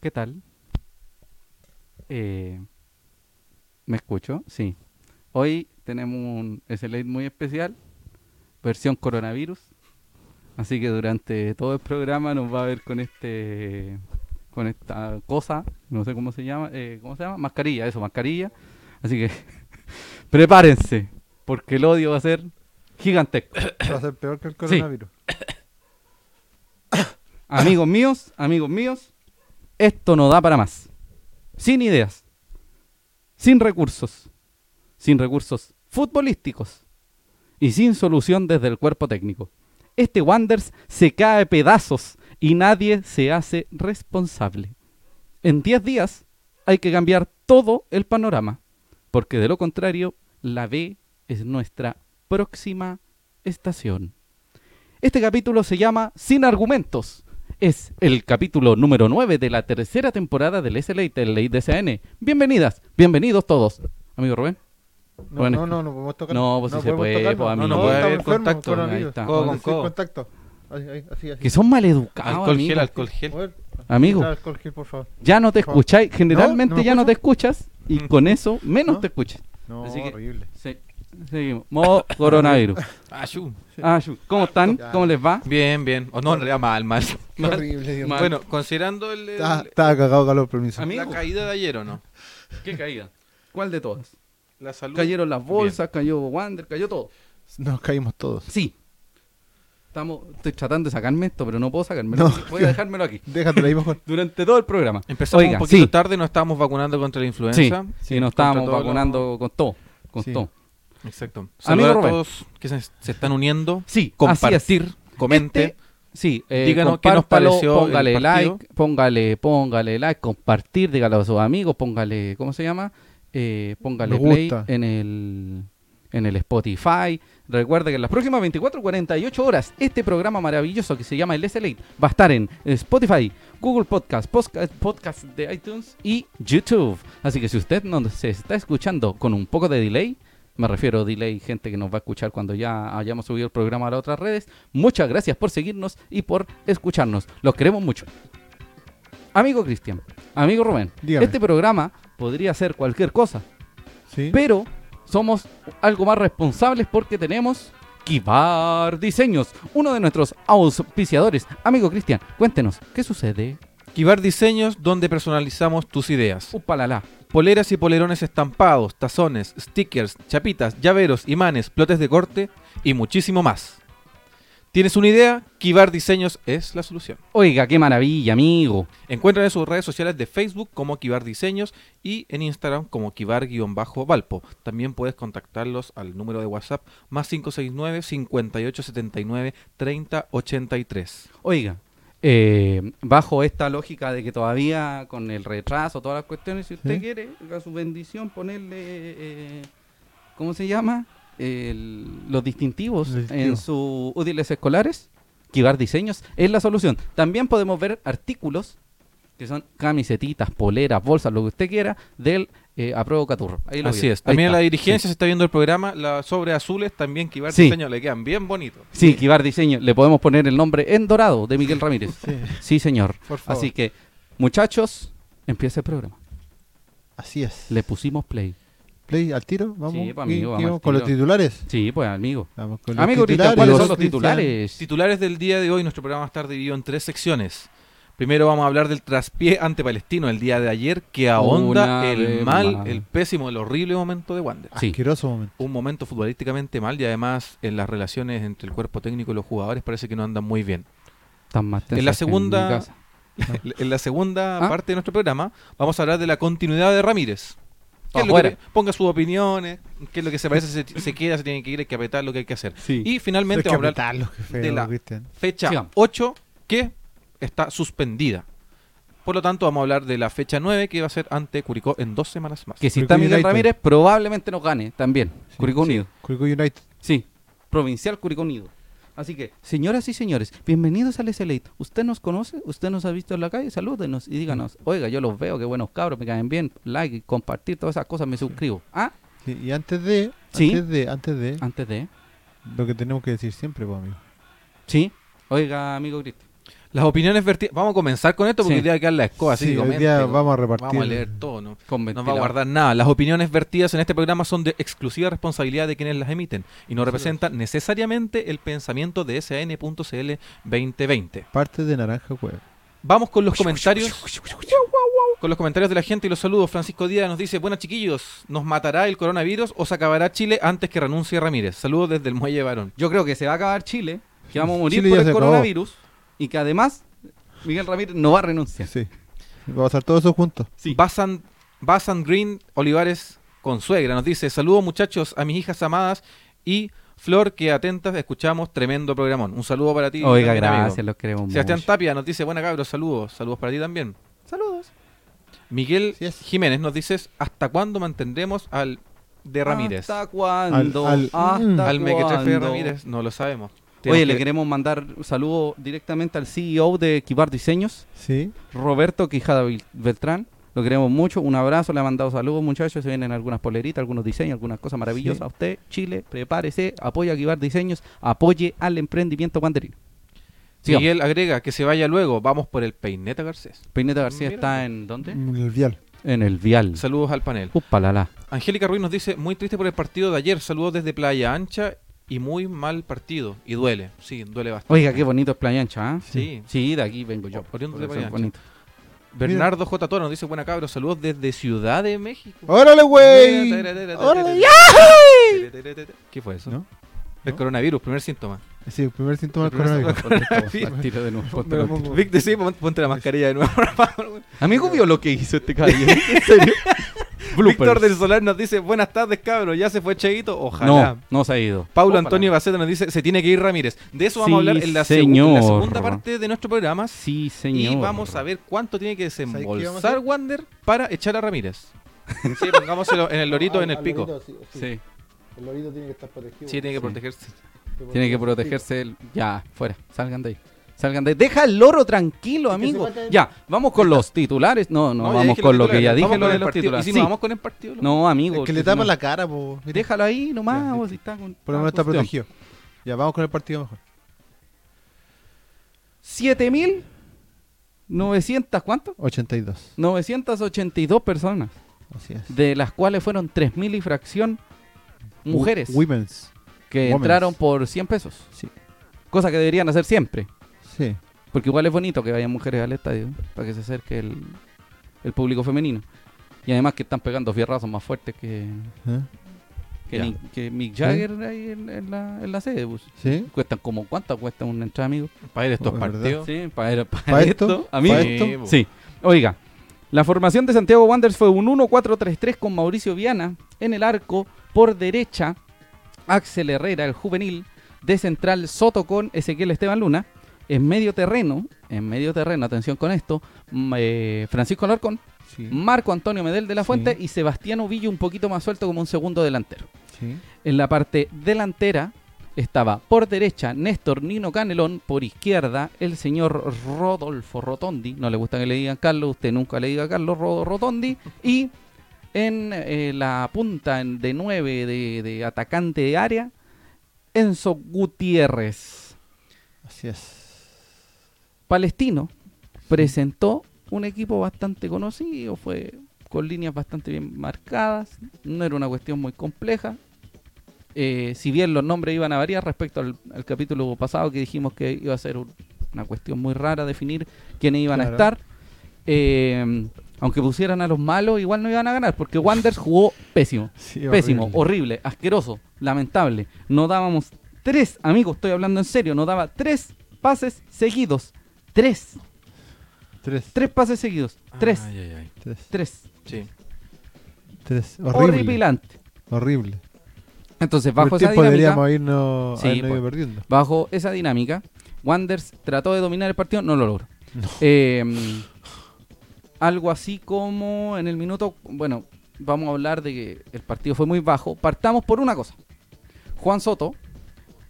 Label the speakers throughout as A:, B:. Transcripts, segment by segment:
A: ¿Qué tal? Eh, ¿Me escucho? Sí. Hoy tenemos un slate muy especial, versión coronavirus. Así que durante todo el programa nos va a ver con este con esta cosa, no sé cómo se llama, eh, ¿cómo se llama? Mascarilla, eso, mascarilla. Así que prepárense, porque el odio va a ser gigantesco.
B: Va a ser peor que el coronavirus.
A: Amigos míos, amigos míos, esto no da para más. Sin ideas, sin recursos, sin recursos futbolísticos y sin solución desde el cuerpo técnico. Este Wanders se cae a pedazos y nadie se hace responsable. En 10 días hay que cambiar todo el panorama, porque de lo contrario, la B es nuestra próxima estación. Este capítulo se llama Sin Argumentos. Es el capítulo número 9 de la tercera temporada del SLA y DCN. Bienvenidas, bienvenidos todos. Amigo Rubén.
B: No,
A: Bueno.
B: no, no, no podemos tocar.
A: No, pues si se
B: podemos
A: puede,
B: tocarnos.
A: pues, amigo.
B: No,
C: No puede
B: estamos
C: haber
B: enfermos,
C: contacto,
B: coronavirus.
A: ahí está.
C: Codo con
B: Vamos a decir
C: codo.
B: contacto. Ahí, ahí, así, así.
A: Que son maleducados.
C: Alcohol
A: amigo.
C: gel, alcohol gel.
B: Joder,
A: Amigo.
B: quitar alcohol gel, por favor.
A: Ya no te
B: Por favor.
A: escucháis. Generalmente
B: ¿No? ¿No me
A: ya no te
B: escucho?
A: escuchas y con eso menos
B: ¿No?
A: te escuchas.
B: No,
A: Así que-
B: horrible.
A: Sí. Seguimos. Modo coronavirus.
C: Ayú.
A: Ah, Shu, ¿Cómo están?
B: Ya.
A: ¿Cómo les va?
C: Bien, bien. O no, en realidad mal, mal.
B: Qué horrible, Dios mío.
A: mal. Ah,
C: Bueno, considerando el, el-
B: Estaba estaba cagado calor, permiso.
A: A mí-
C: la caída de ayer, ¿o no?
A: ¿Qué caída? ¿Cuál de todas?
C: La salud.
A: Cayeron las bolsas, cayó Wander, cayó todo.
B: Nos caímos todos.
A: Sí. Estamos, estoy tratando de sacarme esto, pero no puedo sacármelo.
B: No.
A: Voy a dejármelo aquí.
B: Déjatelo ahí mejor.
A: Durante todo el programa.
C: Empezamos
A: Oiga,
C: un poquito
A: sí.
C: tarde, nos estábamos vacunando contra la
A: Sí,
C: influenza.
A: sí, nos
C: Contra
A: estábamos
C: todo lo-
A: vacunando con todo. Con
B: Sí.
A: todo.
C: Exacto. Saludar a
A: Rubén.
C: todos que se, se están uniendo.
A: Sí,
C: Compartir,
A: así es.
C: comente.
A: Este- sí, eh,
C: Díganos qué nos
A: compártalo,
C: pareció el
A: Póngale
C: partido.
A: like, póngale, póngale like, compartir, dígalo a sus amigos, póngale, ¿cómo se llama? Eh, póngale
B: Me
A: play
B: gusta.
A: en el en el Spotify. Recuerde que en las próximas 24 48 horas este programa maravilloso que se llama El SLA va a estar en Spotify, Google Podcast, Posca- Podcast de iTunes y YouTube. Así que si usted no se está escuchando con un poco de delay, me refiero a delay, gente que nos va a escuchar cuando ya hayamos subido el programa a las otras redes. Muchas gracias por seguirnos y por escucharnos. Los queremos mucho. Amigo Cristian, amigo Rubén,
B: Dígame.
A: este programa podría ser cualquier cosa,
B: Sí.
A: pero somos algo más responsables porque tenemos Kibar Diseños, uno de nuestros auspiciadores. Amigo Cristian, cuéntenos, ¿qué sucede?
C: Kibar Diseños, donde personalizamos tus ideas.
A: Upalala.
C: Poleras y polerones estampados, tazones, stickers, chapitas, llaveros, imanes, plotes de corte y muchísimo más. ¿Tienes una idea? Kibar Diseños es la solución.
A: Oiga, qué maravilla, amigo.
C: Encuentran en sus redes sociales de Facebook como Kibar Diseños y en Instagram como Kibar-Valpo. También puedes contactarlos al número de WhatsApp más 569 5879 3083.
A: Oiga, eh, bajo esta lógica de que todavía con el retraso, todas las cuestiones, si usted
B: Sí.
A: quiere, a su bendición, ponerle, eh, ¿cómo se llama? El- los distintivos
B: Los distintivos.
A: en sus útiles escolares, Kibar Diseños es la solución. También podemos ver artículos que son camisetitas, poleras, bolsas, lo que usted quiera, del eh, Aprobo Caturro. Ahí lo
C: Así
A: vio.
C: es.
A: Ahí
C: También
A: está.
C: la dirigencia se está viendo el programa. La sobre azules también Kibar
A: Sí.
C: Diseños le quedan bien bonitos.
A: Sí. sí, Kibar Diseños. Le podemos poner el nombre en dorado de Miguel Ramírez.
B: Sí.
A: Sí, señor.
B: Por favor.
A: Así que, muchachos, empieza el programa.
B: Así es.
A: Le pusimos play.
B: Play al tiro. Vamos.
A: Sí, pa' amigo,
B: Y- y
A: vamos al
B: con los
A: tiro.
B: titulares.
A: Sí, pues, amigo.
B: Vamos con los
A: Amigo Cristian,
B: titulares.
A: ¿cuáles son los
B: Cristian.
A: titulares?
C: Titulares del día de hoy, nuestro programa va a estar dividido en tres secciones. Primero vamos a hablar del traspié ante Palestino el día de ayer que ahonda
A: Una
C: el
A: vez
C: mal,
A: más.
C: el pésimo, el horrible momento de Wander.
A: Sí.
B: Asqueroso momento.
C: Un momento futbolísticamente mal y además en las relaciones entre el cuerpo técnico y los jugadores parece que no andan muy bien.
A: Están más tensas
C: En la
A: que
C: segunda-
A: mi casa.
C: En la segunda
A: ¿Ah?
C: parte de nuestro programa vamos a hablar de la continuidad de Ramírez. ¿Qué es lo
A: Afuera.
C: que- ponga sus opiniones, qué es lo que se parece, se, se queda, se tiene que ir, hay que apretar lo que hay que hacer.
A: Sí.
C: Y finalmente
B: Es que
C: vamos a hablar
B: apretarlo, qué feo,
C: de la-
B: Cristian.
C: fecha
A: Sigamos.
C: 8 que está suspendida. Por lo tanto, vamos a hablar de la fecha 9 que va a ser ante Curicó en dos semanas más.
A: Que si
B: Curicó
A: está Miguel
B: United.
A: Ramírez, probablemente nos gane también. Curicó Unido.
B: Curicó United.
A: Sí, provincial Curicó Unido. Así que, señoras y señores, bienvenidos al SLA. ¿Usted nos conoce? ¿Usted nos ha visto en la calle? Salúdenos y díganos, oiga, yo los veo, qué buenos cabros, me caen bien, like, compartir, todas esas cosas, me suscribo. Ah,
B: Sí, y antes de,
A: Sí.
B: antes de, antes de,
A: antes de...
B: lo que tenemos que decir siempre, pues, amigo.
A: Sí, oiga, amigo Cristian.
C: Las opiniones vertidas. Vamos a comenzar con esto porque
A: Sí.
C: hoy día hay que dar la escoba. así
B: Sí,
C: que
B: hoy
C: comente,
B: día
C: weón.
B: vamos a repartir.
C: Vamos a leer todo, ¿no?
A: Con
C: No va a
A: ventilador.
C: guardar nada. Las opiniones vertidas en este programa son de exclusiva responsabilidad de quienes las emiten y no representan necesariamente el pensamiento de san.cl 2020.
B: Parte de Naranja Cueva.
C: Vamos con los comentarios. Con los comentarios de la gente y los saludos. Francisco Díaz nos dice, buenas chiquillos, ¿nos matará el coronavirus o se acabará Chile antes que renuncie Ramírez? Saludos desde el Muelle Varón.
A: Yo creo que se va a acabar Chile, que vamos a morir
B: Chile
A: por
B: ya
A: el
B: se acabó.
A: coronavirus y que además Miguel Ramírez no va a renunciar.
B: Sí. Vamos a estar todos eso juntos.
A: Sí.
C: Basan, Basan Green Olivares Consuegra nos dice: Saludos muchachos a mis hijas amadas y Flor, que atentas escuchamos, tremendo programón. Un saludo para ti.
A: Oiga,
C: también, amigo.
A: gracias, los queremos
C: Sebastián
A: mucho.
C: Tapia nos dice: Buena cabros, saludos. Saludos para ti también.
A: Saludos.
C: Miguel
B: Así es.
C: Jiménez nos dice: ¿Hasta cuándo mantendremos al de Ramírez?
A: ¿Hasta cuándo?
B: Al-
A: ¿Hasta
B: al- mm.
C: Al mequetrefe de
A: cuándo?
C: Ramírez, no lo sabemos. Tenemos
A: Oye, le
C: que-
A: queremos mandar un saludo directamente al CEO de Equivar Diseños,
B: Sí.
A: Roberto Quijada Bil- Beltrán. Lo queremos mucho, un abrazo, le ha mandado saludos muchachos, se vienen algunas poleritas, algunos diseños, algunas cosas maravillosas.
B: Sí.
A: A usted, Chile, prepárese, apoya a Equivar Diseños, apoye al emprendimiento banderino. Sigamos.
C: Miguel agrega que se vaya luego. Vamos por el peineta Garcés.
A: Peineta García
C: Mira. Mm.
A: está en ¿dónde?
B: El vial.
A: En el vial.
C: Saludos al panel.
A: Upalala.
C: Angélica Ruiz nos dice, muy triste por el partido de ayer, saludos desde Playa Ancha y muy mal partido. Y duele, sí, duele bastante.
A: Oiga, qué bonito es Playa Ancha, ¿ah?
C: Sí.
A: Sí, de aquí vengo yo.
C: Oriundo
A: Por
C: de
A: eso es
C: Playa Ancha.
A: bonito.
C: Bernardo J. Toro nos dice, buena cabros, saludos desde Ciudad de México.
B: ¡Órale, Oh, güey! ¡Órale, ya!
C: ¿Qué fue eso?
B: ¿No?
C: El
B: ¿No?
C: coronavirus, primer síntoma.
B: Sí, el primer síntoma
C: El
B: del
C: primer
B: coronavirus.
A: Al tiro de nuevo, ponte
B: lo
A: loco.
B: pongo.
C: Vic, sí, pon- ponte la mascarilla de nuevo. por favor.
A: Amigo vio lo que hizo este caballero. ¿En serio?
C: Víctor
A: Bloopers.
C: del Solar nos dice, buenas tardes cabros, ya se fue Cheito, ojalá.
A: No, no se ha ido.
C: Paulo
A: Ojalá.
C: Antonio Baceta nos dice, se tiene que ir Ramírez. De eso vamos a
A: Sí,
C: hablar en la, segu- en la
A: señor.
C: segunda parte de nuestro programa.
A: Sí, señor.
C: Y vamos a ver cuánto tiene que
B: qué vamos a
C: desembolsar
B: hacer?
C: Wander para echar a Ramírez. Sí, pongámoselo en el lorito,
B: Ah,
C: en el pico.
A: Sí,
B: El lorito tiene que estar protegido.
C: Sí, tiene que
A: Sí.
C: protegerse.
A: tiene que protegerse él. Ya, fuera. Salgan de ahí. Salgan de ahí. Deja al loro tranquilo,
B: que se
A: amigo.
B: vaya-
A: Ya, vamos con los titulares. No, no,
C: ya
A: vamos
C: dije
A: con
C: los
A: lo que ya
C: titulares,
A: dije,
C: vamos
A: lo
C: con
A: de
C: el
A: los
C: partido.
A: titulares.
C: Y si
A: Sí.
C: nos vamos con el partido. loco.
A: No, amigo.
B: que
A: si
B: le tapa
A: no-
B: la cara, po. Mira,
A: Déjalo ahí nomás,
B: Ya,
A: vos,
B: listo.
A: si está con...
B: Por lo menos
A: tanta
B: está
A: cuestión.
B: protegido. Ya, vamos con el partido mejor.
A: 7.900, ¿cuánto?
B: 82.
A: 982 personas,
B: Así es.
A: de las cuales fueron 3.000 y fracción mujeres
B: Wo- Women's.
A: que
B: womens.
A: entraron por 100 pesos.
B: Sí.
A: Cosa que deberían hacer siempre.
B: Sí.
A: Porque igual es bonito que vayan mujeres al estadio para que se acerque el, el público femenino. Y además que están pegando fierrazos más fuertes que,
B: ¿Eh?
A: que,
C: Ya.
A: Nick- que Mick Jagger ahí en, en la, en la sede. pues.
B: ¿Sí?
A: Cuestan como cuánto cuesta una entrada, amigo.
C: Para ir a estos
B: Oh, es verdad.
C: partidos.
A: Sí, para, para
B: ¿Pa
A: esto,
B: esto?
A: amigo.
B: ¿Pa
A: Sí,
B: esto?
C: po.
A: Sí. Oiga, la formación de Santiago Wanderers fue un 1-4-3-3 con Mauricio Viana en el arco por derecha, Axel Herrera, el juvenil, de central Soto con Ezequiel Esteban Luna, en medio terreno, en medio terreno, atención con esto, mm, eh, Francisco Alarcón,
B: Sí.
A: Marco Antonio Medel de la
B: Sí.
A: Fuente y Sebastián Ovillo un poquito más suelto como un segundo delantero.
B: Sí.
A: En la parte delantera estaba por derecha Néstor Nino Canelón, por izquierda el señor Rodolfo Rotondi, no le gusta que le digan Carlos, usted nunca le diga Carlos Rodo Rotondi, y en eh, la punta en- de nueve de, de atacante de área, Enzo Gutiérrez,
B: Así es.
A: palestino, presentó un equipo bastante conocido, fue con líneas bastante bien marcadas, no era una cuestión muy compleja. Eh, si bien los nombres iban a variar respecto al, al capítulo pasado que dijimos que iba a ser un- una cuestión muy rara definir quiénes iban a
B: Claro.
A: estar, eh, aunque pusieran a los malos igual no iban a ganar, porque Wanders jugó pésimo.
B: Sí,
A: Pésimo, horrible, asqueroso, lamentable. No dábamos tres, amigos, estoy hablando en serio, no daba tres pases seguidos. Tres,
B: Tres.
A: tres pases seguidos. Tres,
C: Ay, ay, ay.
B: Tres.
A: tres.
C: Sí.
B: Tres. Horrible.
A: Horripilante.
B: Horrible.
A: Entonces,
B: Por
A: bajo
B: el
A: esa
B: tiempo
A: dinámica,
B: deberíamos irnos,
A: Sí,
B: habernos ido
A: pues.
B: perdiendo.
A: bajo esa dinámica, Wanders trató de dominar el partido, no lo logró.
B: No.
A: Eh, algo así como en el minuto, bueno, vamos a hablar de que el partido fue muy bajo. Partamos por una cosa. Juan Soto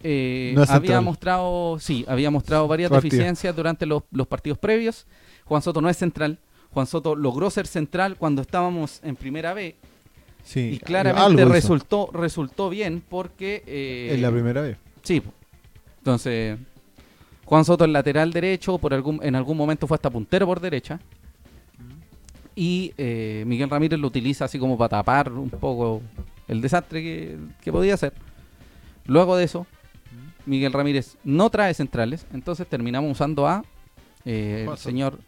A: eh,
B: No es
A: había
B: central.
A: mostrado, sí, había mostrado varias
B: Partido.
A: deficiencias durante los, los partidos previos. Juan Soto no es central. Juan Soto logró ser central cuando estábamos en primera B
B: Sí.
A: y
B: algo
A: claramente
B: hizo.
A: resultó, resultó bien porque eh,
B: Es la primera vez.
A: Sí. po. Entonces, Juan Soto es lateral derecho, por algún, en algún momento fue hasta puntero por derecha.
C: Mm.
A: Y eh, Miguel Ramírez lo utiliza así como para tapar un poco el desastre que, que podía ser. Luego de eso,
C: Mm.
A: Miguel Ramírez no trae centrales, entonces terminamos usando a eh, el
B: Juan Soto.
A: señor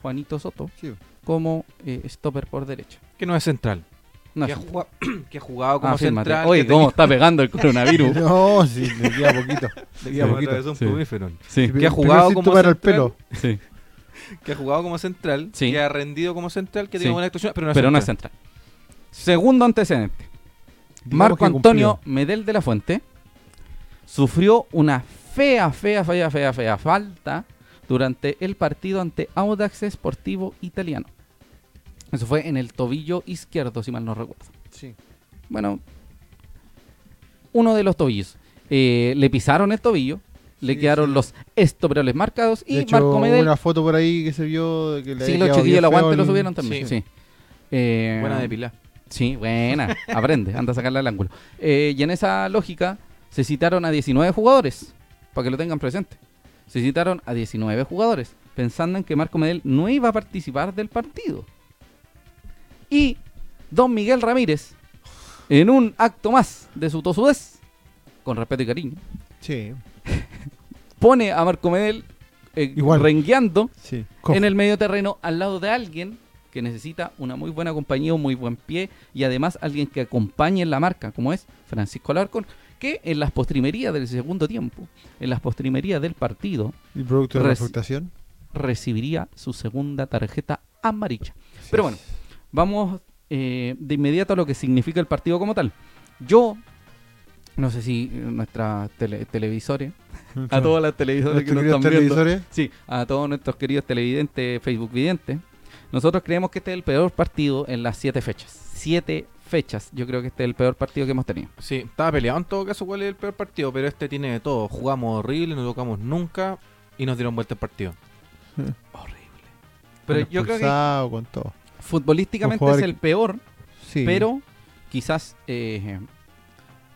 A: Juanito Soto
B: Sí.
A: como eh, stopper por derecha.
C: Que no es central.
A: No
C: que,
A: es-
C: ha jugado, que ha jugado como
A: Afírmate.
C: central.
A: Oye,
C: que
A: ¿cómo
C: tenía-
A: está pegando el coronavirus?
B: No, sí, le queda poquito.
C: tenía
B: Sí.
C: por detrás un
A: Sí.
C: plumífero.
A: sí,
C: Que ha jugado
B: sin
C: como
B: tomar el
C: central.
B: pelo.
A: sí.
C: Que ha jugado como central.
A: Sí.
C: Que ha rendido como central. Que tiene
A: Sí.
C: buena actuación. Pero no es
A: Pero no es
C: central.
A: central. Segundo antecedente.
B: Digamos
A: Marco
B: que cumplió.
A: Antonio Medel de la Fuente sufrió una fea, fea, fea, fea, fea falta durante el partido ante Audax Sportivo Italiano. Eso fue en el tobillo izquierdo, si mal no recuerdo.
B: Sí.
A: Bueno, uno de los tobillos. Eh, le pisaron el tobillo, le
B: Sí,
A: quedaron
B: sí.
A: los estoperoles marcados y
B: de hecho,
A: Marco Medel.
B: una foto por ahí que se vio de que le
A: Sí,
B: había
A: los
B: quedado
A: chiquillos
B: bien
A: del aguante
B: feo
A: lo
B: el-
A: subieron también.
C: Sí.
A: Sí. Eh,
C: Buena de Pilar.
A: Sí, buena. Aprende, anda a sacarla al ángulo. Eh, y en esa lógica se citaron a 19 jugadores, para que lo tengan presente. Se citaron a 19 jugadores, pensando en que Marco Medel no iba a participar del partido. Y don Miguel Ramírez, en un acto más de su tosudez, con respeto y cariño,
B: Sí,
A: pone a Marco Medel eh,
B: Igual.
A: rengueando
B: sí. Cojo.
A: en el medio terreno al lado de alguien que necesita una muy buena compañía, un muy buen pie y además alguien que acompañe en la marca, como es Francisco Alarcón, que en las postrimerías del segundo tiempo, en las postrimerías del partido,
B: ¿Y producto de la
A: Res-
B: frustración?
A: recibiría su segunda tarjeta amarilla.
B: Sí.
A: Pero bueno, vamos eh, de inmediato a lo que significa el partido como tal. Yo, no sé si nuestras tele- televisores, a todas las televisoras que
B: Nuestros
A: nos
B: queridos
A: están viendo,
B: televisores,
A: Sí, a todos nuestros queridos televidentes, Facebook videntes. Nosotros creemos que este es el peor partido en las siete fechas. Siete fechas. Yo creo que este es el peor partido que hemos tenido.
C: Sí, estaba peleado en todo caso cuál es el peor partido, pero este tiene de todo. Jugamos horrible, no tocamos nunca y nos dieron vuelta el partido.
A: Horrible.
B: con
A: Pero yo creo que
B: expulsado, con todo.
A: futbolísticamente
B: Con
A: es el
B: jugadores
A: peor,
B: Sí.
A: pero quizás eh,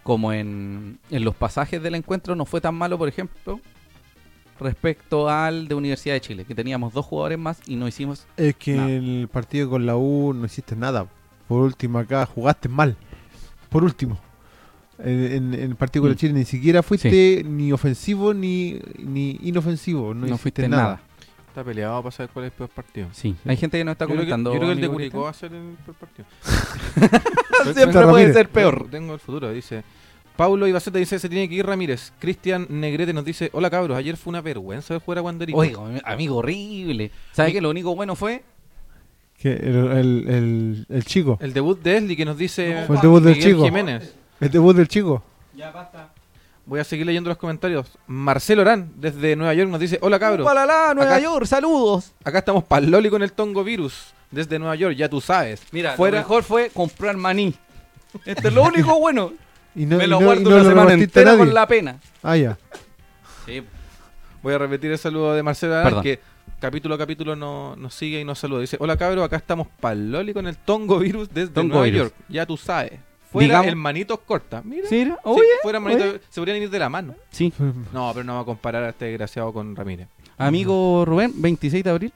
A: como en, en los pasajes del encuentro no fue tan malo, por ejemplo, respecto al de Universidad de Chile, que teníamos dos jugadores más y no hicimos...
B: Es que
A: No.
B: en el partido con la U no hiciste nada. Por último, acá jugaste mal. Por último. En, en- en el partido con
A: Mm.
B: la Chile ni siquiera fuiste ni ofensivo ni, ni inofensivo. No,
A: No,
B: hiciste
A: fuiste nada.
B: nada.
C: Está peleado para saber cuál es el peor partido.
A: Sí. Hay gente que no está
C: Yo creo que-
A: comentando.
C: yo creo que el de
A: amigo Cristian.
C: Curicó va a ser el peor partido.
A: Siempre puede
B: Ramírez.
A: ser peor.
C: Tengo el futuro, dice. Paulo Ibaceta dice, se tiene que ir Ramírez. Cristian Negrete nos dice, hola cabros, ayer fue una vergüenza de jugar a Wanderito.
A: Oiga, ami- amigo, horrible. ¿Sabes qué? Lo único bueno fue.
B: Que el, el- el- el chico.
A: Eh.
C: El debut de Esli que nos dice
B: Fue el debut del
C: Miguel
B: chico.
C: Jiménez.
B: El debut del chico.
A: Ya basta.
C: Voy a seguir leyendo los comentarios. Marcelo Orán, desde Nueva York, nos dice, hola cabros.
A: Nueva
C: Acá-
A: York, saludos.
C: Acá estamos pa'l Loli con el Tongo Virus. Desde Nueva York, ya tú sabes.
A: Mira,
C: fuera.
A: lo mejor fue comprar maní. Este es lo único bueno.
B: Y no,
A: Me
B: y
A: lo
B: no-
A: guardo
B: y no
A: una
B: lo
A: semana
B: repartiste a
A: entera
B: nadie.
A: con la pena.
B: Ah, ya.
A: Sí,
C: Voy a repetir el saludo de Marcelo Arán,
A: Perdón.
C: que capítulo a capítulo no- nos sigue y nos saluda. Dice, hola cabros, acá estamos pa'l Loli con el Tongo Virus desde
A: Tongo
C: Nueva
A: Virus.
C: York. Ya tú sabes. Fuera
A: Digamos-
C: el manito corta. Mira.
A: ¿Sí? era?
C: Sí,
A: Oye,
C: fuera el manito, se podrían ir de la mano.
A: sí.
C: No, pero no va a comparar a este desgraciado con Ramírez.
A: Amigo Rubén, 26 de abril.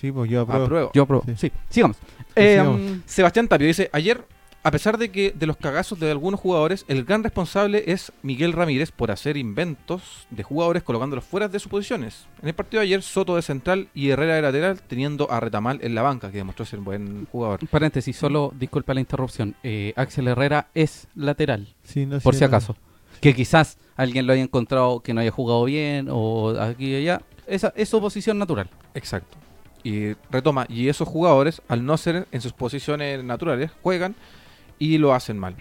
B: Sí, pues yo apruebo.
C: Apruebo.
A: Yo apruebo. Sí,
B: Sí.
A: sigamos. Eh, um,
C: Sebastián Tapio dice, ayer, a pesar de que de los cagazos de algunos jugadores, el gran responsable es Miguel Ramírez por hacer inventos de jugadores colocándolos fuera de sus posiciones. En el partido de ayer, Soto de central y Herrera de lateral teniendo a Retamal en la banca, que demostró ser un buen jugador.
A: paréntesis, solo disculpa la interrupción. Eh, Axel Herrera es lateral,
B: Sí, no,
A: por
B: sí,
A: si
B: no.
A: acaso. Que quizás alguien lo haya encontrado que no haya jugado bien o aquí y allá. Esa es su posición natural.
C: Exacto. Y retoma, y esos jugadores, al no ser en sus posiciones naturales, juegan y lo hacen mal.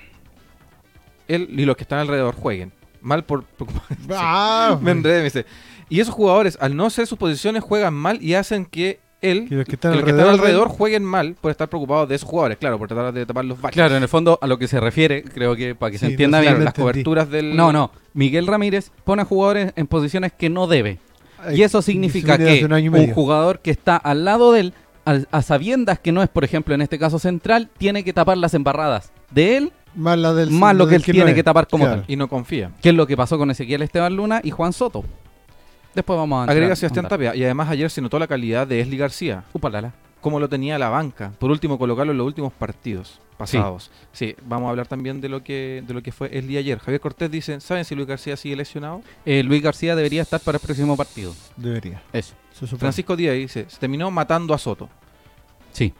C: Él y los que están alrededor jueguen. Mal por... por-
B: Ah,
C: Me enredé, me dice. Y esos jugadores, al no ser sus posiciones, juegan mal y hacen que él,
B: que
C: que
B: los que están
C: los que
B: alrededor,
C: están alrededor, jueguen mal por estar preocupados de esos jugadores, claro, por tratar de tapar los baches.
A: Claro, en el fondo a lo que se refiere, creo que para que se
B: Sí,
A: entienda
B: no,
A: bien.
C: Claro,
B: lo
C: las
B: entendí.
C: coberturas del.
A: No, no. Miguel Ramírez pone a jugadores en posiciones que no debe.
B: Ay,
A: Y eso significa
B: se viene
A: que
B: hace
A: un,
B: un año y medio.
A: jugador que está al lado de él, al- a, sabiendas que no es, por ejemplo, en este caso central, tiene que tapar las embarradas de él,
B: Más, la del-
A: más lo
B: la
A: que
B: del
A: él tiene
B: no es.
A: que tapar como
B: Claro.
A: tal.
C: Y no confía.
A: Que es lo que pasó con Ezequiel Esteban Luna y Juan Soto. Después vamos a entrar-
C: Agrega Sebastián
A: ahondar.
C: Tapia. Y además ayer se notó la calidad de Esli García,
A: Upalala.
C: como lo tenía la banca. Por último, colocarlo en los últimos partidos pasados. Sí, vamos a hablar también de lo que de lo que fue Esli ayer. Javier Cortés dice, ¿saben si Luis García sigue lesionado?
A: Eh, Luis García debería estar para el próximo partido.
B: Debería.
A: Eso.
B: Se supone.
C: Francisco Díaz dice, se terminó matando a Soto,
A: Sí.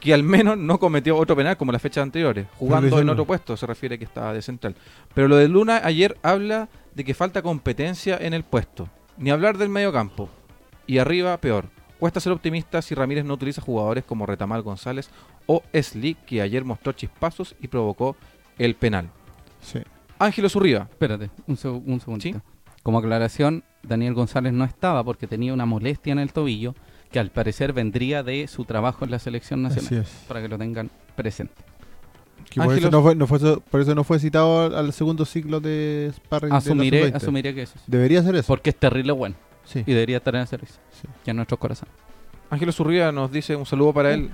C: que al menos no cometió otro penal como las fechas anteriores, jugando en
B: lesionó.
C: otro puesto, se refiere que estaba de central. Pero lo de Luna ayer habla de que falta competencia en el puesto. Ni hablar del medio campo. Y arriba, peor. Cuesta ser optimista si Ramírez no utiliza jugadores como Retamal González o Esli, que ayer mostró chispazos y provocó el penal.
B: Sí.
C: Ángelo Zurriba.
A: Espérate, un, seg- un segundito. Como aclaración, Daniel González no estaba porque tenía una molestia en el tobillo que al parecer vendría de su trabajo en la selección
B: Así
A: nacional.
B: es.
A: Para que lo tengan presente.
B: Que por, eso
C: Ángelos-
B: no fue, no fue- por eso no fue citado al, al segundo ciclo de Sparring. de la
A: Asumiré,
B: sub-20.
A: asumiré que eso. es.
B: Debería ser eso.
A: Porque es terrible bueno
B: Sí.
A: y debería estar en la selección.
B: Sí.
A: Y en nuestros corazones.
C: Ángelo Zurriba nos dice un saludo para él,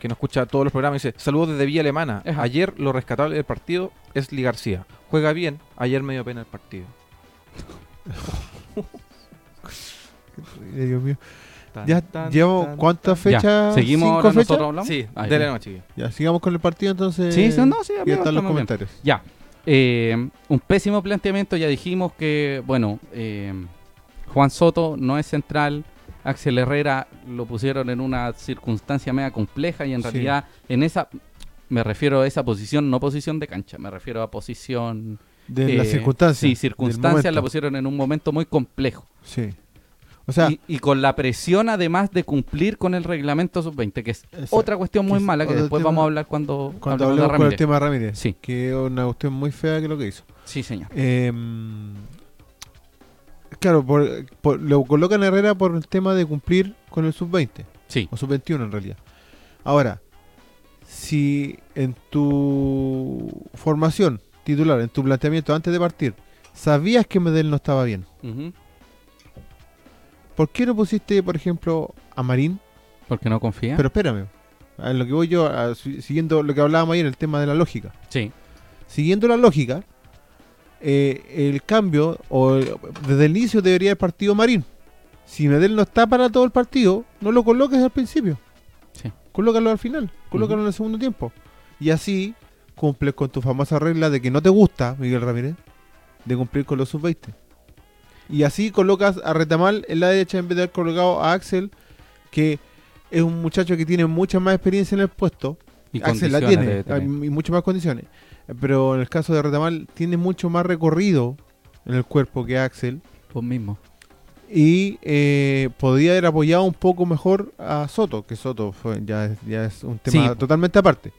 C: que nos escucha todos los programas. Dice, saludos desde Villa Alemana.
A: Ejá.
C: Ayer lo rescatable del partido es Li García. Juega bien, ayer medio pena el partido.
B: Ay, Eh, Dios mío.
C: Tan,
B: Ya
C: tan,
B: llevamos
C: tan.
B: cuántas
A: Ya,
B: fechas.
A: Seguimos
B: ¿Cinco
A: ahora
B: fechas?
A: nosotros hablamos.
C: Sí,
A: Ahí,
C: dele
A: bien.
C: nomás, chiquillo.
B: Ya, sigamos con el partido entonces.
A: Sí, sí, no, sí,
B: Y
A: amigo,
B: están los
A: estamos bien.
B: comentarios.
A: Ya. Eh, un pésimo planteamiento. Ya dijimos que, bueno, eh, Juan Soto no es central. Axel Herrera lo pusieron en una circunstancia media compleja y en
B: Sí.
A: realidad en esa, me refiero a esa posición, no posición de cancha, me refiero a posición...
B: De las
A: eh,
B: circunstancias.
A: Sí,
B: del
A: circunstancias la
B: momento.
A: pusieron en un momento muy complejo.
B: Sí. O sea,
A: y, y con la presión además de cumplir con el reglamento sub-20, que es
B: Exacto.
A: otra cuestión muy
B: Que es
A: mala que
B: otro
A: después
B: tema.
A: vamos a hablar cuando,
B: cuando
A: hablemos de
B: hablemos con el
A: Ramírez.
B: tema Ramírez,
A: Sí.
B: que es una cuestión muy fea que lo que hizo.
A: Sí, señor.
B: Eh, claro, por- por- lo colocan a Herrera por el tema de cumplir con el sub-20,
A: Sí,
B: o sub-21 en realidad. Ahora, si en tu formación titular, en tu planteamiento antes de partir, sabías que Medel no estaba bien,
A: Ujú.
B: ¿por qué no pusiste, por ejemplo, a Marín?
A: porque no confía.
B: Pero espérame, a lo que voy yo, a- si- siguiendo lo que hablábamos ayer, el tema de la lógica.
A: sí,
B: siguiendo la lógica, eh, el cambio, o el- desde el inicio debería el partido Marín. Si Medel no está para todo el partido, no lo coloques al principio.
A: Sí.
B: Colócalo al final, colócalo en el segundo tiempo. Y así cumples con tu famosa regla de que no te gusta, Miguel Ramírez, de cumplir con los sub-20. Y así colocas a Retamal en la derecha en vez de haber colocado a Axel, que es un muchacho que tiene mucha más experiencia en el puesto,
A: y
B: Axel Ah,
A: condiciones
B: la tiene,
A: debe tener.
B: hay m- muchas más condiciones. Eh, Pero en el caso de Retamal, tiene mucho más recorrido en el cuerpo que Axel.
A: Vos mismo.
B: Y eh, podía haber apoyado un poco mejor a Soto, que Soto fue- ya, es, ya es un tema
A: Sí.
B: totalmente aparte.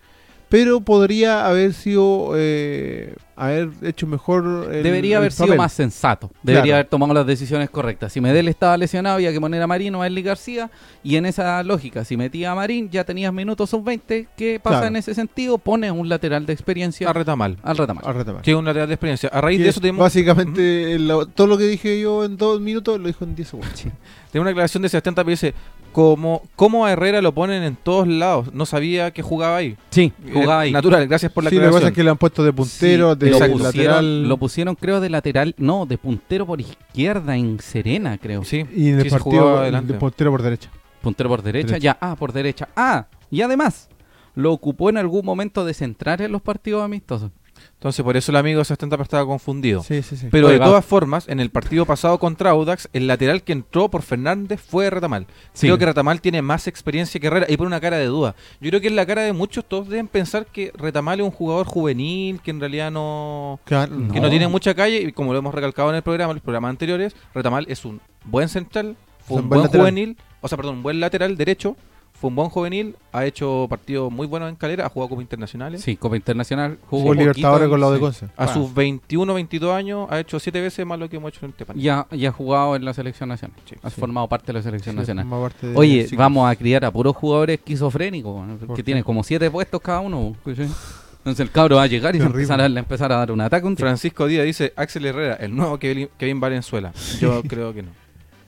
B: Pero podría haber sido, eh, haber hecho mejor. el-
A: Debería
B: el
A: haber sido
B: papel.
A: más sensato. Debería
B: Claro.
A: haber tomado las decisiones correctas. Si Medel estaba lesionado, había que poner a Marín o a Eli García. Y en esa lógica, si metía a Marín, ya tenías minutos sub 20. ¿Qué pasa
B: Claro.
A: en ese sentido? Pones un lateral de experiencia
C: Arreta mal.
A: al retamar.
B: a Retamal.
C: Que es una realidad de experiencia. A raíz
B: Que
C: de eso tenemos,
B: Básicamente,
A: ¿Mm?
B: la- todo lo que dije yo en dos minutos lo dijo en diez segundos.
A: Sí.
C: tenemos una declaración de Sebastián Tapia. Dice, como, como a Herrera lo ponen en todos lados. No sabía que jugaba ahí.
A: Sí, jugaba
C: Eh,
A: ahí.
C: Natural, gracias por la
B: sí, lo que pasa
C: aclaración.
B: es que le han puesto de puntero,
A: Sí,
B: de
A: lo pusieron-
B: lateral.
A: Lo pusieron, creo, de lateral. No, de puntero por izquierda en Serena, creo.
C: Sí,
B: Y en el
C: sí, se jugaba
B: partido, el
C: adelante.
B: de portero por derecha.
A: Puntero por derecha,
B: Derecha.
A: ya. Ah, por derecha. Ah, y además, lo ocupó en algún momento de centrar en los partidos amistosos.
C: Entonces, por eso el amigo Sebastián Tapia estaba confundido.
B: Sí, sí, sí.
C: Pero
A: Oye,
C: de
A: va.
C: todas formas, en el partido pasado contra Audax, el lateral que entró por Fernández fue Retamal.
A: Sí.
C: Creo que Retamal tiene más experiencia que Herrera y por una cara de duda. Yo creo que en la cara de muchos todos deben pensar que Retamal es un jugador juvenil, que en realidad no,
B: Claro,
A: No.
C: que no tiene mucha calle y como lo hemos recalcado en el programa, en los programas anteriores, Retamal es un buen central, fue
B: Es
C: un
B: un
C: buen
B: buen lateral.
C: juvenil, o sea, perdón, un buen lateral derecho, fue un buen juvenil, ha hecho partidos muy buenos en Calera, ha jugado como internacionales.
A: Sí, Copa Internacional jugó
B: Jugó
A: poquito
B: Libertadores
A: en-
B: con lado de
A: sí.
B: Conce.
C: A
A: Bueno.
C: sus 21, 22 años ha hecho 7 veces más lo que hemos hecho en el Tepan.
A: Y ha, y ha jugado en la selección nacional.
C: Sí,
A: ha
B: sí.
A: formado parte de la selección nacional.
B: Forma parte de-
A: Oye,
B: sí.
A: vamos a criar a puros jugadores esquizofrénicos, ¿no?
B: ¿Por
A: que
B: qué?
A: tienen como siete puestos cada uno. ¿sí? Entonces el cabro va a llegar y se
B: Terrible.
A: empezará a, le empezar a dar un ataque. un tiro.
C: Francisco Díaz dice Axel Herrera, el nuevo Kevin, Kevin Valenzuela. Yo creo que no.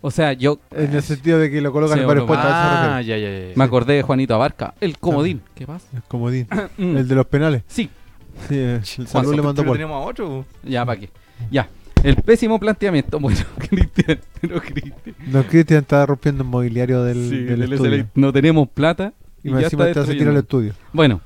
A: O sea, yo
B: En el sentido de que lo colocan
A: Sí,
B: en varios
A: bueno,
B: puestos. a eso me
C: Ah,
B: refiero.
C: ya, ya, ya, ya.
A: me acordé de Juanito Abarca, el comodín. ¿Qué pasa?
B: El comodín.
A: Mm.
B: el de los penales.
A: Sí,
B: Sí, eh, el saludo le mandó
C: Pero
B: por.
C: tenemos a otro. pues,
A: ya, ¿para qué? Ya. El pésimo planteamiento. Bueno, Cristian, pero Cristian.
B: No, Cristian está rompiendo el mobiliario del,
A: Sí,
B: del
A: del
B: estudio.
A: SLA. No tenemos plata.
B: Y,
A: Y,
B: más
A: ya
B: encima este
A: está
B: te hace tirar al
A: destruyendo.
B: estudio.
A: Bueno,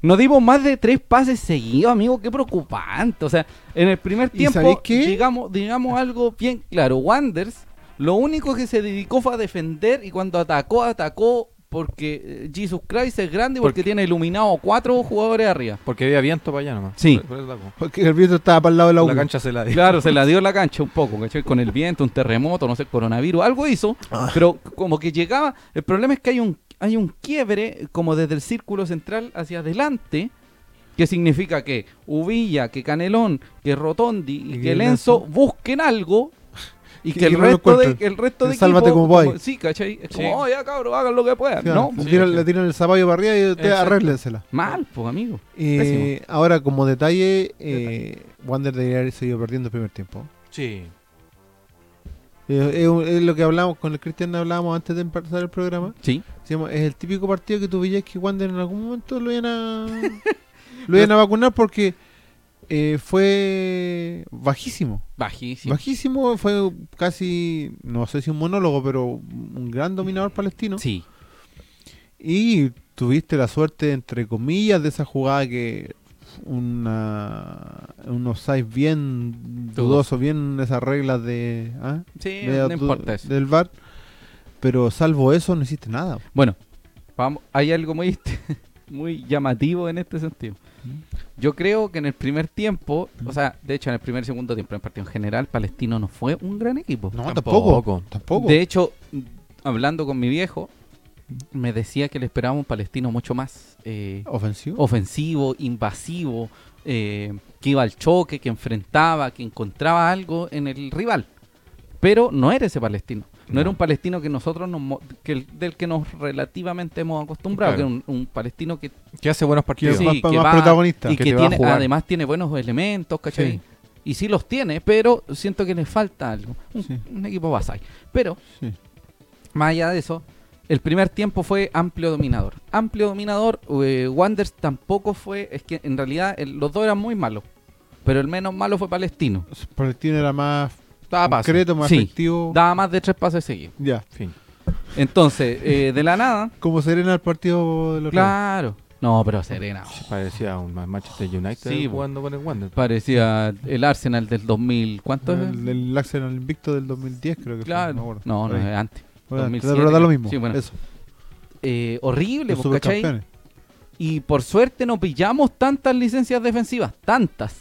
A: nos dimos más de tres pases seguidos, amigo. Qué preocupante. O sea, en el primer
B: ¿Y sabéis
A: tiempo,
B: qué?
A: digamos, digamos algo bien claro. Wanders, lo único que se dedicó fue a defender y cuando atacó, atacó porque eh, Jesus Christ es grande y porque,
C: Porque-
A: tiene iluminado cuatro jugadores arriba.
C: Porque había viento para allá nomás.
A: Sí.
C: Por- por eso la-
B: Porque el viento estaba para el lado de la U.
C: La cancha se la dio.
A: Claro, se la dio la cancha un poco, ¿cachai? Con el viento, un terremoto, no sé, coronavirus, algo hizo,
B: Ah.
A: pero como que llegaba. El problema es que hay un, hay un quiebre como desde el círculo central hacia adelante, que significa que Ubilla, que Canelón, que Rotondi y
B: Y
A: que Lenzo
B: Lenzo.
A: busquen algo. Y que
B: Que- que
A: el,
B: no lo
A: resto de,
B: encuentren.
A: el resto de
B: Sálvate
A: equipo-
B: como podáis.
A: Sí, ¿cachai? Es
C: Sí.
A: como, "Oh, ya cabros, hagan lo que puedan,
B: Claro,
A: ¿no?
B: le,
C: Sí,
B: tiran,
C: sí.
B: le tiran el zapallo para arriba y ustedes
A: Exacto.
B: arréglensela.
A: Mal, pues, amigo.
B: Eh, ahora, como detalle, eh, Wander debería haber seguido perdiendo el primer tiempo.
C: Sí.
B: Eh, es un- es lo que hablamos con el Cristian, hablábamos antes de empezar el programa.
A: Sí.
B: Decíamos, es el típico partido que tú veías que Wander en algún momento lo iban a, lo iban a vacunar porque eh, fue bajísimo.
A: Bajísimo.
B: Bajísimo, fue casi, no sé si un monólogo, pero un gran dominador palestino.
A: Sí.
B: Y tuviste la suerte, entre comillas, de esa jugada que una unos size bien dudoso, bien esas reglas de, ¿ah?
A: Sí,
B: de-
A: no
B: du-
A: importa eso.
B: del bar. Pero salvo eso no hiciste nada.
A: Bueno, vamos, hay algo muy, muy llamativo en este sentido. Yo creo que en el primer tiempo, o sea, de hecho en el primer y segundo tiempo, en el partido en general, Palestino no fue un gran equipo.
B: No,
C: tampoco.
B: tampoco. Tampoco.
A: De hecho, m- hablando con mi viejo, me decía que le esperaba un Palestino mucho más eh,
B: Ofensivo.
A: ofensivo, invasivo, eh, que iba al choque, que enfrentaba, que encontraba algo en el rival. Pero no era ese palestino. No,
C: No.
A: era un palestino que nosotros nos, mo- que el- del que nos relativamente hemos acostumbrado,
C: Claro.
A: que era un, un palestino que,
C: Que hace buenos partidos.
A: sí,
B: más-
A: que
B: más
A: va
B: protagonista.
A: y
C: Que
A: que,
C: te va a
A: tiene,
C: jugar.
A: además tiene buenos elementos, ¿cachai?
B: Sí.
A: Y sí los tiene, pero siento que le falta algo. Un,
B: Sí.
A: un equipo basal. Pero
B: Sí.
A: más allá de eso, el primer tiempo fue amplio dominador. Amplio dominador, eh, Wanders tampoco fue, es que en realidad el- los dos eran muy malos, pero el menos malo fue Palestino.
B: Palestino era más
C: Estaba pase.
B: concreto, más
A: Ah, Sí.
B: efectivo.
A: Daba más de tres pases seguidos.
B: Ya.
C: Fin.
A: Entonces, eh, de la nada,
B: Como Serena el partido de los
A: claro. No, pero Serena. oh,
C: Parecía un Ma- Manchester United
A: Sí, po.
C: jugando con el Wander.
A: parecía el Arsenal del 2000. ¿Cuánto es?
B: el, el Arsenal invicto del 2010 creo que fue,
A: Claro.
B: acuerdo.
A: No, no,
B: Por ahí.
A: es antes.
B: Bueno,
A: 2007.
B: pero da lo mismo.
A: Sí, bueno.
B: Eso.
A: Eh, horrible,
B: Los
A: pues, ¿cachai?
B: supercampeones.
A: Y por suerte no pillamos tantas licencias defensivas, tantas.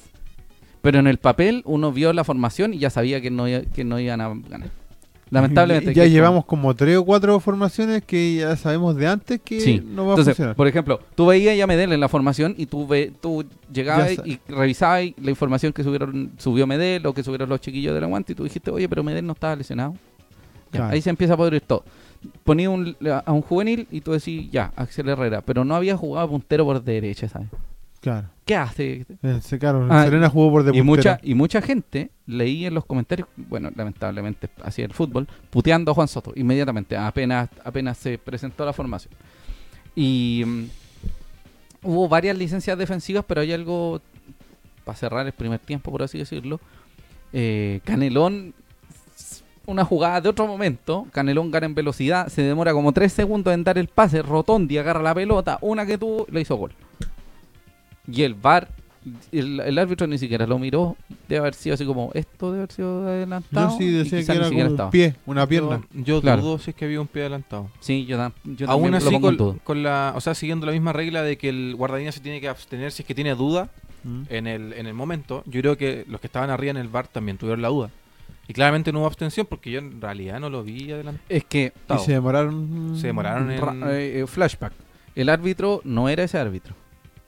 A: Pero en el papel uno vio la formación y ya sabía que no, i- que no iban a ganar. Lamentablemente.
B: Ya
A: que-
B: llevamos como tres o cuatro formaciones que ya sabemos de antes que
A: Sí.
B: no va a
A: Entonces,
B: funcionar.
A: por ejemplo, tú veías a Medel en la formación y tú, ve, tú llegabas
B: Ya sa-
A: y revisabas la información que subieron, subió Medel o que subieron los chiquillos del aguante y tú dijiste, oye, pero Medel no estaba lesionado. Ya,
B: Claro.
A: Ahí se empieza a podrir todo. Ponía un- a un juvenil y tú decís, ya, Axel Herrera, pero no había jugado puntero por derecha, ¿sabes?
B: Claro.
A: ¿Qué hace?
B: Ese, claro,
A: Ah,
B: Serena jugó por de
A: y
B: puntera.
A: mucha y mucha gente leí en los comentarios bueno lamentablemente así el fútbol puteando a Juan Soto inmediatamente apenas apenas se presentó la formación y mm, hubo varias licencias defensivas pero hay algo para cerrar el primer tiempo por así decirlo eh, Canelón s- una jugada de otro momento Canelón gana en velocidad se demora como tres segundos en dar el pase Rotondi agarra la pelota una que tuvo le hizo gol y el VAR, el, el árbitro ni siquiera lo miró. Debe haber sido así como, esto debe haber sido adelantado.
B: Yo sí
A: y
B: decía
A: quizá
B: que
A: ni
B: era
A: siquiera
B: como un
A: estaba.
B: pie, una pierna.
C: Yo, yo
A: Claro.
C: dudo si es que había un pie adelantado.
A: Sí, yo, tam- yo
C: Aún
A: también lo
C: así,
A: pongo en
C: con,
A: duda.
C: con la, o sea, siguiendo la misma regla de que el guardameta se tiene que abstener si es que tiene duda
B: Mm.
C: en el, en el momento, yo creo que los que estaban arriba en el bar también tuvieron la duda. Y claramente no hubo abstención porque yo en realidad no lo vi adelantado.
A: Es que
B: Y se demoraron.
C: Se demoraron en...
A: ra- eh, eh, flashback. El árbitro no era ese árbitro.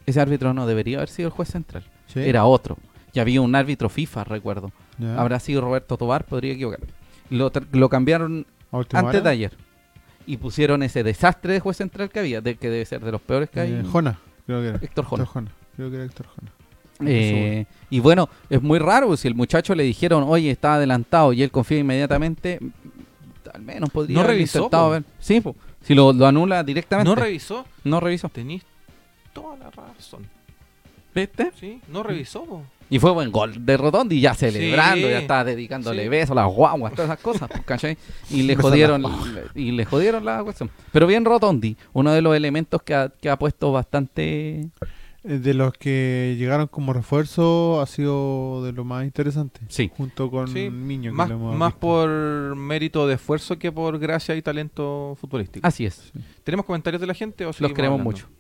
A: Ese árbitro no debería haber sido el juez central.
B: Sí.
A: Era otro. Y había un árbitro FIFA, recuerdo.
B: Ya.
A: Habrá sido Roberto Tobar, podría equivocarme. Lo, tra- lo cambiaron
B: A última
A: antes de
B: hora,
A: ayer. Y pusieron ese desastre de juez central que había, de, que debe ser de los peores que hay.
B: eh, Jona, creo que era.
A: Héctor Jona.
B: Héctor Jona. Creo que era Héctor Jona.
A: Eh, y bueno, es muy raro si el muchacho le dijeron, oye, está adelantado y él confía inmediatamente, al menos podría
C: No
A: haber
C: revisó,
A: intentado
C: po.
A: ver. Sí, po. si lo, lo anula directamente,
C: No
A: no,
C: revisó.
A: revisó.
C: Tenís toda la razón.
A: ¿Viste?
C: Sí, no revisó. po.
A: Y fue buen gol de Rotondi, ya celebrando,
C: Sí.
A: ya estaba dedicándole
C: Sí.
A: besos a las guaguas, todas esas cosas, pues, ¿cachai? Y le jodieron, y le jodieron la cuestión. Pero bien Rotondi, uno de los elementos que ha, que ha puesto bastante...
B: Eh, De los que llegaron como refuerzo ha sido de lo más interesante.
A: Sí.
B: Junto con
C: Sí,
B: Miño. que
C: Más,
B: lo hemos
C: más
B: visto.
C: por mérito de esfuerzo que por gracia y talento futbolístico.
A: Así es,
C: ¿Tenemos comentarios de la gente o
A: los
C: seguimos
A: queremos
C: hablando?
A: mucho.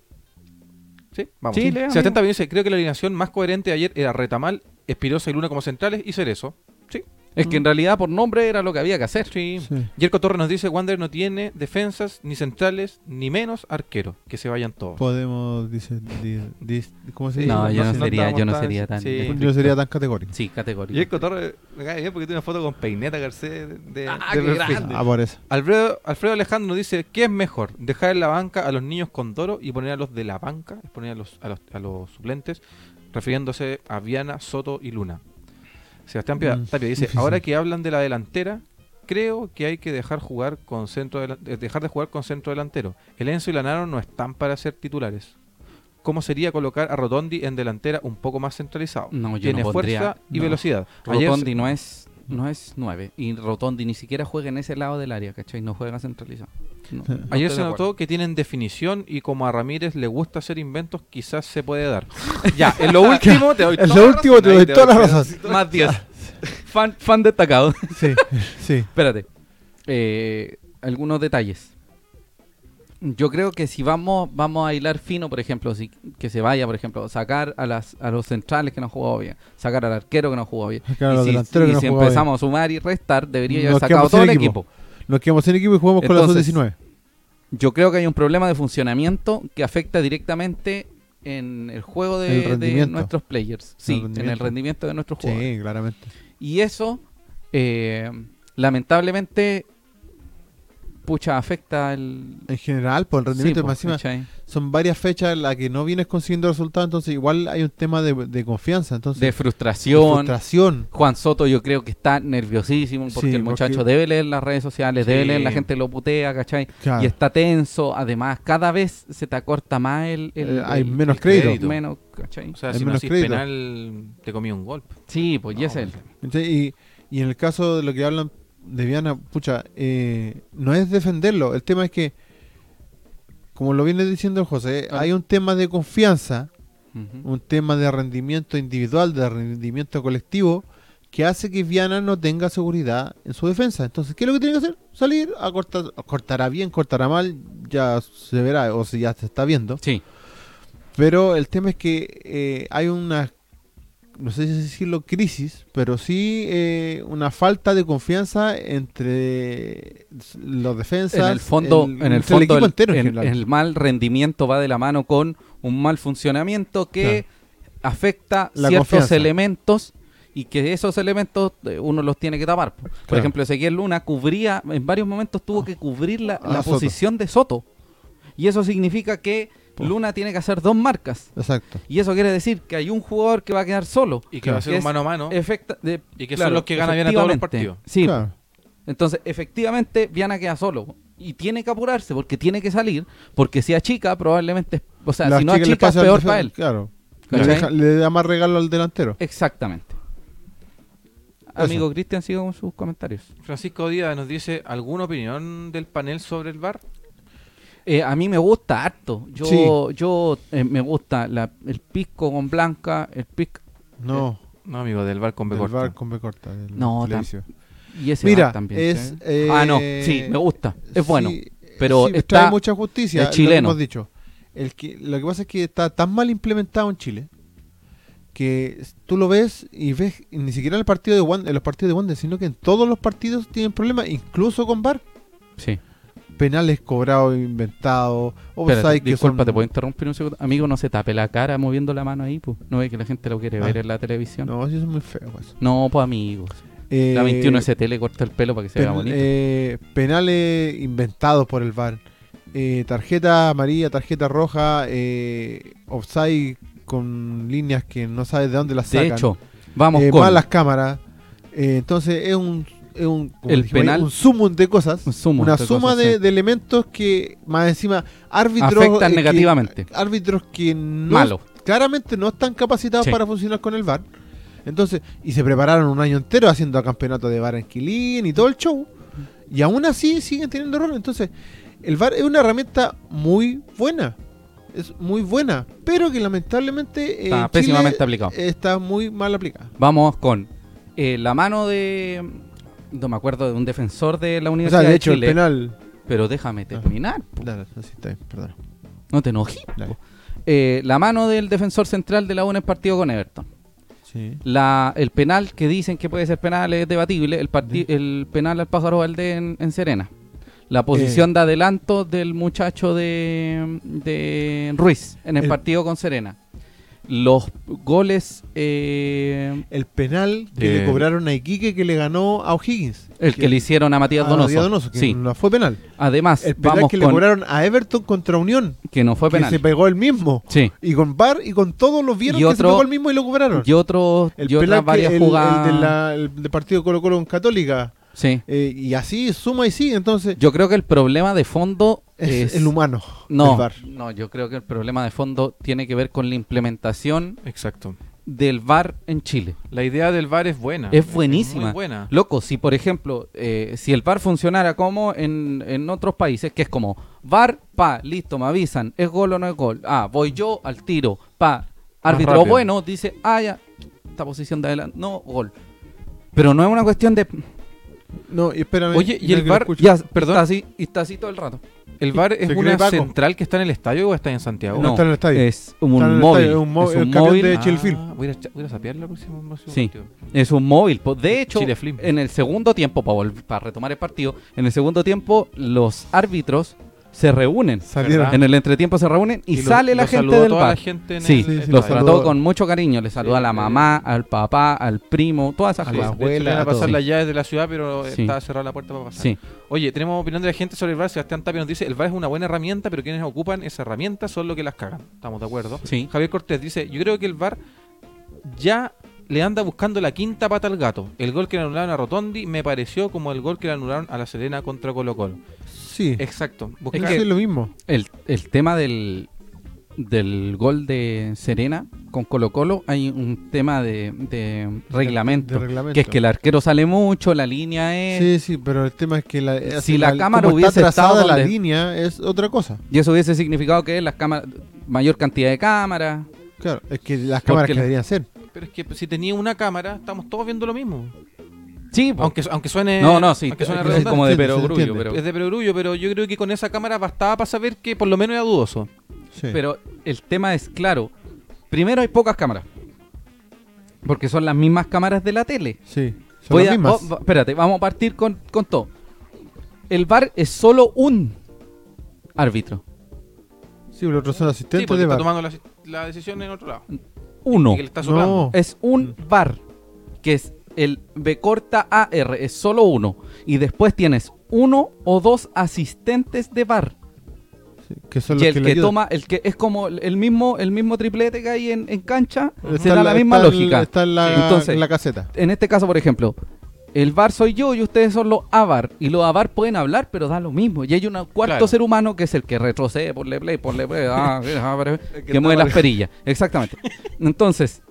C: Sí, vamos.
A: Sí,
C: Sí,
A: lea,
C: Sebastián Tabiño dice, creo que la alineación más coherente de ayer era Retamal, Espirosa y Luna como centrales y Cerezo. Sí,
A: Es que en realidad por nombre era lo que había que hacer.
C: Mm. sí.
B: Sí.
C: Jerko Torres nos dice, Wander no tiene defensas, ni centrales, ni menos arquero. Que se vayan todos.
B: Podemos, dice, di- dis- ¿cómo se
C: Sí,
B: dice?
A: no, yo no
B: sé.
A: sería,
C: estamos
A: yo no
C: tan-
A: sería tan...
C: sí.
B: Yo no sería tan categórico.
A: Sí, categoría.
C: Jerko Torres, me cae bien porque tiene una foto con peineta Garcés de, de-
A: Ah,
C: de
A: qué
C: perfil.
A: grande.
B: Ah, por eso.
C: Alfredo, Alfredo Alejandro nos dice, ¿qué es mejor? ¿Dejar en la banca a los niños con toro y poner a los de la banca? Es poner a los, a los, a los suplentes, refiriéndose a Viana, Soto y Luna. Sebastián Pia-
B: Mm,
C: Tapia dice,
B: difícil.
C: ahora que hablan de la delantera, creo que hay que dejar jugar con centro delan- eh, dejar de jugar con centro delantero. El Enzo y Lanaro no están para ser titulares. ¿Cómo sería colocar a Rotondi en delantera un poco más centralizado?
A: Mm, No, yo
C: Tiene
A: no pondría-
C: fuerza y
A: no.
C: velocidad. Ayer
A: Rotondi no es no es 9 y Rotondi ni siquiera juega en ese lado del área, ¿cachai? No juega centralizado. No,
B: Sí.
A: no
C: Ayer
A: estoy
C: se
A: de acuerdo.
C: notó que tienen definición y como a Ramírez le gusta hacer inventos, quizás se puede dar. ya, en lo último te doy
B: En
C: toda
B: lo
C: la
B: último
C: razón.
B: te
C: Ahí
B: doy toda la
C: pero-
B: razón.
A: Más 10. fan, fan destacado.
B: Sí, sí.
A: Espérate. Eh, algunos detalles. Yo creo que si vamos vamos a hilar fino, por ejemplo, si, que se vaya, por ejemplo, sacar a las a los centrales que no han jugado bien, sacar al arquero que no ha jugado bien.
B: Sacar a
A: y
B: los
A: si,
B: delanteros que
A: y
B: no han
A: si
B: jugado bien.
A: empezamos a sumar y restar, debería haber
B: Nos
A: sacado
B: quedamos
A: todo el
B: sin
A: equipo.
B: equipo. Nos quedamos sin equipo y jugamos con la
A: Entonces-
B: sub-19.
A: Yo creo que hay un problema de funcionamiento que afecta directamente en el juego
B: El
A: de, de
B: rendimiento.
A: nuestros players. Sí, en el
B: rendimiento.
A: rendimiento de nuestros jugadores.
B: Sí, claramente.
A: Y eso, eh, lamentablemente, pucha, afecta el
B: En general, por el
A: Sí,
B: rendimiento y
A: po,
B: más encima,
A: ¿cachai?
B: son varias fechas en las que no vienes consiguiendo resultados, entonces igual hay un tema de, de confianza. Entonces,
A: de
B: de
A: frustración.
B: frustración.
A: Juan Soto yo creo que está nerviosísimo porque
B: Sí,
A: el muchacho
B: porque-
A: debe leer las redes sociales, debe
C: Sí.
A: leer, la gente lo putea, ¿cachai?
B: Claro.
A: Y está tenso, además cada vez se te acorta más el... el-
B: Eh, hay
A: el-
B: menos
A: el
B: crédito.
A: menos, ¿cachai?
C: O sea,
B: Es
C: si no
B: menos
C: haces
B: crédito.
C: penal, te comí un golpe.
A: Sí, pues ya es él.
B: Entonces, y, y en el caso de lo que hablan de Viana, pucha, eh, no es defenderlo. El tema es que, como lo viene diciendo el José,
A: Claro.
B: hay un tema de confianza,
A: Ujú.
B: un tema de rendimiento individual, de rendimiento colectivo, que hace que Viana no tenga seguridad en su defensa. Entonces, ¿qué es lo que tiene que hacer? Salir, a cortar, cortará bien, cortará mal, ya se verá, o si ya se está viendo.
A: Sí.
B: Pero el tema es que eh, hay una, no sé si decirlo crisis, pero sí eh, una falta de confianza entre los defensas.
A: en el fondo, en el,
B: entre
A: fondo,
B: equipo
A: el,
B: entero en
A: el-
B: general.
A: el mal rendimiento va de la mano con un mal funcionamiento que afecta
B: La
A: ciertos
B: confianza.
A: elementos y que esos elementos eh, uno los tiene que tapar. po. Por
B: Claro.
A: ejemplo, Ezequiel Luna cubría, en varios momentos tuvo que cubrir la,
B: A
A: la
B: Soto.
A: posición de Soto. Y eso significa que
B: Po.
A: Luna tiene que hacer dos marcas.
B: Exacto.
A: Y eso quiere decir que hay un jugador que va a quedar solo.
C: Y que
B: Claro.
C: va a ser
A: Que
C: un
A: es
C: mano a mano.
A: Efecta- de-
C: Y que son los que ganan bien a todos los
A: efectivamente.
C: partidos.
A: Sí,
B: Claro.
A: entonces, efectivamente, Viana queda solo. Y tiene que apurarse porque tiene que salir. Porque si achica, probablemente. O sea,
B: Las
A: si no
B: chicas le
A: achica, es
B: pasan al
A: peor
B: defen-
A: para él.
B: Claro. Le,
A: ¿Cachai?
B: deja- le da más regalo al delantero.
C: Eh,
A: Exactamente. Amigo Cristian, siga con sus comentarios.
C: Francisco Díaz nos dice, ¿alguna opinión del panel sobre el bar?
A: Eh, a mí me gusta harto. Yo,
B: Sí.
A: yo eh, me gusta la- el pisco con blanca, el pisco.
B: No,
C: No, amigo, del bar con B
B: el
C: corta.
B: bar con B corta. del
A: No, tam-
B: televisivo.
A: Y ese
B: Mira,
A: bar también.
B: es,
A: ¿sí?
B: eh,
A: ah, no. Sí, me gusta. Es bueno.
B: Sí,
A: pero
B: sí,
A: está-
B: trae mucha justicia,
A: es
B: lo que
A: chileno.
B: hemos dicho. El que, lo que pasa es que está tan mal implementado en Chile que s- tú lo ves y ves y ni siquiera en el partido de Wan- en los partidos de Wander, sino que en todos los partidos tienen problemas, incluso con VAR.
A: Sí.
B: Penales cobrados, inventados,
A: Espérate,
B: offside que
A: disculpa,
B: son-
A: te puedo interrumpir un segundo. Amigo, no se tape la cara moviendo la mano ahí, pues. No ve que la gente lo quiere
B: Ah.
A: ver en la televisión. No,
B: No, sí, eso es muy feo eso.
A: pues, amigos.
B: Eh,
A: La 21 ST le corta el pelo para que se vea
B: pen-
A: bonito.
B: eh, penales inventados por el VAR. Eh, tarjeta amarilla, tarjeta roja, eh, offside con líneas que no sabes de dónde las sacan.
A: de hecho, vamos
B: eh,
A: con
B: malas cámaras. Eh, entonces es un, es un, como
A: El
B: dijimos ahí,
A: penal-
B: un sumum de cosas.
A: un sumo
B: una
A: de
B: suma
A: cosas,
B: de,
A: sí.
B: de elementos que más encima árbitros eh,
A: Afectan
B: que-
A: negativamente.
B: árbitros que no
A: Malo.
B: claramente no están capacitados
A: Sí.
B: para funcionar con el VAR. Entonces, y se prepararon un año entero haciendo campeonato de VAR en Quilín y todo el show. Y aún así siguen teniendo errores. Entonces, el VAR es una herramienta muy buena. Es muy buena, pero que lamentablemente eh,
A: Está
B: en Chile
A: pésimamente aplicado.
B: Está muy mal aplicada.
A: Vamos con eh, la mano de. No me acuerdo de un defensor de la
B: O
A: Universidad
B: sea, de
A: de,
B: hecho,
A: Chile.
B: el penal. Ah.
A: Pero déjame terminar. po.
B: Dale, no, sí, está bien, perdón.
A: No te enojes.
B: Dale.
A: Eh, la mano del defensor central de la U en el partido con Everton.
B: Sí.
A: La, el penal que dicen que puede ser penal es debatible. El, parti- el penal al pájaro Valdés en, en Serena. La posición
B: Eh.
A: de adelanto del muchacho de, de Ruiz en el,
B: El-
A: partido con Serena. Los goles. eh,
B: El penal que
A: Eh.
B: le cobraron a Iquique que le ganó a O'Higgins.
A: el que le hicieron a Matías
B: a
A: Donoso.
B: Díaz Donoso, que
A: sí.
B: no fue penal.
A: Además,
B: El penal
A: vamos
B: que le
A: con
B: cobraron a Everton contra Unión,
A: que no fue
B: que
A: penal.
B: se pegó el mismo.
A: Sí.
B: Y con VAR y con todos los vieron
A: Y
B: que
A: otro-
B: se pegó el mismo y lo cobraron.
A: Y otros
B: el
A: y otras
B: penal que
A: varias
B: el,
A: jugadas.
B: el de la- el del partido Colo Colo en Católica.
A: Sí.
B: Eh, y así suma y sigue. Entonces,
A: Yo creo que el problema de fondo
B: es,
A: es,
B: el humano.
A: No,
B: el VAR.
A: no, yo creo que el problema de fondo tiene que ver con la implementación
C: Exacto.
A: del VAR en Chile.
C: La idea del VAR Ah, es buena.
A: Es buenísima.
C: muy buena.
A: Loco, si por ejemplo, eh, si el VAR funcionara como en, en otros países, que es como VAR, pa, listo, me avisan, es gol o no es gol. Ah, voy yo al tiro, pa, árbitro
C: rápido.
A: bueno, dice, ah, ya, esta posición de adelante, no, gol. Pero no es una cuestión de.
B: No, y espérame.
C: Oye, y
B: ya
C: el
B: que lo
C: VAR-
B: escucho.
A: Ya,
C: perdón.
A: Está así, y está así todo el rato.
C: ¿El VAR es
B: Se
C: una
B: cree Paco.
C: central que está en el estadio o está en Santiago?
B: No, está en el estadio.
A: Es un
B: Está en el
A: móvil.
B: estadio, es un mo-
A: es
B: el
A: un
B: camión
A: móvil.
B: de Chilfil.
C: Ah, voy a ir a cha- voy a ir a sapear la próxima. el próximo
A: Sí.
C: partido.
A: Es un móvil. po. De hecho,
C: Chile Flim.
A: en el segundo tiempo, para, retomar el partido, en el segundo tiempo los árbitros se reúnen.
B: Salieron.
C: ¿Verdad?
A: En el entretiempo se reúnen y,
C: Ah. lo-
A: sale la
C: lo
A: gente
C: saludó
A: del
C: toda la
A: bar.
C: gente en
A: Sí,
C: el-
B: sí, lo
C: el
A: Los
C: estadio.
B: saludó.
A: trató con mucho cariño. Le saludó a la
C: Sí.
A: mamá, al papá, al primo, toda esa
B: A
C: Sí,
A: gente.
B: la
C: de hecho,
B: abuela,
C: le van a
B: a
C: pasar
B: todos.
C: las llaves de la ciudad, pero
A: Sí.
C: está cerrada la puerta para pasar.
A: Sí.
C: Oye, tenemos opinión de la gente sobre el VAR. Sebastián Tapia nos dice, el VAR es una buena herramienta, pero quienes ocupan esa herramienta son los que las cagan. Estamos de acuerdo.
A: Sí.
C: Javier Cortés dice, yo creo que el VAR ya le anda buscando la quinta pata al gato. El gol que le anularon a Rotondi me pareció como el gol que le anularon a la Serena contra Colo Colo.
B: Sí,
C: Exacto.
B: es,
C: Buscar-
B: que es lo mismo.
A: El, el tema del, del gol de Serena con Colo Colo, hay un tema de, de reglamento.
B: De reglamento.
A: Que es que el arquero sale mucho, la línea es...
B: Sí, sí, pero el tema es que la,
A: Si la cámara
B: como
A: hubiese
B: está trazada
A: estado
B: la
A: donde-
B: línea es otra cosa.
A: Y eso hubiese significado que las cámaras, mayor cantidad de cámaras.
B: Claro, es que las cámaras
A: Porque
B: que
A: la-
B: deberían ser.
C: Pero es que si tenía una cámara, estamos todos viendo lo mismo.
A: Sí, po.
C: Aunque, aunque suene.
A: no, no, sí,
C: aunque suene
A: es
C: redundante.
A: como de
B: entiende, se
A: perogrullo,
B: entiende.
A: pero,
C: Es de perogrullo, pero yo creo que con esa cámara bastaba para saber que por lo menos era dudoso.
B: Sí.
A: pero el tema es claro. Primero hay pocas cámaras. Porque son las mismas cámaras de la tele.
B: Sí, son
A: Voy
B: las
A: a-
B: mismas.
A: oh, va- espérate, vamos a partir con, con todo. El VAR es solo un árbitro.
B: Sí, los otros son asistentes
C: Sí, porque
B: de
C: está
B: VAR.
C: tomando la, la decisión en otro lado.
A: Uno.
C: Y que le está
B: No.
C: soplando.
A: Es un VAR. Que es el B corta AR. Es solo uno. Y después tienes uno o dos asistentes de VAR.
B: Sí, que son
A: Y
B: los
A: el
B: que,
A: que,
B: le ayudan.
A: toma, el que es como el el mismo, el mismo triplete que hay en, en cancha, se da
B: Está la-
A: la misma
B: está el-
A: lógica.
B: Está en la,
A: Entonces-
B: la caseta.
A: En este caso, por ejemplo, el VAR soy yo y ustedes son los AVAR. Y los AVAR pueden hablar, pero da lo mismo. Y hay un cuarto
C: Claro.
A: ser humano que es el que retrocede, ponle play, ponle play, ah, mira, ah, pero-
B: El que
A: que mueve
B: está
A: las perillas. Exactamente. Entonces,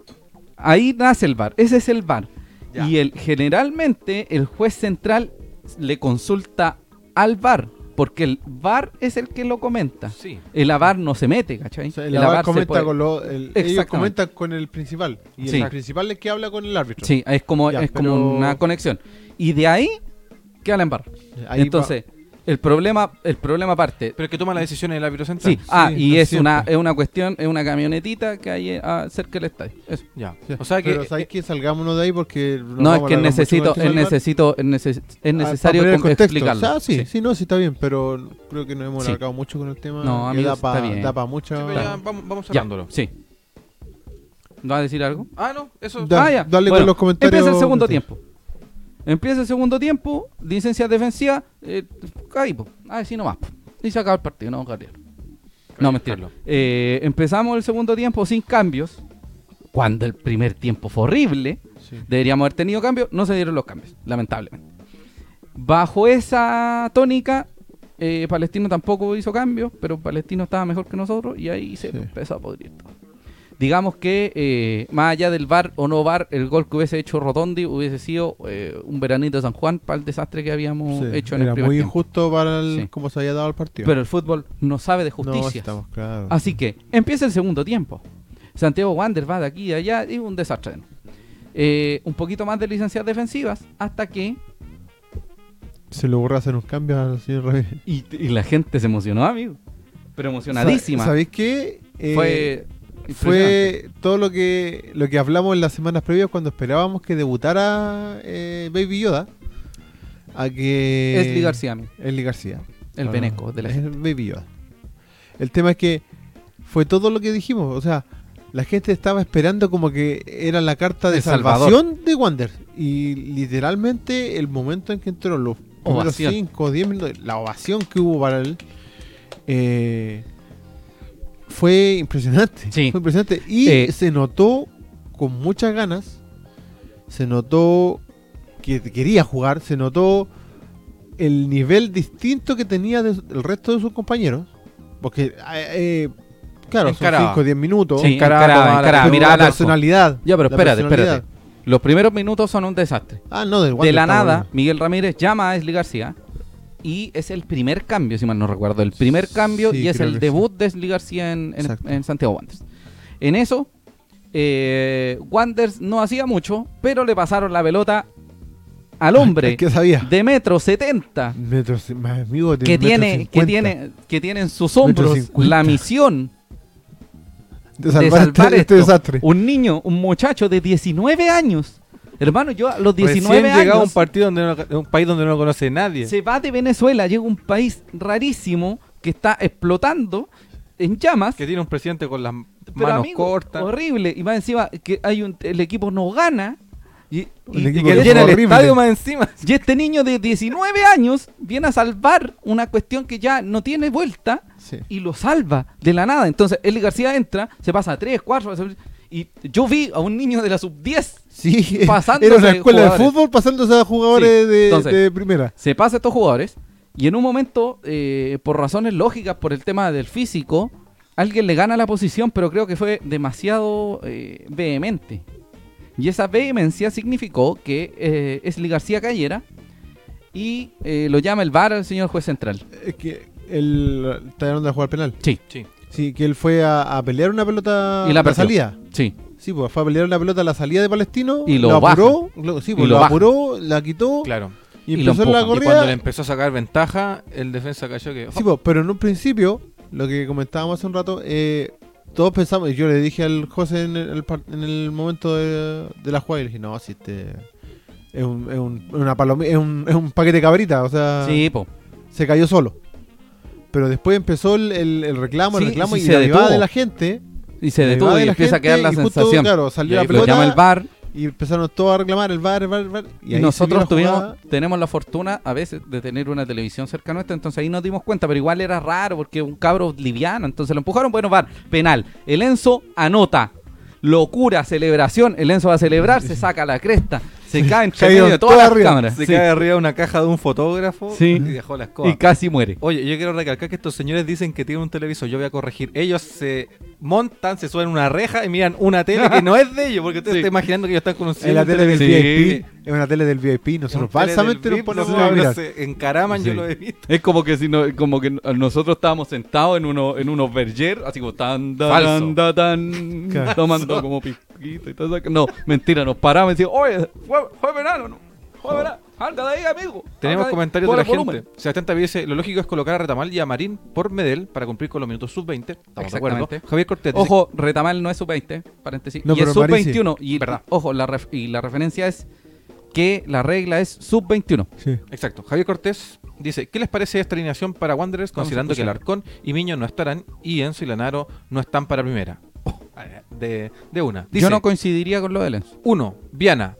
A: ahí nace el VAR. Ese es el VAR.
C: Ya.
A: Y el, generalmente el juez central le consulta al VAR, porque el VAR es el que lo comenta.
C: Sí.
A: El avar no se mete, ¿cachai?
B: O sea,
A: El
B: el
A: avar
B: avar
A: se
B: comenta
A: puede-
B: con lo- el- ellos
A: Exactamente.
B: comentan con el principal. Y
A: Sí.
B: el principal es que habla con el árbitro.
A: Sí, es como,
B: Ya,
A: es como
B: pero-
A: una conexión. Y de ahí queda la embarra.
B: Ahí va-
A: Entonces, el problema, el problema parte.
C: Pero es que toma la decisión en el árbitro central.
A: Sí, ah,
B: sí,
A: y
B: no
A: es
B: siempre.
A: una, es una cuestión, es una camionetita que hay eh, ah, cerca del estadio. Eso.
C: Ya.
B: Sí,
C: O sea que. eh,
B: Pero sabéis que salgámonos de ahí porque. nos
A: eh, No,
B: vamos
A: es que
B: a alargar mucho
A: necesito,
B: con el
A: es
B: tema del VAR.
A: necesito, es, neces- es
B: Ah, para
A: necesario
B: poner el
A: con-
B: contexto.
A: explicarlo.
B: Ah, sí,
A: Sí.
B: sí, no, sí está bien, pero creo que nos hemos
A: Sí.
B: alargado mucho con el tema.
A: No,
B: que
A: amigos,
B: da
A: está bien.
B: para mucho.
C: Sí, pero ya vamos, vamos cerrándolo.
A: Ya, sí. ¿Vas a decir algo?
C: Ah, no, eso.
B: Da-
A: Ah, ya.
B: dale con los comentarios.
A: Empieza el segundo tiempo. Empieza el segundo tiempo, licencia defensiva, eh, ahí, po. Ah, sí, nomás. po. Y se acaba el partido, no, Gabriel. No, mentira.
C: Carlos.
A: Eh, empezamos el segundo tiempo sin cambios, cuando el primer tiempo fue horrible.
B: Sí.
A: Deberíamos haber tenido cambios, no se dieron los cambios, lamentablemente. Bajo esa tónica, eh, Palestino tampoco hizo cambios, pero Palestino estaba mejor que nosotros y ahí se
B: Sí.
A: empezó a podrir todo. Digamos que eh, más allá del bar o no bar, el gol que hubiese hecho Rotondi hubiese sido eh, un veranito de San Juan para el desastre que habíamos
B: Sí,
A: hecho en el
B: era
A: primer
B: muy
A: tiempo.
B: injusto para el,
A: Sí.
B: como se había dado el partido.
A: Pero el fútbol no sabe de
B: no,
A: justicia.
B: estamos claro.
A: Así que empieza el segundo tiempo. Santiago Wander va de aquí y allá y un desastre. Eh, un poquito más de licencias defensivas hasta que
B: Se le ocurre hacer un cambio al señor Ramírez.
A: y, y la gente se emocionó, amigo. Pero emocionadísima.
B: Sa- ¿Sabéis qué? Eh,
A: fue impresionante.
B: fue todo lo que lo que hablamos en las semanas previas cuando esperábamos que debutara eh, Baby Yoda. A que.
A: Esli García, amigo,
B: Esli García.
A: el
B: No,
A: veneco de la
B: es
A: gente.
B: Baby Yoda. El tema es que fue todo lo que dijimos. O sea, la gente estaba esperando como que era la carta de
A: El Salvador.
B: salvación de Wander. Y literalmente el momento en que entró los primeros
A: Ovación.
B: 5 o 10 minutos, la ovación que hubo para él, eh, fue impresionante.
A: Sí.
B: Fue impresionante. Y
A: Eh,
B: se notó con muchas ganas. Se notó que quería jugar. Se notó el nivel distinto que tenía de- del resto de sus compañeros. Porque, eh, eh, claro, son
C: Encaraba.
B: 5 o 10 minutos.
A: Sí,
B: Encaraba,
A: encaraba,
B: tomaba la-
A: encaraba,
B: pero
A: miraba
B: la
A: al arco.
B: personalidad.
A: Ya, pero
B: la
A: espérate,
B: personalidad.
A: espérate. Los primeros minutos son un desastre.
B: Ah, no, del
A: de
B: Wander
A: la
B: estamos
A: nada,
B: hablando.
A: Miguel Ramírez llama a Esli García y es el primer cambio, si mal no recuerdo, el primer cambio
B: Sí,
A: y es
B: creo
A: el
B: que
A: debut de Esli García en, en-
B: Exacto.
A: en Santiago Wanderers. En eso, eh, Wanderers no hacía mucho, pero le pasaron la pelota al hombre
B: Es que sabía.
A: de metro 70
B: Metros, más amigo, de
A: que
B: metro
A: tiene, que
B: 50.
A: tiene, que tiene en sus
B: Metro
A: hombros
B: 50.
A: la misión
B: De salvar,
A: de salvar
B: este, este
A: esto.
B: desastre.
A: Un niño, un muchacho de 19 años. Hermano, yo a los 19
C: Recién llegado a un
A: años
C: partido donde no- de un país donde no lo conoce nadie.
A: se va de Venezuela, llega a un país rarísimo que está explotando en llamas.
C: Que tiene un presidente con las
A: pero,
C: manos
A: amigo,
C: cortas.
A: Horrible. Y más encima que hay un el equipo no gana. Y, y-
B: El
C: Y
B: equipo
C: que
B: es
C: llena el
B: horrible.
C: estadio más encima.
A: y este niño de 19 años viene a salvar una cuestión que ya no tiene vuelta
B: Sí.
A: y lo salva de la nada. Entonces, Eli García entra, se pasa a 3, 4, y yo vi a un niño de la sub-10
B: Sí,
A: Pasándose
B: era una escuela de
A: jugadores.
B: fútbol pasándose a jugadores
A: Sí,
B: de,
A: entonces-
B: de primera.
A: se pasa a estos jugadores y en un momento, eh, por razones lógicas, por el tema del físico, alguien le gana la posición, pero creo que fue demasiado eh, vehemente. Y esa vehemencia significó que eh, Esli García cayera y eh, lo llama el VAR al señor juez central.
B: Es que él está llamando a jugar penal.
A: Sí,
C: Sí.
B: Sí, que él fue a, a pelear una pelota
A: Y la
B: a
A: perdió.
B: Ah, salida.
A: sí.
B: Sí, pues fue a pelear una pelota a la salida de Palestino.
A: Y lo
B: apuró. lo- sí, pues
A: Y lo
B: lo,
A: baja.
B: apuró, la quitó
C: Claro.
B: y
A: Y lo
B: empezó
A: empuja.
B: la
A: Y
C: Y cuando le
B: corrida.
C: empezó a sacar ventaja, el defensa cayó que.
B: Sí, pues, pero en un principio, lo que comentábamos hace un rato, eh, todos pensamos, y yo le dije al José en el, el par- en el momento de, de la jugada, y le dije, no, si este es un, es un- una palomi- es un, es un paquete de cabrita, o sea...
A: Sí, po.
B: se cayó solo. Pero después empezó el, el- el reclamo,
A: Sí,
B: el reclamo
A: sí,
B: y
A: se
B: la vivada
A: detuvo.
B: de la gente.
A: Y se
B: la
A: detuvo
B: vivada
A: y
B: de la
A: empieza a
B: gente,
A: quedar la
B: y justo,
A: sensación.
B: claro,
A: Y
B: salió la
A: ahí lo llama el
B: pelota
A: VAR
B: y empezaron todos a reclamar el bar, el bar, el bar.
A: y,
B: ahí se
A: nosotros
B: vio la
A: tuvimos,
B: jugada.
A: tenemos la fortuna a veces de tener una televisión cerca nuestra, entonces ahí nos dimos cuenta, pero igual era raro porque un cabro liviano, entonces lo empujaron, bueno, va, penal. El Enzo anota. Locura, celebración, el Enzo va a celebrar, se saca la cresta, se cae entre
B: Cayeron
A: medio de todas
B: todas
A: las
B: arriba.
A: cámaras
C: Se
A: sí,
C: cae arriba de una caja de un fotógrafo
A: Sí.
C: y dejó la escoba.
A: y casi muere.
C: Oye, yo quiero recalcar que estos señores dicen que tienen un televisor. Yo voy a corregir. Ellos se montan, se suben a una reja y miran una tele que no es de ellos, porque ustedes
A: Sí.
C: están imaginando que ellos están con un
B: En la tele del
A: Sí.
B: VIP, es una tele del VIP, nosotros falsamente nos
C: nos
B: ponemos a mirar.
C: se encaraman, yo
A: Sí.
C: lo he visto.
A: Es como que si no, como que nosotros estábamos sentados en uno, en unos verger, así como tan da,
C: Falso.
A: tan da, tan
B: Claro.
A: tomando como piquito y todo eso. No, mentira, nos paramos y decíamos, oye, fue, fue verano, no, fue verano, anda de ahí, amigo. anda de
C: Tenemos
A: ahí,
C: comentarios de
A: pon
C: la
A: el volumen".
C: gente. Sebastián Tapia dice: Lo lógico es colocar a Retamal y a Marín por Medel para cumplir con los minutos sub-20. Estamos de acuerdo.
A: Exactamente.
C: Javier Cortés dice-
A: Ojo, Retamal no es sub-20, paréntesis,
B: No,
A: y es
B: pero Parisi.
A: sub-21, y
C: Verdad.
A: ojo, la ref- y la referencia es que la regla es sub-21.
B: Sí.
C: Exacto. Javier Cortés dice, ¿qué les parece esta alineación para Wanderers
A: Vamos a
C: considerando que
A: escuchar.
C: Alarcón y Miño no estarán y Enzo y Lanaro no están para primera? Oh, de, de una. Dice,
A: Yo no coincidiría con lo de Lenzo.
C: uno, Viana.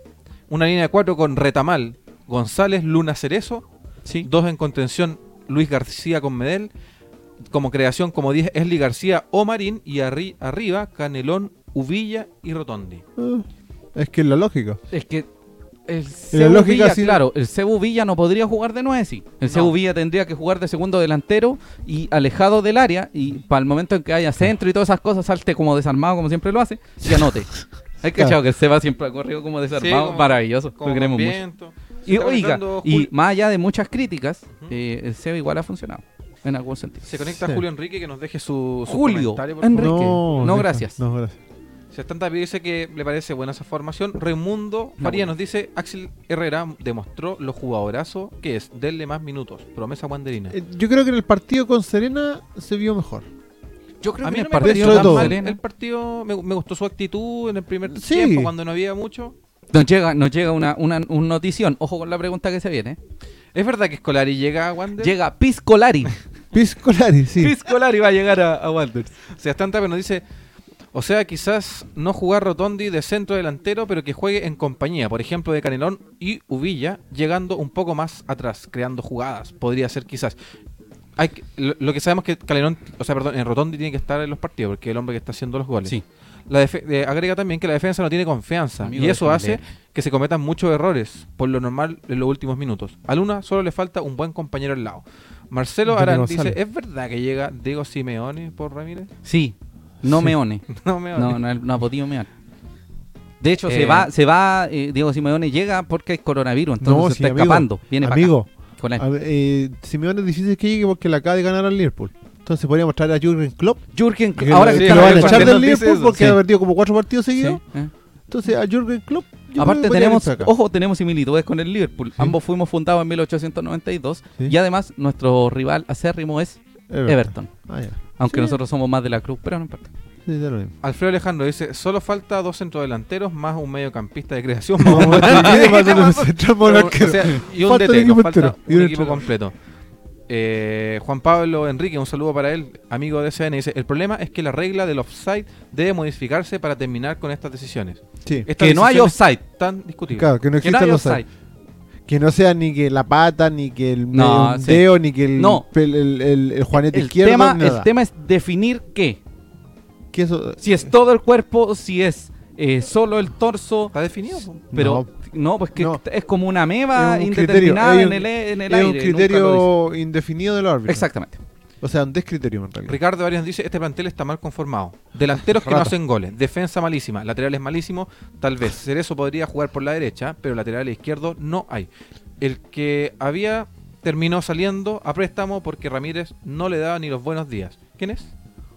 C: Una línea de cuatro con Retamal, González, Luna Cerezo.
A: Sí.
C: Dos en contención, Luis García con Medel. Como creación, como 10, Esli García o Marín. Y arri- arriba, Canelón, Uvilla y Rotondi.
B: Ah, Es que es la lógica.
A: Es que el
B: la
A: Cebu
B: lógica
A: Villa,
B: sí-
A: claro, el Cebu Villa no podría jugar de nueve, sí. El Cebu
C: No.
A: Villa tendría que jugar de segundo delantero y alejado del área y para el momento en que haya centro y todas esas cosas salte como desarmado como siempre lo hace y anote. Hay que que el Seba siempre ha corrido como desarmado,
C: como-
A: maravilloso, lo
C: Como
A: queremos mucho.
C: viento. Se
A: Y
C: está
A: oiga,
C: conectando
A: y
C: Jul-
A: más allá de muchas críticas,
C: Ujú.
A: eh, el Seba igual ha funcionado en algún sentido.
C: se conecta
B: Sí.
C: Julio Enrique que nos deje su, su
A: Julio
C: comentario, por
A: Enrique,
C: favor.
A: no,
B: deja-
A: gracias.
B: No, gracias.
C: Sebastián Tapia dice que le parece buena esa formación. Raimundo
A: No,
C: Faría
A: bueno.
C: nos dice, Axel Herrera demostró lo jugadorazo que es. Denle más minutos. Promesa guanderina.
B: Eh, Yo creo que en el partido con Serena se vio mejor.
A: Yo creo
C: A
A: que
C: mí
A: en
C: no
A: el
C: me pareció
A: partido
B: dentro de
A: tan
B: todo.
C: mal
A: sereno-
C: el partido, me, me gustó su actitud en el primer
B: Sí.
C: tiempo cuando no había mucho.
A: nos llega, nos llega una, una, un notición. Ojo con la pregunta que se viene.
C: Es verdad que Scolari llega a Wander.
A: Llega Piscolari.
B: Piscolari, sí.
A: Piscolari va a llegar a, a Wanderers.
C: Sebastián Tapia nos dice, o sea, quizás no jugar Rotondi de centro delantero, pero que juegue en compañía, por ejemplo, de Canelón y Uvilla, llegando un poco más atrás, creando jugadas. Podría ser quizás. Hay que- lo, lo que sabemos que Canelón, o sea, perdón, en Rotondi tiene que estar en los partidos, porque es el hombre que está haciendo los goles.
A: Sí.
C: La defe- eh, agrega también que la defensa no tiene confianza
A: Amigo,
C: y eso
A: déjame
C: hace
A: leer.
C: que se cometan muchos errores, por lo normal en los últimos minutos. A Luna solo le falta un buen compañero al lado. Marcelo
B: Johnny
C: Arán
B: González.
C: dice, ¿es verdad que llega Diego Simeone por Ramírez?
A: Sí, no
B: Sí.
A: meone.
C: No, me
A: No, no, no ha podido mear. De hecho, se
C: Eh.
A: va, se va eh, Diego Simeone llega porque hay coronavirus, entonces
B: No,
A: se
B: sí,
A: está
B: amigo.
A: escapando. Viene pa'
B: Amigo,
A: acá con él.
B: a ver, eh, Simeone es difícil que llegue porque le acaba de ganar al Liverpool. Entonces podría mostrar a Jürgen Klopp.
A: Jürgen
B: Que
A: Klopp, ahora
B: lo-
A: que
B: que
A: está
B: lo
C: la
B: van a
C: Liverpool
B: echar del
C: dice
B: Liverpool
C: eso.
B: porque
A: Sí.
B: ha perdido como cuatro partidos
A: Sí,
B: seguidos.
A: eh.
B: Entonces a Jürgen Klopp. yo creo
A: Aparte
B: que podría
A: tenemos,
B: venirse acá.
A: ojo, tenemos similitudes con el Liverpool. Ambos fuimos fundados en 1892
B: Sí.
A: y además nuestro rival acérrimo es
B: Everton.
A: Everton.
B: Ah, ya.
A: Aunque
B: Sí.
A: nosotros somos más de la cruz, pero no importa.
B: Sí, da lo mismo.
C: Alfredo Alejandro dice, solo falta dos centrodelanteros más un mediocampista de creación.
B: Vamos a tener que
C: Pero,
B: pasar un central por el
C: o
B: arquero.
C: sea, y un
B: Falta un
C: DT, nos
B: equipo
C: falta
B: entero. Y
C: un
B: un
C: equipo
B: entrenador.
C: completo. Eh, Juan Pablo Enrique, un saludo para él, amigo de SN, dice, el problema es que la regla del offside debe modificarse para terminar con estas decisiones.
B: Sí.
C: Estas
A: Que no hay
C: decisiones
A: offside.
C: Tan discutibles.
B: Claro, que
A: Que
B: no
A: no
B: existan
A: hay
B: los
A: offside.
B: Que no sea ni que la pata, ni que el
A: No,
B: medio
A: sí.
B: dedo, ni que el,
A: No.
B: pel- el, el- el juanete
A: El
B: izquierdo.
A: tema,
B: ni
A: el
B: nada.
A: tema es definir qué.
B: Que eso-
A: Si es todo el cuerpo, si es eh, solo el torso,
C: ¿Está definido? po?
A: pero no, pues que
B: No.
A: es como una meba
B: Es un
A: indeterminada
B: criterio,
A: en
B: hay
A: el,
B: un-
A: e- en el
B: es
A: aire.
B: un
A: nunca lo
B: criterio indefinido del
A: dice.
B: árbitro.
A: Exactamente.
B: O sea, un descriterio en realidad.
C: Ricardo Arias dice, este plantel está mal conformado. Delanteros que no
B: Rata.
C: hacen goles, defensa malísima, laterales malísimo, tal vez. Cerezo podría jugar por la derecha, pero lateral izquierdo no hay. El que había terminó saliendo a préstamo porque Ramírez no le daba ni los buenos días. ¿Quién es?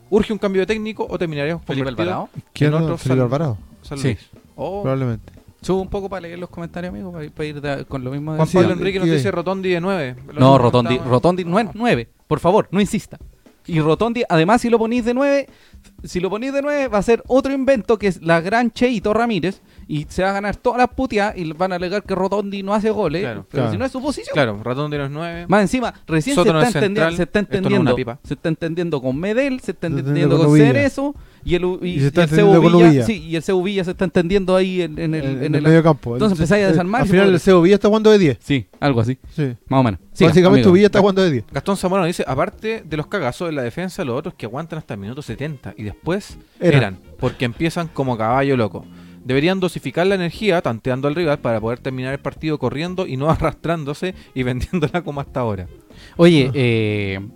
C: ¿Urge un cambio de técnico o terminaríamos
A: Felipe
C: convertido
A: Alvarado.
B: ¿Quién
C: en
B: no?
C: otro
B: Felipe
C: San-
B: Alvarado?
C: San
A: Sí.
C: Luis? Oh,
B: Probablemente.
A: Subo un poco para leer los comentarios, amigo, para, para ir de- con lo mismo. de-
C: Juan
B: Sí,
C: Pablo
B: sí.
C: Enrique nos
B: Sí.
C: dice Rotondi de 9.
A: No, Rotondi, Rotondi no es 9. Por favor, no insista. Y Rotondi, además, si lo ponís de 9, si lo ponís de 9, va a ser otro invento que es la gran Cheito Ramírez. Y se va a ganar todas las puteadas y van a alegar que Rotondi no hace goles.
C: Claro.
A: pero
B: Claro.
A: si no es su posición.
C: Claro, Rotondi no es 9.
A: Más encima, recién se
C: Soto no
A: está,
C: es
A: entendiendo,
C: central,
A: se está
C: esto no es una
A: entendiendo.
C: pipa.
A: Se está entendiendo con Medel, se está
B: Se está
A: entendiendo con
B: entendiendo con
A: Cerezo. Y el, U- y,
B: Y se está
A: y el
B: entendiendo
A: Cebo
B: con
A: Villa-
B: Uvilla. Eh,
A: sí, y el Cebo Villa se está entendiendo ahí en, en el,
B: En,
A: en
B: el,
A: el-
B: medio campo.
A: Entonces empezáis a
B: eh,
A: desarmar y
B: Al
A: se
B: final
A: puede-
B: el Seo Villa está jugando de 10.
A: Sí, algo así.
B: Sí.
A: Más o menos. Siga,
B: Básicamente
A: amigo.
B: tu Villa está jugando de 10.
C: Gastón Zamorano dice, aparte de los cagazos de la defensa, los otros que aguantan hasta el minuto 70 y después
B: Eran.
C: eran, porque empiezan como caballo loco. Deberían dosificar la energía tanteando al rival para poder terminar el partido corriendo y no arrastrándose y vendiéndola como hasta ahora.
A: Oye, eh,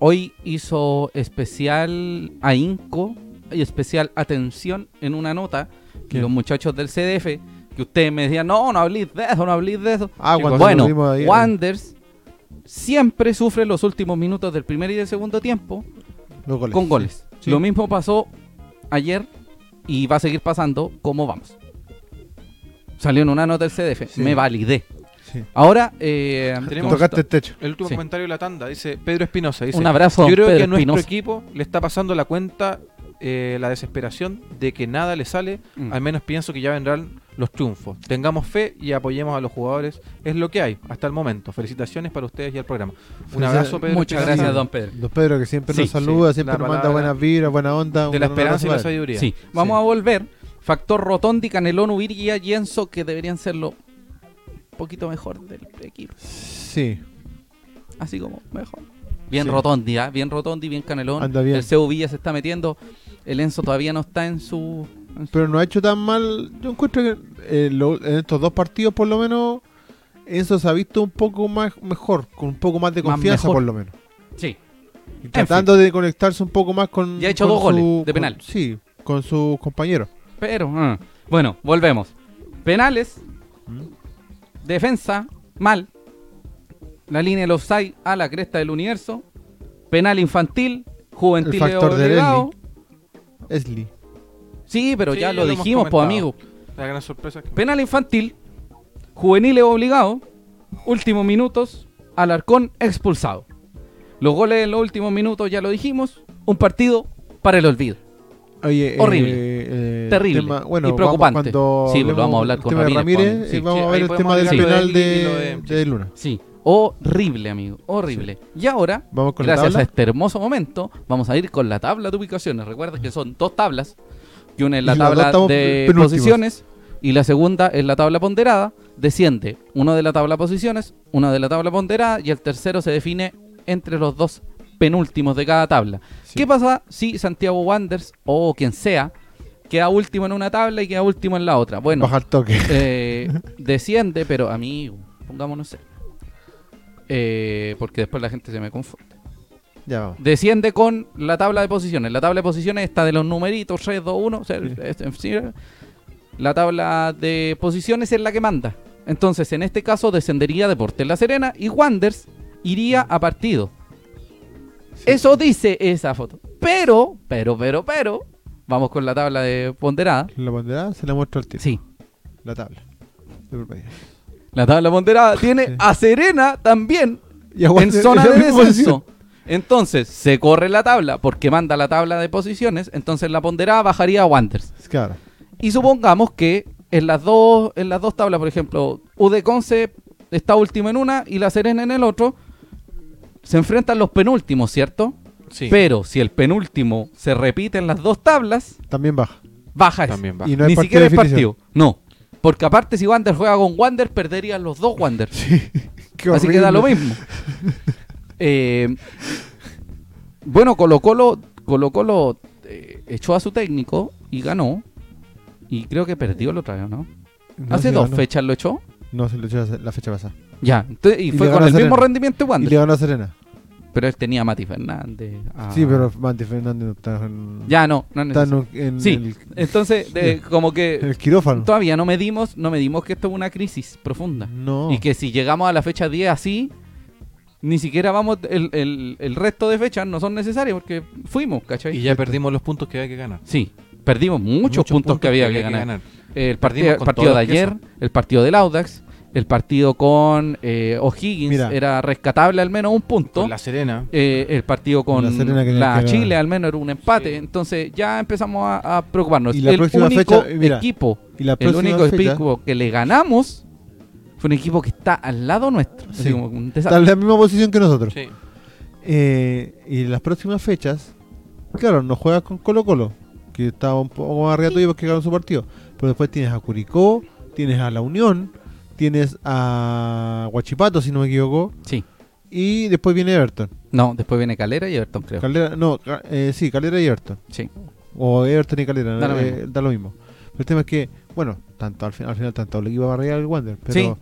A: hoy hizo especial ahínco y especial atención en una nota que
B: ¿Qué?
A: los muchachos del CDF, que ustedes me decían, no, no habléis de eso, no habléis de eso.
B: Ah,
C: Chicos,
B: cuando
A: bueno,
B: nos vimos ahí,
A: Wanders siempre sufre los últimos minutos del primer y del segundo tiempo
B: los goles.
A: con goles.
B: Sí.
A: Lo mismo pasó ayer y va a seguir pasando como vamos. Salió en una nota del CDF,
B: Sí.
A: me validé.
B: Sí.
A: Ahora, eh,
C: Tenemos-
B: Tocaste el techo.
C: El último
A: Sí.
C: comentario de la tanda dice Pedro Espinosa, dice,
A: un abrazo.
C: yo
A: a
C: creo que a
A: Pedro
C: nuestro
A: Espinosa.
C: equipo le está pasando la cuenta eh, la desesperación de que nada le sale,
A: Mm.
C: al menos pienso que ya vendrán los triunfos. Tengamos fe y apoyemos a los jugadores, es lo que hay hasta el momento. Felicitaciones para ustedes y al programa. Un
B: Felicidades.
C: abrazo, Pedro.
A: Muchas
C: Espinosa.
A: gracias, don Pedro.
B: Don Pedro que siempre
A: Sí,
B: nos saluda,
C: sí.
B: siempre
C: La
B: nos manda
C: palabra
B: buenas vibras, buena onda.
C: De la
B: un abrazo
C: esperanza y la
B: para él.
C: sabiduría.
A: Sí, vamos
B: Sí.
A: a volver. Factor Rotondi, Canelón, Ubirguía y Enzo, que deberían ser lo un poquito mejor del equipo.
B: Sí.
A: Así como mejor. Bien
B: Sí.
A: Rotondi, ¿ah? bien Rotondi, bien Canelón.
B: Anda bien.
A: El Ceu Villa se está metiendo. El Enzo todavía no está en su. en su-
B: Pero no ha hecho tan mal. Yo encuentro que eh, lo- en estos dos partidos por lo menos Enzo se ha visto un poco más mejor, con un poco más de
A: Más
B: confianza
A: mejor.
B: por lo menos.
A: Sí.
B: Y tratando de conectarse un poco más con.
A: Ya ha hecho
B: con
A: dos goles de
B: con-
A: penal.
B: sí, con sus compañeros.
A: Pero, ah, bueno, volvemos. Penales,
B: ¿Mm?
A: defensa, mal. La línea de los offside a la cresta del universo. Penal infantil, juvenil
B: El factor de
A: obligado.
B: Esli.
A: Sí, pero
C: Sí,
A: ya
C: ya
A: lo,
C: lo hemos
A: dijimos, pues
C: comentado.
A: amigo.
C: La gran sorpresa es que
A: Penal infantil, juveniles obligado, últimos minutos, Alarcón expulsado. Los goles en los últimos minutos, ya lo dijimos, un partido para el olvido.
B: Oye, eh,
A: Horrible.
B: eh,
A: Terrible.
B: tema- bueno,
A: Y preocupante.
B: Vamos, cuando
A: Sí, pues lo vamos a hablar
B: del
A: con
B: tema de
A: Ramírez,
B: Ramírez.
A: pues,
B: eh,
A: sí.
B: vamos
C: Sí,
B: a
C: ahí
B: ver el
C: podemos
B: tema del
C: hablar lo
B: penal
C: de Esli y lo
B: de,
C: de-
B: de Luna.
A: Sí, horrible, amigo, horrible. Y ahora,
B: Vamos con
A: gracias a
B: la tabla.
A: este hermoso momento, vamos a ir con la tabla de ubicaciones. Recuerda que son dos tablas. Y una es la
B: Y las dos
A: tabla
B: estamos
A: de
B: penúltimos.
A: posiciones y la segunda es la tabla ponderada. Desciende uno de la tabla posiciones, uno de la tabla ponderada y el tercero se define entre los dos penúltimos de cada tabla.
B: Sí.
A: ¿Qué pasa si Santiago Wanderers o quien sea queda último en una tabla y queda último en la otra? Bueno,
B: Baja el toque.
A: eh, desciende, pero amigo, pongámonos serios. Eh, porque después la gente se me confunde
B: ya vamos.
A: desciende con la tabla de posiciones. La tabla de posiciones está de los numeritos 3, 2, 1. o sea,
B: Sí.
A: es- en fin, la tabla de posiciones es la que manda. Entonces, en este caso, descendería Deportes La Serena y Wanders iría a partido. Eso dice esa foto. Pero, pero, pero, pero, vamos con la tabla de ponderada.
B: La banderada se la muestra al tiro.
A: Sí,
B: La tabla. De por medio.
A: la tabla ponderada tiene a Serena también
B: Y aguante-
A: en zona
B: la
A: de
B: misma
A: descenso. Entonces, se corre la tabla porque manda la tabla de posiciones. Entonces, la ponderada bajaría a Wanderers.
B: posición. Claro.
A: Y supongamos que en las dos, en las dos tablas, por ejemplo, UD Conce está último en una y la Serena en el otro. Se enfrentan los penúltimos, ¿cierto?
C: sí,
A: Pero si el penúltimo se repite en las dos tablas,
B: También baja.
A: baja ese.
C: también va.
B: Y no hay
A: Ni
B: partido
A: siquiera
B: de
A: es
B: definición.
A: partido. No. Porque aparte, si Wander juega con Wander, perderían los dos Wander.
B: Qué
A: Así que da lo
B: horrible.
A: mismo. Eh, bueno, Colo Colo, Colo Colo eh, echó a su técnico y ganó. Y creo que perdió el otro año, ¿no?
B: No,
A: Hace
B: sí,
A: dos
B: ganó.
A: fechas lo echó.
B: No, se lo echó la fecha pasada.
A: Ya, entonces- y,
B: Y
A: fue
B: le
A: con
B: ganó a
A: el mismo
B: Serena.
A: rendimiento de
B: Y
A: Wander.
B: le ganó a Serena.
A: Pero él tenía a Mati Fernández. a-
B: Sí, pero Manti Fernández no está en.
A: Ah. Ya, no, no es
B: Está en,
A: necesario.
B: un- en
A: Sí.
B: el,
A: Entonces, de- como
B: en
A: que
B: el quirófano.
A: todavía no medimos, no medimos que esto es una crisis profunda.
B: No.
A: Y que si llegamos a la fecha 10 así, ni siquiera vamos, el, el- el resto de fechas no son necesarias porque fuimos, ¿cachai?
C: Y ya perdimos los puntos que había que ganar.
A: Sí, perdimos muchos, puntos, que había que, ganar. El partido,
C: Perdimos
A: el
C: con
A: partido de
C: todos los que
A: ayer, el partido del Audax, el partido con eh, O'Higgins
B: Mira.
A: era rescatable al menos un punto.
C: Con La Serena.
A: Eh, el partido con
B: La Serena que
A: la
B: tenía que
A: Chile
B: ganar.
A: al menos era un empate. Entonces ya empezamos a, a preocuparnos.
B: Y la
A: el
B: próxima
A: único
B: fecha, eh, mira,
A: equipo,
B: Y la
A: el
B: próxima
A: único
B: fecha
A: equipo que le ganamos fue un equipo que está al lado nuestro. Así
B: Sí.
A: como un
B: está
A: desastre.
B: en la misma posición que nosotros.
C: Sí.
B: Eh, y las próximas fechas, claro, no juegas con Colo Colo, que está un poco más arriba tuyo porque ganó su partido. Pero después tienes a Curicó, tienes a La Unión, tienes a Huachipato, si no me equivoco,
A: Sí.
B: y después viene Everton.
A: No, después viene Calera y Everton, creo.
B: Calera, no, ca- eh, sí, Calera y Everton.
A: Sí.
B: O Everton y Calera,
A: Da lo
B: eh,
A: mismo.
B: da lo mismo. Pero el tema es que, bueno, tanto al final, al final tanto el equipo va a arriba el Wander. Pero
A: Sí.
B: el
A: O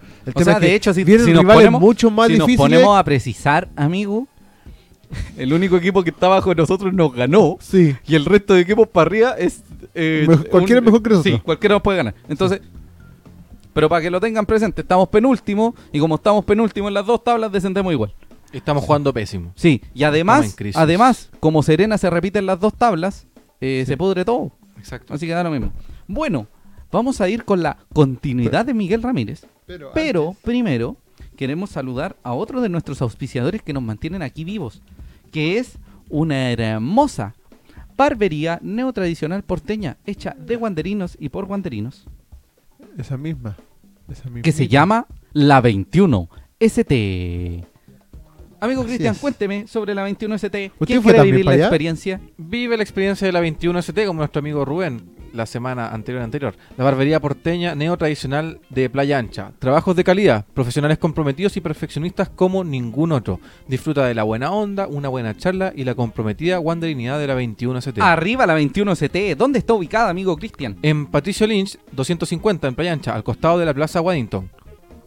A: sea,
B: es que
A: de hecho, si,
B: vienen
A: si nos
B: rivales
A: ponemos,
B: mucho más
A: si nos
B: difíciles.
A: ponemos a precisar, amigo, el único equipo que está bajo de nosotros nos ganó
B: Sí,
A: y el resto de equipos para arriba es... eh,
B: Mejor- cualquiera es mejor que nosotros.
A: Sí, cualquiera nos puede ganar. Entonces, pero para que lo tengan presente, estamos penúltimo y como estamos penúltimo en las dos tablas, descendemos igual.
C: Estamos jugando pésimo.
A: Sí, y
C: en
A: además,
C: crisis.
A: además como Serena se repite en las dos tablas, eh, se pudre todo.
C: Exacto.
A: Así que da lo mismo. Bueno, vamos a ir con la continuidad de Miguel Ramírez.
B: pero,
A: Pero primero queremos saludar a otro de nuestros auspiciadores que nos mantienen aquí vivos, que es una hermosa barbería neotradicional porteña hecha de guanderinos y por guanderinos,
B: esa misma. Esa misma.
A: que se llama La 21 ST. Amigo
B: Así
A: Cristian,
B: es.
A: cuénteme sobre la 21ST.
B: ¿Usted
A: ¿Quién
B: fue
A: quiere
B: también
A: vivir la
B: para allá?
A: experiencia?
C: Vive la experiencia de la 21ST como nuestro amigo Rubén la semana anterior anterior. La barbería porteña neotradicional de Playa Ancha. Trabajos de calidad, profesionales comprometidos y perfeccionistas como ningún otro. Disfruta de la buena onda, una buena charla y la comprometida wanderinidad de la 21ST.
A: Arriba la 21ST. ¿Dónde está ubicada, amigo Cristian?
C: En Patricio Lynch, 250 en Playa Ancha, al costado de la Plaza Waddington.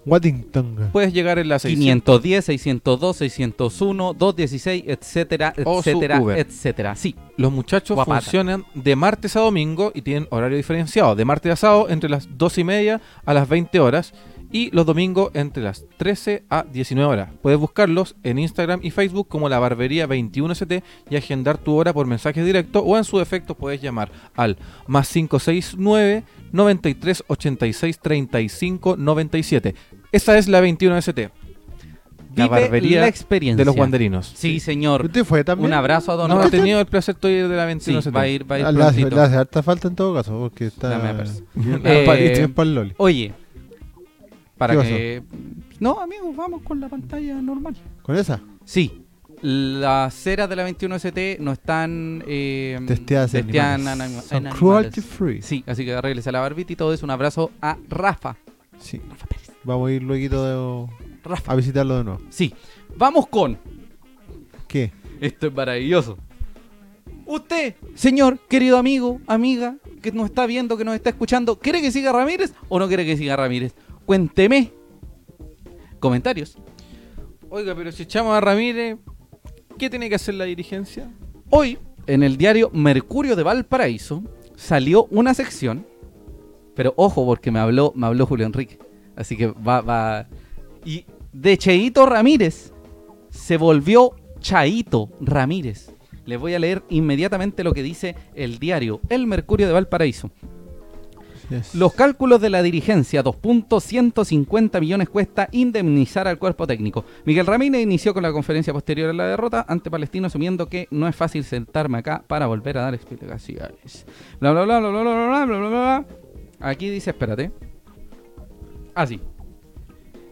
B: Waddington.
C: Puedes llegar en la 600.
A: 510, 602, 601, 216, etcétera,
C: O su
A: etcétera,
C: Uber.
A: etcétera. Sí.
C: Los muchachos
A: Guapata.
C: funcionan de martes a domingo y tienen horario diferenciado. De martes a sábado entre las 12 y media a las 20 horas y los domingos entre las 13 a 19 horas. Puedes buscarlos en Instagram y Facebook como la barbería 21ST y agendar tu hora por mensaje directo o en su defecto puedes llamar al más 569 93 86 35 97. Esa es la 21ST.
A: Vive
C: La barbería
A: la experiencia.
C: de los guanderinos.
A: Sí, señor.
B: ¿Usted fue también?
A: Un abrazo a Don
C: No he
A: Roque.
C: tenido el placer de ir de la
A: Sí,
C: 21ST.
A: va a ir, va a ir
B: Ah, le hace-
A: prontito.
B: le hace harta falta en todo caso, porque está
A: Dame la persa.
B: bien
A: Eh,
B: pa- bien pa'l Loli.
A: Oye, para
B: ¿Qué
A: que... No, amigos, vamos con la pantalla normal.
B: ¿Con esa?
A: Sí. Las ceras de la 21ST no están eh,
B: Testeadas en
A: testeadas en
B: animales.
A: anima-
B: Son
A: en
B: cruelty
A: animales.
B: free.
A: Sí, así que arreglese la barbita y todo eso. Un abrazo a Rafa.
B: Sí.
A: Rafa Pérez.
B: Vamos a ir luego de-
A: Rafa.
B: a visitarlo de nuevo.
A: Sí. Vamos con.
B: ¿Qué?
A: Esto es maravilloso. Usted, señor, querido amigo, amiga, que nos está viendo, que nos está escuchando, ¿quiere que siga Ramírez o no quiere que siga Ramírez? Cuénteme. Comentarios.
C: Oiga, pero si echamos a Ramírez, ¿qué tiene que hacer la dirigencia?
A: Hoy, en el diario Mercurio de Valparaíso, salió una sección. Pero ojo, porque me habló, me habló Julio Enrique. Así que va, va. Y de Cheito Ramírez se volvió Chaito Ramírez. Les voy a leer inmediatamente lo que dice el diario El Mercurio de Valparaíso.
B: Yes.
A: Los cálculos de la dirigencia, 2.150 millones cuesta indemnizar al cuerpo técnico. Miguel Ramírez inició con la conferencia posterior a la derrota ante Palestino, asumiendo que no es fácil sentarme acá para volver a dar explicaciones. Bla, bla, bla, bla, bla, bla, bla, bla, bla, bla. Aquí dice, espérate. Así.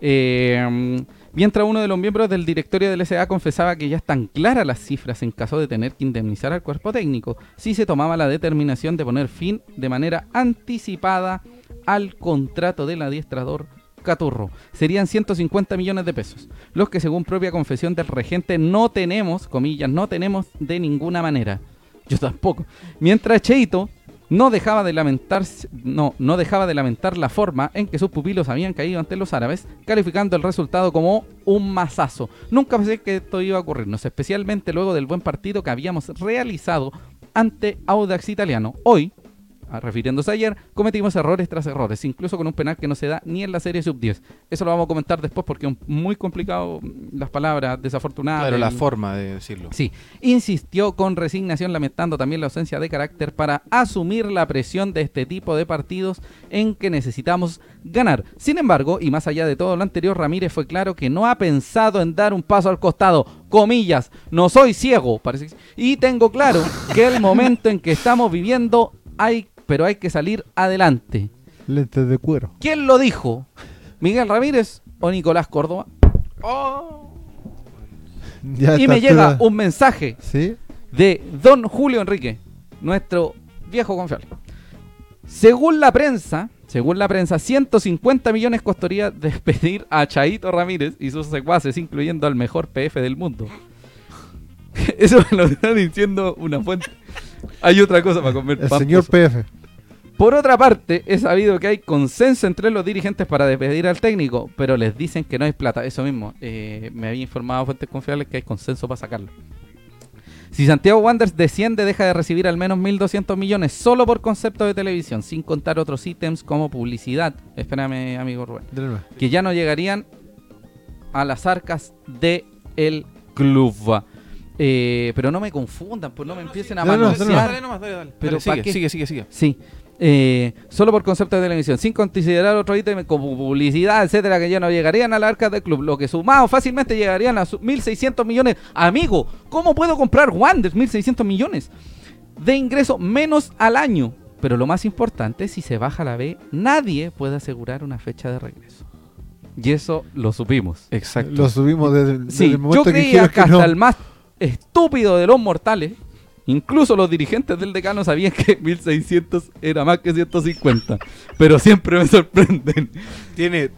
A: Eh, mientras uno de los miembros del directorio del SA confesaba que ya están claras las cifras en caso de tener que indemnizar al cuerpo técnico, si se tomaba la determinación de poner fin de manera anticipada al contrato del adiestrador Caturro. Serían 150 millones de pesos, los que según propia confesión del regente no tenemos, comillas, no tenemos de ninguna manera. Yo tampoco. Mientras Cheito no dejaba de lamentar, no, no dejaba de lamentar la forma en que sus pupilos habían caído ante los árabes, calificando el resultado como un mazazo. Nunca pensé que esto iba a ocurrirnos, especialmente luego del buen partido que habíamos realizado ante Audax Italiano. Hoy, ah, refiriéndose a ayer, cometimos errores tras errores, incluso con un penal que no se da ni en la serie sub-10. Eso lo vamos a comentar después porque es muy complicado mm, las palabras desafortunadas.
C: claro, la
A: del-
C: forma de decirlo.
A: Sí, insistió con resignación lamentando también la ausencia de carácter para asumir la presión de este tipo de partidos en que necesitamos ganar. Sin embargo, y más allá de todo lo anterior, Ramírez fue claro que no ha pensado en dar un paso al costado. Comillas, no soy ciego, parece. que- Y tengo claro que el momento en que estamos viviendo hay, pero hay que salir adelante.
B: Lentes de cuero.
A: ¿Quién lo dijo? ¿Miguel Ramírez o Nicolás Córdoba?
B: Ya
A: Y
B: está
A: me llega
B: todo-
A: un mensaje
B: ¿Sí?
A: de don Julio Enrique, nuestro viejo confiable. Según la prensa, según la prensa, 150 millones costaría despedir a Chaito Ramírez y sus secuaces, incluyendo al mejor PF del mundo. Eso me lo está diciendo una fuente. Hay otra cosa para comer.
B: El
A: pan,
B: señor
A: pues.
B: PF.
A: Por otra parte, es sabido que hay consenso entre los dirigentes para despedir al técnico, pero les dicen que no hay plata. Eso mismo, eh, me había informado fuentes confiables que hay consenso para sacarlo. Si Santiago Wanderers desciende, deja de recibir al menos 1.200 millones solo por concepto de televisión, sin contar otros ítems como publicidad. Espérame, amigo Rubén.
B: De nuevo.
A: Que ya no llegarían a las arcas del club. Eh, pero no me confundan, pues no me empiecen a
B: No, no, no, no.
A: manosear.
C: nomás, dale, dale.
A: Pero
C: Pero
A: ¿pa'
C: sigue,
A: qué?
C: sigue, sigue, sigue.
A: Sí. Eh, solo por concepto de televisión, sin considerar otro ítem como publicidad, etcétera, que ya no llegarían a la arca del club, lo que sumado fácilmente llegarían a sus 1.600 millones. Amigo, ¿cómo puedo comprar Wander 1.600 millones de ingreso menos al año? Pero lo más importante, si se baja la B, nadie puede asegurar una fecha de regreso. Y eso lo supimos.
C: Exacto.
B: Lo subimos desde, el- desde
A: Sí,
B: el
A: yo
B: momento que
A: creía
B: dijeron
A: que,
B: que
A: hasta
B: no.
A: el más estúpido de los mortales, incluso los dirigentes del decano sabían que 1600 era más que 150. pero siempre me sorprenden.
D: Tiene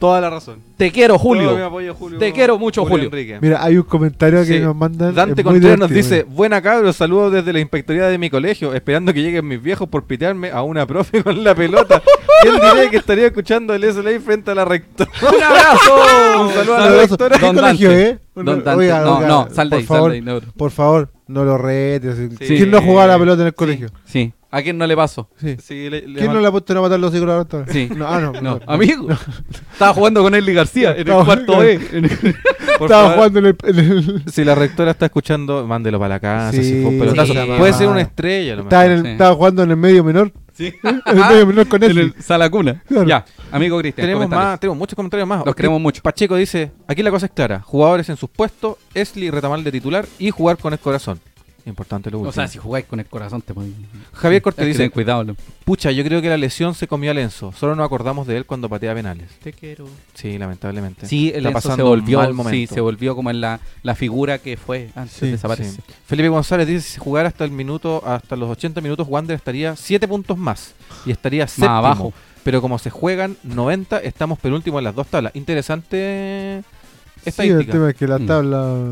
D: toda la razón.
A: Te quiero,
D: Todo mi
A: Julio.
D: apoyo, Julio.
A: Te quiero mucho, Julio.
D: Enrique.
B: Mira, hay un comentario que
C: Sí.
B: nos mandan.
C: Dante
B: es muy
C: Contreras nos
B: divertido.
C: dice, buena cabros, saludos desde la inspectoría de mi colegio, esperando que lleguen mis viejos por pitearme a una profe con la pelota. ¿Quién diría que estaría escuchando el SLA frente a la rectora?
A: ¡Un abrazo!
C: Un saludo a la
B: Saludos.
C: rectora.
B: ¿Qué
A: Don
B: colegio,
A: Dante.
B: eh?
A: Don
B: Oiga,
A: Dante. No,
B: oiga,
A: no, sal de
B: por
A: ahí, sal
B: favor,
A: de ahí, no.
B: Por favor, no lo retes.
D: Sí.
B: ¿Quién no jugaba la pelota en el colegio?
A: Sí, ¿a quién no le pasó?
B: Sí.
D: Sí, le- le
B: ¿Quién no
D: mal-
B: le ha puesto a matar los hijos a la rectora?
A: Sí.
B: No, ah, no.
A: No, amigo. Estaba jugando con Eli García en el
B: Estaba-
A: cuarto B. En el-
C: Por
B: Estaba
C: favor,
B: jugando en el. en el-
C: Si la rectora está escuchando, mándelo para la casa.
B: Sí,
C: si fue un pelotazo.
A: sí,
C: Puede
A: sí.
C: ser una estrella. a lo
B: estaba, en
C: mejor.
B: el-
A: Sí.
B: estaba jugando en el medio menor.
A: Sí. Ah,
B: En el medio menor con
A: en
B: él.
A: el Salacuna.
B: Claro.
A: Ya, amigo Cristian.
C: Tenemos,
A: comentarios.
C: más, tenemos muchos comentarios más.
A: Los
C: Ortiz
A: queremos mucho.
C: Pacheco dice, aquí la cosa es clara. Jugadores en sus puestos, Esli retamal de titular y jugar con el corazón. Importante lo último.
A: O sea, si jugáis con el corazón te podéis...
C: Javier Cortés
A: Hay que
C: dice,
A: tener cuidado. lo-
C: Pucha, yo creo que la lesión se comió a Lenzo. Solo nos acordamos de él cuando patea penales. Te quiero. Sí,
B: Este,
C: lamentablemente.
A: Sí, el
C: Está
A: Enzo se
C: pasando un
A: volvió,
C: mal momento.
A: sí, se volvió como en la, la figura que fue antes
B: Sí,
A: de desaparecer.
C: Sí. Felipe González dice, si jugara hasta el minuto, hasta los 80 minutos, Wander estaría 7 puntos más y estaría séptimo.
A: Más abajo.
C: Pero como se juegan 90, estamos penúltimo en las dos tablas. Interesante
B: Sí, el
C: estadística.
B: tema es que la
A: Mm.
B: tabla.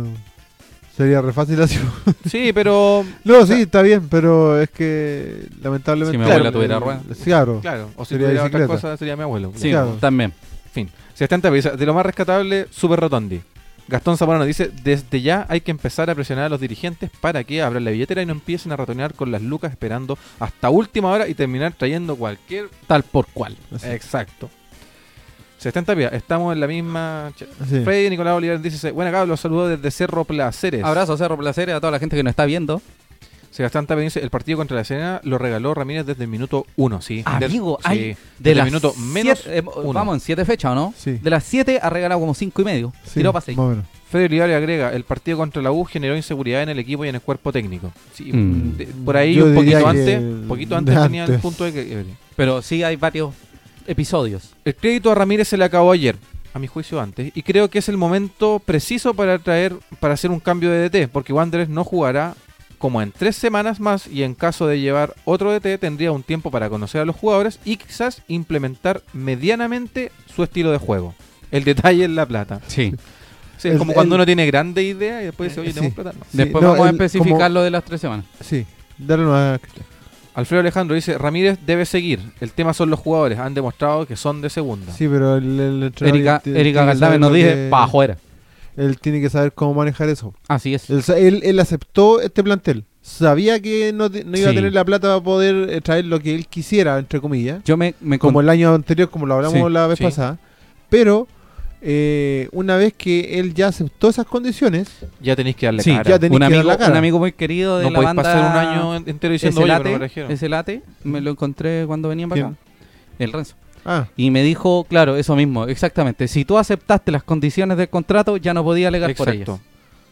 B: Sería re fácil así.
C: Sí, pero
B: No, sí, está bien, pero es que lamentablemente.
A: Si mi
B: Claro,
A: abuela tuviera
B: eh,
A: rueda.
B: sí, Claro.
C: claro, o si
B: Sería
C: tuviera otra
B: bicicleta.
C: cosa sería mi abuelo.
A: Sí,
B: Claro.
A: también.
C: Fin. Si está en tapia, dice, de lo más rescatable, Super Rotondi. Gastón Zamorano dice, desde ya hay que empezar a presionar a los dirigentes para que abran la billetera y no empiecen a ratonear con las lucas esperando hasta última hora y terminar trayendo cualquier...
A: Tal por cual.
C: Exacto. Si está en tapia, estamos en la misma... ch-
B: Sí.
C: Freddy Nicolás Oliver dice, buena cabros, saludos desde Cerro Placeres.
A: Abrazo, Cerro Placer, a toda la gente que nos está viendo.
C: Sebastián Tapia dice, el partido contra la escena lo regaló Ramírez desde el minuto 1, sí.
B: Ah,
C: Del-
A: Amigo,
C: sí.
A: hay
C: Desde
A: de
C: el
A: las
C: minuto menos
A: siete- eh,
C: uno.
A: Vamos, en siete fechas, ¿o no?
B: Sí.
A: De las siete ha regalado como cinco y medio.
B: Sí,
A: Tiró para seis.
B: más o menos.
C: Fede Olivares agrega, el partido contra la U generó inseguridad en el equipo y en el cuerpo técnico. Sí,
A: Mm.
C: de- por ahí
B: Yo
C: un
B: diría
C: poquito
B: que
C: antes, poquito antes
B: de
C: tenía el
B: antes.
C: punto de que... eh,
A: Pero sí hay varios episodios.
C: El crédito a Ramírez se le acabó ayer, a mi juicio antes, y creo que es el momento preciso para traer, para hacer un cambio de DT, porque Wanderers no jugará como en tres semanas más y en caso de llevar otro DT tendría un tiempo para conocer a los jugadores y quizás implementar medianamente su estilo de juego. El detalle es la plata.
A: Sí.
C: Sí, es
B: El-
C: como cuando
B: el- Eh,
C: uno tiene grande idea y después dice, oye,
B: Sí.
C: tenemos plata. No.
B: Sí,
A: Después
B: no,
A: vamos a
B: el-
A: especificar lo de las tres semanas.
B: como- sí, dale una.
C: Alfredo Alejandro dice, Ramírez debe seguir. El tema son los jugadores, han demostrado que son de segunda.
B: Sí, pero el, el entrenador
A: Erika,
B: tiene- tiene
A: Erika
B: que
A: Galdames
B: saber
A: nos
B: lo
A: dice,
B: que-
A: pa' afuera.
B: Él tiene que saber cómo manejar eso.
A: Así es.
B: Él, sa- él, él aceptó este plantel. Sabía que no, te- no iba
A: Sí.
B: a tener la plata para poder eh, traer lo que él quisiera, entre comillas.
A: Yo me, me
B: Como
A: con-
B: el año anterior, como lo hablamos
A: Sí,
B: la vez
A: sí.
B: pasada. Pero eh, una vez que él ya aceptó esas condiciones,
C: Ya tenéis que darle
A: Sí,
C: cara.
B: ya tenéis
A: un,
B: que dar
A: amigo,
B: la cara.
A: un amigo muy querido de
C: No
A: la
C: podéis
A: banda.
C: pasar un año entero diciendo,
A: ese
C: oye, pero me
A: late,
C: trajeron".
A: ese late, me lo encontré cuando venían para acá. El Renzo.
B: Ah,
A: Y me dijo, claro, eso mismo, exactamente. Si tú aceptaste las condiciones del contrato, ya no podía alegar por ellas.
C: Exacto.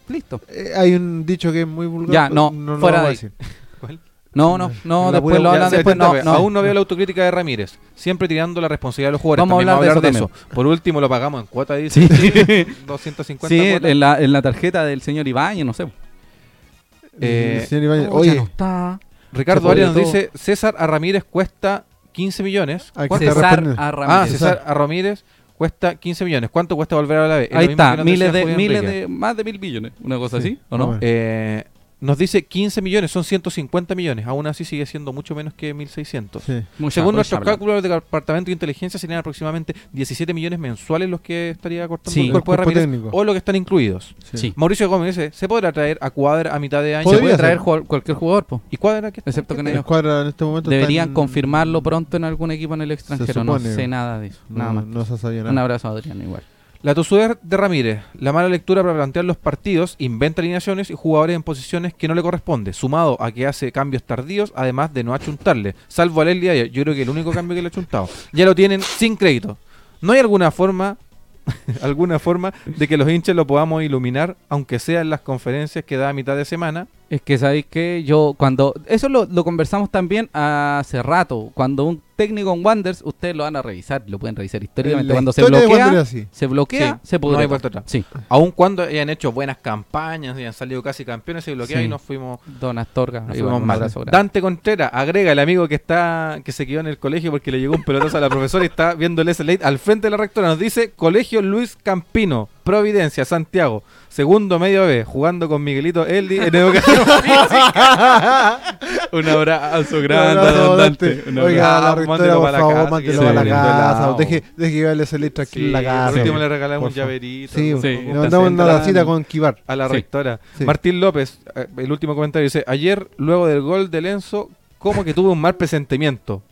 A: Listo.
B: eh, hay un dicho que es muy vulgar.
A: Ya,
B: pero
A: no,
B: lo
A: fuera
B: vamos a
A: de ahí.
B: decir.
A: No, no, no,
B: La
A: después
B: pura-
A: lo
C: Ya,
A: hablan
C: se
A: después.
C: cuenta,
A: No,
C: pues,
A: no.
C: Aún no veo la autocrítica de Ramírez. Siempre tirando la responsabilidad de los jugadores.
A: Vamos a
C: También
A: hablar de eso
C: Por último, lo pagamos en cuota, dice.
A: Sí,
C: 250
A: sí
C: cuotas.
A: en, la, en la tarjeta del señor Ibañez, no sé.
C: Eh,
B: El señor Ibañez,
A: Pucha, no
B: oye,
A: está. Se
C: Ricardo
A: podría
C: Arias nos dice, César a Ramírez cuesta 15 millones.
B: Hay que
C: ¿Cuánto?
B: estar-
A: César
B: responde?
A: a
C: Ah,
A: Ramírez.
C: César a Ramírez cuesta 15 millones. ¿Cuánto cuesta volver a la vez?
A: Ahí está, miles de, miles de, más de mil billones, una cosa
B: Sí,
A: así, ¿o no?
B: más o menos.
C: Eh, nos dice 15 millones, son 150 millones. Aún así sigue siendo mucho menos que 1.600.
B: sí.
A: Mucha
C: Según
A: bolsa,
C: nuestros
A: bla.
C: cálculos del Departamento de Inteligencia, serían aproximadamente 17 millones mensuales los que estaría cortando
A: Sí.
C: el cuerpo de
B: El cuerpo
C: Ramírez
B: técnico.
C: o los que están incluidos.
A: Sí.
C: Mauricio Gómez dice, ¿se podrá traer a Cuadra a mitad de año?
A: Se
B: Podría
A: puede traer
B: ser.
A: jugador- cualquier jugador, po.
C: ¿Y Cuadra qué?
A: Excepto que
B: La
A: no
B: escuadra en este momento está
A: Deberían
B: en-
A: confirmarlo pronto en algún equipo en el extranjero. No
B: supone. Mm,
A: sé nada de eso.
B: No,
A: nada más.
B: no se sabía
A: Un
B: nada.
A: abrazo a Adrián igual.
C: La tosudez de Ramírez, la mala lectura para plantear los partidos, inventa alineaciones y jugadores en posiciones que no le corresponde, sumado a que hace cambios tardíos, además de no achuntarle, salvo a Leslie Ayer, yo creo que el único cambio que le ha achuntado, ya lo tienen sin crédito. ¿No hay alguna forma, alguna forma de que los hinchas lo podamos iluminar, aunque sea en las conferencias que da a mitad de semana?
A: Es que sabéis que yo cuando... Eso lo, lo conversamos también hace rato. Cuando un técnico en Wanders, ustedes lo van a revisar, lo pueden revisar históricamente.
B: La
A: cuando
B: historia de
A: se bloquea,
B: Wanderers, sí.
A: se bloquea,
C: Sí,
A: se
C: no
A: pudre.
C: hay vuelta atrás.
A: sí,
C: Aun cuando hayan hecho buenas campañas y han salido casi campeones, se bloquea
A: Sí.
C: y nos fuimos,
A: Don Astorga.
C: nos
A: ahí
C: fuimos
A: va, un
C: mal.
A: abrazo grande.
C: Dante Contreras, agrega el amigo que está que se quedó en el colegio porque le llegó un pelotazo a la profesora y está viendo el SLA al frente de la rectora. Nos dice Colegio Luis Campino, Providencia, Santiago, segundo medio B, jugando con Miguelito Eldi en educación física. un abrazo grande,
B: No, no,
C: don
B: Dante.
C: Dante. Un
B: Oiga,
C: abrazo.
B: la rectora,
C: Mándelo
B: por
C: pa' la
B: favor,
C: casa,
B: mándelo
C: que
B: para la
C: está lindo
B: casa.
C: helado.
B: Deje, deje que vaya a salir tranquilo
C: Sí,
B: en la
C: Por
B: casa.
C: último le regalamos
B: Por
C: un
B: favor.
C: llaverito.
B: Sí,
A: Sí,
B: le
A: un
B: mandamos una tacita con Kibar.
C: a la
A: Sí.
C: rectora.
B: Sí.
C: Martín López, eh, el último comentario dice, ayer luego del gol de Lenzo, como que tuve un mal presentimiento.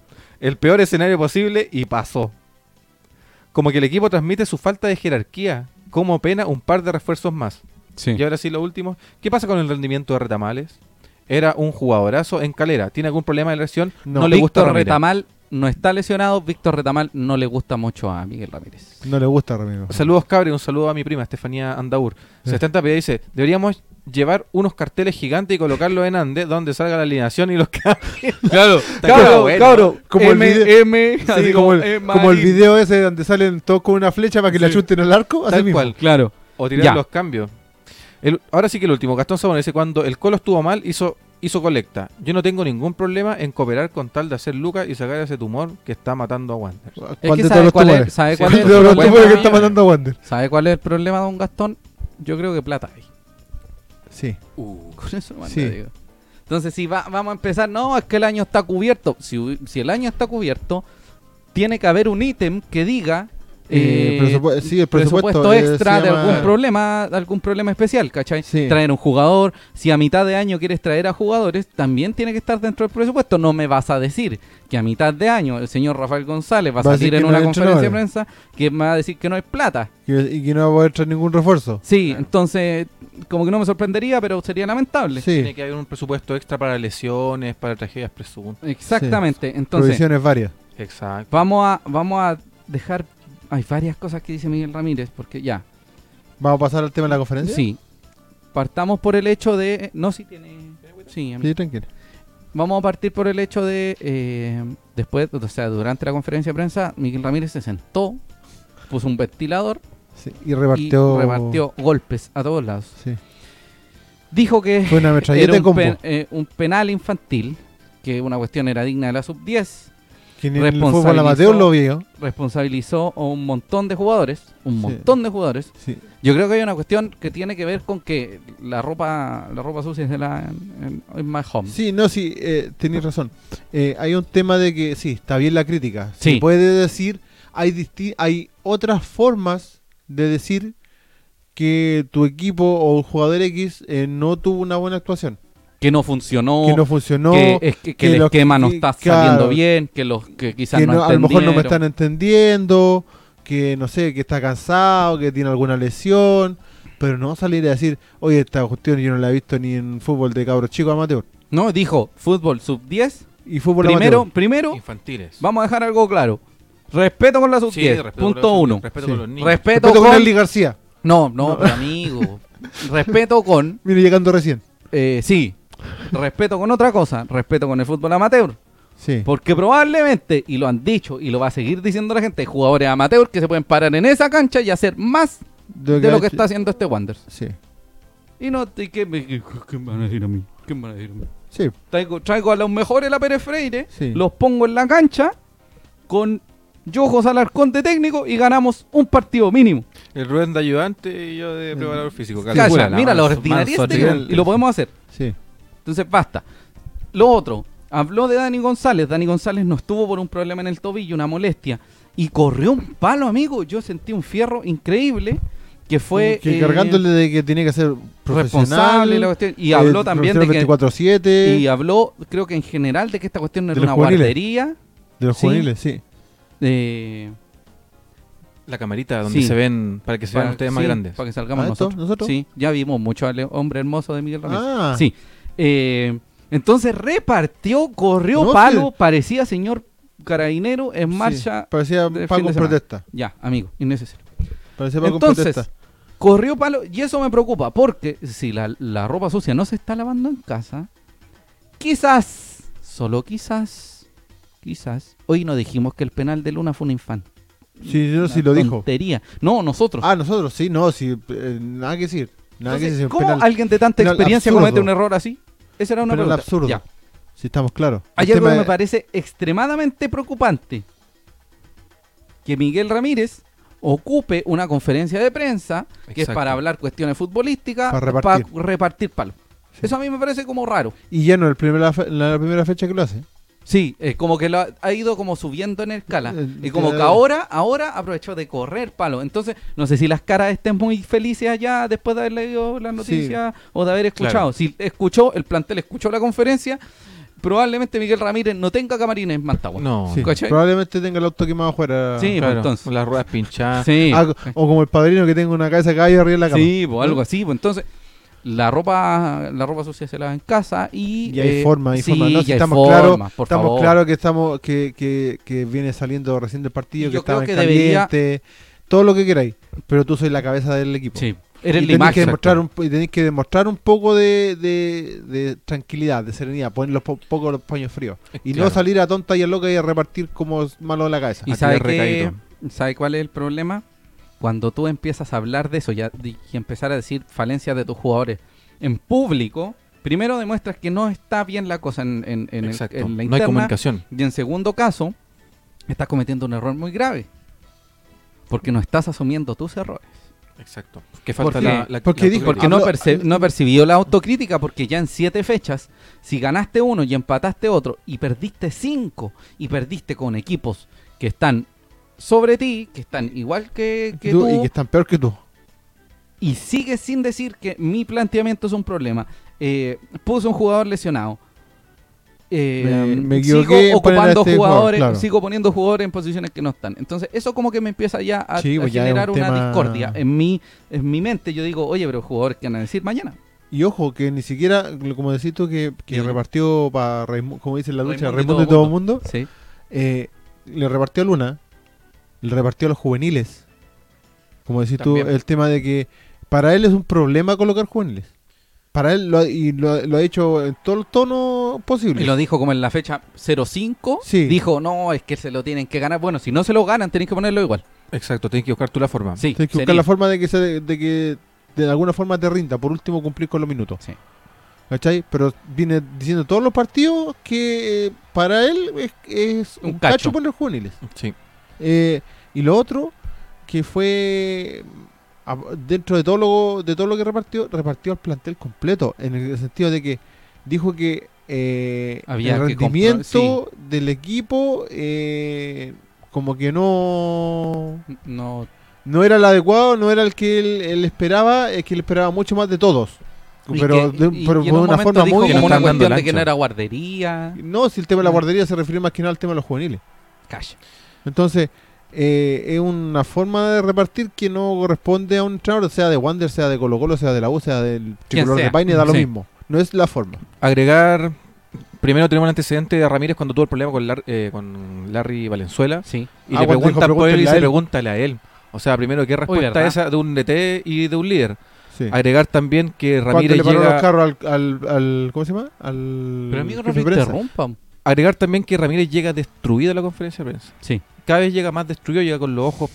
C: El peor escenario posible y pasó. Como que el equipo transmite su falta de jerarquía, como pena un par de refuerzos más.
A: Sí.
C: Y ahora sí lo último, ¿qué pasa con el rendimiento de Retamales? Era un jugadorazo en calera, tiene algún problema de lesión,
B: No.
C: no, le gusta
A: Víctor
C: Ramírez.
A: Retamal no está lesionado. Víctor Retamal no le gusta mucho a Miguel Ramírez.
B: No le gusta, Ramiro.
C: Saludos Cabri, un saludo a mi prima Estefanía
A: Eh.
C: Andaur.
B: Sí.
C: 70 pide dice, deberíamos llevar unos carteles gigantes y colocarlos en Andes donde salga la alineación y los cambios.
A: Claro,
C: quedado
A: claro,
C: bueno.
A: claro.
B: Como el video-
A: M,
B: Sí,
A: así
B: como,
A: eh,
B: el, como el
A: Marín.
B: video ese donde salen todos con una flecha para que la chuten al arco. Así
C: Tal
B: mismo.
C: cual.
A: Claro.
C: O tirar
A: Ya.
C: los cambios. El- ahora sí que el último. Gastón Sabón dice, cuando el Colo estuvo mal, hizo, hizo colecta. Yo no tengo ningún problema en cooperar con tal de hacer lucas y sacar ese tumor que está matando a Wander.
A: Es
B: ¿Cuál
A: que sabe
B: de todos los
A: cuál es,
B: tumores?
A: sabe
C: Sí,
A: cuál
B: ¿Cuál
A: es
B: de todos
A: el
B: los
C: Bueno,
B: tumores que
A: problema.
B: está mandando Wander?
A: ¿Sabe cuál es el problema, don Gastón? Yo creo que plata hay.
B: Sí.
A: Uh, Con eso no
B: Sí.
A: digo. Entonces, si va- vamos a empezar, no, es que el año está cubierto. Si, hu- si el año está cubierto, tiene que haber un ítem que diga eh,
B: Eh, presupu- sí,
A: presupuesto,
B: el presupuesto, eh,
A: extra
B: se
A: de
B: llama-
A: algún problema, de algún problema especial, ¿cachai?
B: Sí.
A: Traer un jugador, si a mitad de año quieres traer a jugadores, también tiene que estar dentro del presupuesto. No me vas a decir que a mitad de año el señor Rafael González va a
B: Va a
A: salir
B: decir que
A: en
B: no
A: una
B: hay
A: conferencia de
B: entrenadores.
A: prensa que me va a decir que no hay plata.
B: Y, y que no va a poder traer ningún refuerzo.
A: Sí, entonces, como que no me sorprendería, pero sería lamentable.
C: Tiene
B: Sí.
C: que haber un presupuesto extra para lesiones, para tragedias presuntas.
A: Exactamente. Entonces,
B: Provisiones varias.
C: Exacto.
A: Vamos a, vamos a dejar. Hay varias cosas que dice Miguel Ramírez, porque ya.
B: Vamos a pasar al tema de la conferencia.
A: Sí. Partamos por el hecho de. No, si tiene. Sí, amigo.
B: Sí, tranquilo.
A: Vamos a partir por el hecho de. eh, después, o sea, durante la conferencia de prensa, Miguel Ramírez se sentó, puso un ventilador
B: Sí, Y repartió.
A: y repartió golpes a todos lados.
B: Sí.
A: Dijo que
B: Fue una metralleta
A: era
B: de
A: un,
B: combo.
A: pen- eh, un penal infantil, que una cuestión era digna de la sub-10.
B: Que en el fútbol
A: responsabilizó-
B: amateur lo vio.
A: Responsabilizó a un montón de jugadores, un
B: Sí.
A: montón de jugadores,
B: Sí.
A: Yo creo que hay una cuestión que tiene que ver con que la ropa la ropa sucia es de la en, en- en my home.
B: Sí, no, sí, eh, tenés razón. Eh, hay un tema de que, sí, está bien la crítica. Se
A: Sí.
B: puede decir, hay, disti- hay otras formas de decir que tu equipo o el jugador X eh, no tuvo una buena actuación.
A: Que no funcionó,
B: que no funcionó,
A: que, es que- que
B: que
A: el
B: los-
A: esquema no
B: que-
A: está
B: claro.
A: saliendo bien, que los que quizás
B: que
A: no,
B: no- a lo mejor no me
A: entendieron.
B: están entendiendo, que no sé, que está cansado, que tiene alguna lesión. Pero no salir a decir, oye, esta cuestión yo no la he visto ni en fútbol de cabros chicos amateur.
A: No, dijo fútbol sub 10.
B: Y fútbol
A: Primero,
B: amateur.
A: primero
C: Infantiles.
A: vamos a dejar algo claro. Respeto con la sub
C: Sí,
A: 10.
C: respeto con
A: punto
C: los-
A: uno.
C: Respeto
B: Sí.
C: con los niños.
A: Respeto,
B: Respeto con
A: con
B: Eli García.
A: No, no, pero amigo. respeto con
B: Mire, llegando recién.
A: eh, sí. Respeto con otra cosa, respeto con el fútbol amateur.
B: Sí.
A: Porque probablemente, y lo han dicho y lo va a seguir diciendo la gente, hay jugadores amateur que se pueden parar en esa cancha y hacer más
B: de
A: de lo
B: ha
A: que
B: hecho-
A: está haciendo este Wanders.
B: Sí.
A: Y no, y que me- que- ¿qué me van a decir a mí? ¿Qué me van a decir a mí?
B: Sí.
A: Traigo, traigo a los mejores de la Pérez Freire,
B: Sí.
A: los pongo en la cancha con Yojo Salarcón de técnico y ganamos un partido mínimo.
C: El Rubén de ayudante y yo de preparador físico.
A: Cacha,
C: Calcula, la
A: Mm. mira, la
C: manso-
A: ordinariedad
C: manso
A: técnica,
C: nivel.
A: y lo podemos hacer.
B: Sí.
A: Entonces basta. Lo otro, habló de Dani González. Dani González no estuvo por un problema en el tobillo, una molestia. Y corrió un palo, amigo. Yo sentí un fierro increíble que fue
B: Uh, que
A: eh,
B: cargándole de que tiene que ser
A: responsable. la
B: profesional.
A: cuestión. Y habló
B: eh,
A: también de
B: profesional
A: que...
B: 24/7
A: eh, Y habló, creo que en general, de que esta cuestión no
B: De
A: era
B: los
A: una
B: juveniles.
A: guardería.
B: de los
A: sí.
B: juveniles, sí.
A: eh,
C: La camarita donde
A: Sí.
C: se ven, para que se vean
A: para-
C: ustedes más
A: sí,
C: grandes.
A: Para que salgamos
B: ¿Ah, esto?
A: nosotros.
B: ¿Nosotros?
A: Sí, ya vimos mucho al hombre hermoso de Miguel Ramírez.
B: Ah.
A: Sí. Eh, entonces repartió, corrió
B: No, sí.
A: palo, parecía señor carabinero en
B: Sí.
A: marcha.
B: Parecía
A: de fin
B: Paco
A: de
B: en
A: semana.
B: protesta.
A: Ya, amigo, innecesario.
B: Parecía Paco en
A: Entonces,
B: protesta.
A: Corrió palo. Y eso me preocupa, porque si la, la ropa sucia no se está lavando en casa, quizás, solo quizás, quizás. Hoy no dijimos que el penal de Luna fue un infante.
B: Sí, yo sí
A: Una
B: lo dijo.
A: tontería. No, nosotros.
B: Ah, nosotros, sí, no, sí, eh, nada que decir. Nada
A: Entonces,
B: que decir.
A: ¿Cómo
B: penal,
A: alguien de tanta
B: penal
A: experiencia
B: absurdo.
A: comete un error así? Esa era una
B: penal
A: pregunta.
B: absurdo.
A: Ya.
B: Si estamos claros.
A: Hay algo
B: El
A: que
B: tema
A: me parece extremadamente preocupante. Que Miguel Ramírez ocupe una conferencia de prensa que es
C: Exacto.
A: para hablar cuestiones futbolísticas,
B: Para repartir.
A: para repartir palos.
B: Sí.
A: Eso a mí me parece como raro.
B: Y ya no es el primera fe- la primera fecha que lo hace.
A: Sí, es como que lo ha, ha ido como subiendo en escala.
B: Eh,
A: Y como que
B: claro.
A: ahora, ahora aprovechó de correr palo. Entonces, no sé si las caras estén muy felices allá después de haber leído las noticias o de haber escuchado.
C: Claro.
A: Si escuchó, el plantel escuchó la conferencia, probablemente Miguel Ramírez no tenga camarines en Mantagua.
C: No,
B: Sí,
A: Oh, ¿cachai?
B: Probablemente tenga el auto quemado afuera.
A: Sí, pues,
C: claro,
A: entonces.
C: las ruedas pinchadas.
A: Sí,
B: Ah, o como el padrino que tenga una cabeza de caballo arriba de la cama.
A: sí, pues, algo así. pues, entonces, la ropa, la ropa sucia se lava en casa y.
B: Y hay
A: eh,
B: forma, hay
A: sí,
B: forma. No,
A: y
B: si
A: hay
B: estamos
A: forma,
B: claros,
A: por
B: estamos
A: favor.
B: claros que estamos que, que, que viene saliendo recién del partido,
A: Y
B: que
A: yo
B: estaba en
A: creo que debería-
B: caliente, todo lo que queráis. Pero tú sois la cabeza del equipo.
A: Sí, eres
B: y
A: la
B: tenéis que
A: imagen.
B: demostrar un, po- y tenéis que demostrar un poco de, de- de tranquilidad, de serenidad, poner los po- poco los paños fríos.
A: Eh,
B: Y
C: Claro.
B: no salir a tonta y a loca y a repartir como malo en la cabeza.
A: ¿Y
C: Aquí
A: sabe,
C: es recaído.
A: qué- sabe cuál es el problema? Cuando tú empiezas a hablar de eso ya, y y empezar a decir falencias de tus jugadores en público, primero demuestras que no está bien la cosa en, en- en el-
C: Exacto.
A: en la
C: no hay
A: interna,
C: comunicación.
A: Y en segundo caso, estás cometiendo un error muy grave. Porque no estás asumiendo tus errores.
C: Exacto. Que falta
A: Porque-
C: la, la-
B: porque
C: la
B: dijo-
A: Porque
C: autocrítica.
A: no,
B: Habló-
A: perci- no percibió la autocrítica, porque ya en siete fechas, si ganaste uno y empataste otro, y perdiste cinco, y perdiste con equipos que están sobre ti, que están igual que, que
B: Tú-
A: tú,
B: Y que están peor que tú.
A: y sigues sin decir que mi planteamiento es un problema. Eh, puse un jugador lesionado. Eh,
B: Me- me
A: sigo
B: equivoqué en poner a
A: ocupando
B: este jugador,
A: jugadores,
B: claro.
A: sigo poniendo jugadores en posiciones que no están. Entonces, eso como que me empieza ya a,
B: Sí,
A: a
B: pues ya es
A: generar
B: un
A: una
B: tema-
A: discordia en mi, en mi mente. Yo digo, oye, pero jugadores que van a decir mañana.
B: Y ojo, que ni siquiera, como decís tú, que, que
A: Sí.
B: repartió para, Raimu- como dice en la
A: Raimundo
B: lucha, Raimundo
A: y
B: y todo el mundo,
A: Sí.
B: eh, le repartió a Luna, le repartió a los juveniles. Como decís tú,
C: También.
B: el tema de que para él es un problema colocar juveniles. Para él, lo, ha- y lo, lo ha hecho en todo el tono posible.
A: Y lo dijo como en la fecha 05.
B: Sí.
A: Dijo, no, es que se lo tienen que ganar. Bueno, si no se lo ganan, tenéis que ponerlo igual.
C: Exacto, tienes Ah, que buscar tú la forma.
A: Sí,
B: Tienes que buscar
A: sería.
B: la forma de que, se- de que de alguna forma te rinda, por último cumplir con los minutos.
A: Sí.
B: ¿Cachai? Pero viene diciendo todos los partidos que eh, para él es, es
A: Un
B: un, cacho.
A: cacho.
B: poner juveniles.
C: Sí.
B: Eh, y lo otro, que fue a- dentro de todo lo, de todo lo que repartió, repartió al plantel completo, en el sentido de que dijo que eh,
A: Había
B: el
A: que compro-
B: rendimiento del equipo eh, como que no
A: No,
B: no era el adecuado, no era el que él, él esperaba, es que él esperaba mucho más de todos.
A: Y
B: Pero
A: que-
B: de,
A: y-
B: pero
A: y en un
B: de una
A: momento
B: forma
A: dijo
B: muy...
A: como
C: Están
A: una
C: dando
A: cuestión
C: el
A: de que
C: ancho.
A: no Mm. era guardería.
B: No, si el tema de la guardería se refiere más que nada al tema de los juveniles.
A: Calla.
B: Entonces, eh, es una forma de repartir que no corresponde a un entrenador, sea de Wander, sea de Colo Colo, sea de la U, sea del tricolor
A: sea.
B: de Paine, da lo
C: Sí.
B: mismo. No es la forma.
C: Agregar. Primero tenemos el antecedente de Ramírez cuando tuvo el problema con, Lar- eh, con Larry Valenzuela.
A: Sí.
C: Y
B: Ah,
C: le
B: cuando dijo,
C: preguntan por él y
B: "Pregúntenle a
C: se
B: él".
C: pregúntale a él. O sea, primero, ¿qué respuesta
A: ¿verdad?
C: esa de un DT y de un líder?
B: Sí.
C: Agregar también que
B: Cuando
C: Ramírez
B: le paró los
C: llega.
B: carros al, al, al- ¿Cómo se llama? Al.
A: Pero amigo, no
B: jefe
A: me
B: de prensa.
A: interrumpan.
C: Agregar también que Ramírez llega destruido a la conferencia de prensa.
A: Sí.
C: Cada vez llega más destruido, llega con los ojos,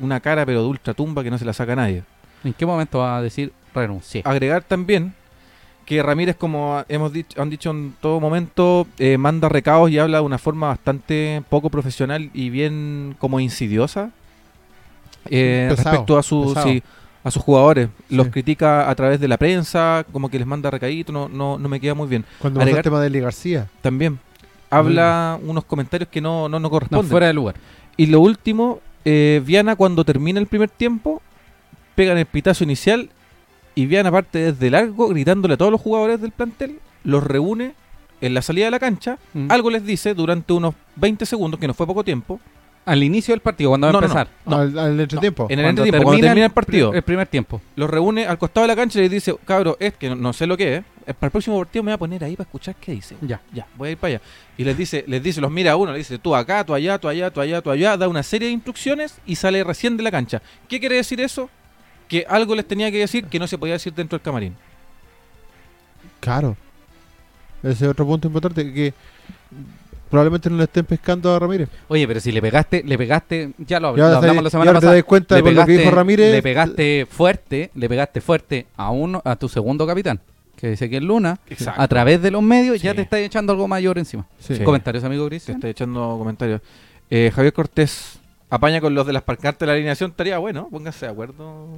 C: una cara pero de ultratumba que no se la saca nadie.
A: ¿En qué momento va a decir renuncié?
C: agregar también que Ramírez, como hemos dicho, han dicho en todo momento, eh, manda recados y habla de una forma bastante poco profesional y bien como insidiosa eh,
B: Pesado,
C: respecto a sus
B: pesado.
C: sí, a sus jugadores. Los
B: Sí.
C: critica a través de la prensa, como que les manda recaditos, no, no, no me queda muy bien.
B: Cuando pasó
C: Agregar-
B: el tema de Eli García.
C: También habla
B: Mm.
C: unos comentarios que no, no, no
A: No,
C: corresponden.
A: fuera de lugar.
C: Y lo último, eh, Viana cuando termina el primer tiempo, pegan el pitazo inicial y Viana parte desde largo gritándole a todos los jugadores del plantel, los reúne en la salida de la cancha,
A: Mm.
C: algo les dice durante unos 20 segundos, que no fue poco tiempo,
A: Al inicio del partido, cuando va
C: No,
A: a
C: no,
A: empezar.
B: al, al entretiempo.
C: en el entretiempo, cuando termina el partido,
A: pri- El primer tiempo.
C: los reúne al costado de la cancha y les dice, cabro, es que no, no sé lo que es, eh, para el próximo partido me voy a poner ahí para escuchar qué dice.
A: Ya.
C: Ya, voy a ir para allá. Y les dice, les dice, los mira a uno, le dice, tú acá, tú allá, tú allá, tú allá, tú allá, da una serie de instrucciones y sale recién de la cancha. ¿Qué quiere decir eso? que algo les tenía que decir que no se podía decir dentro del camarín.
B: Claro. Ese es otro punto importante, que probablemente no le estén pescando a Ramírez.
A: Oye, pero si le pegaste, le pegaste, ya lo,
B: Ya
A: lo
B: sabes-
A: hablamos la semana
B: ya te
A: pasada.
B: das cuenta
A: le
B: con lo que dijo Ramírez.
A: le pegaste fuerte, le pegaste fuerte a uno, a tu segundo capitán, que dice que es Luna,
C: Exacto.
A: a través de los medios ya
C: Sí.
A: te está echando algo mayor encima.
B: Sí.
C: Sí.
A: Comentarios, amigo Gris.
C: Te estoy echando comentarios. Eh, Javier Cortés apaña con los de las parcantes de la alineación. Estaría bueno, pónganse de acuerdo.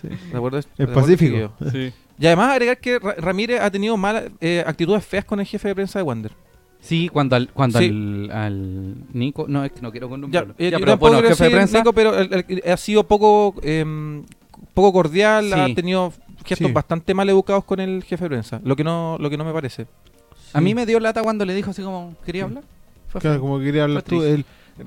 B: Sí.
C: De acuerdo de
B: El
C: acuerdo,
B: Pacífico.
C: chiquillo. Y además agregar que Ra- Ramírez ha tenido malas eh, actitudes feas con el jefe de prensa de Wander.
A: Sí, cuando al, cuando
C: Sí.
A: al, al Nico, no es que no quiero
C: Ya,
A: nombrarlo.
C: eh,
A: Ya,
C: yo
A: pero
C: tampoco
A: bueno,
C: quiero
A: jefe de
C: decir,
A: prensa,
C: Nico, pero el- el- el- ha sido poco em, poco cordial,
A: Sí.
C: ha tenido gestos
B: Sí.
C: bastante mal educados con el jefe de prensa, lo que no lo que no me parece.
A: a mí me dio lata cuando le dijo así como quería hablar. Fue
B: Claro,
A: feo.
B: como quería hablar tú, él,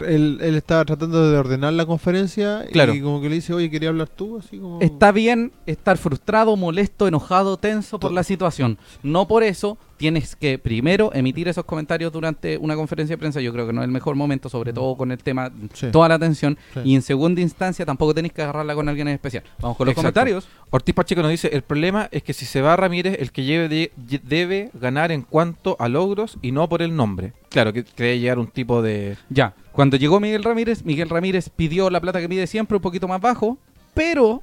B: él, él estaba tratando de ordenar la conferencia
C: Claro.
B: y como que le dice, oye, quería hablar tú, así como...
A: Está bien estar frustrado, molesto, enojado, tenso por
B: To-
A: la situación. No por eso tienes que primero emitir esos comentarios durante una conferencia de prensa. Yo creo que no es el mejor momento, sobre todo con el tema,
B: Mm. Sí.
A: toda la atención.
B: Sí.
A: Y en segunda instancia tampoco tenés que agarrarla con alguien en especial. Vamos con los
C: Exacto.
A: comentarios.
C: Ortiz Pacheco nos dice, el problema es que si se va Ramírez, el que lleve de- ye- debe ganar en cuanto a logros y no por el nombre. Claro, que cree llegar un tipo de...
A: Ya, cuando llegó Miguel Ramírez, Miguel Ramírez pidió la plata que pide siempre, un poquito más bajo, pero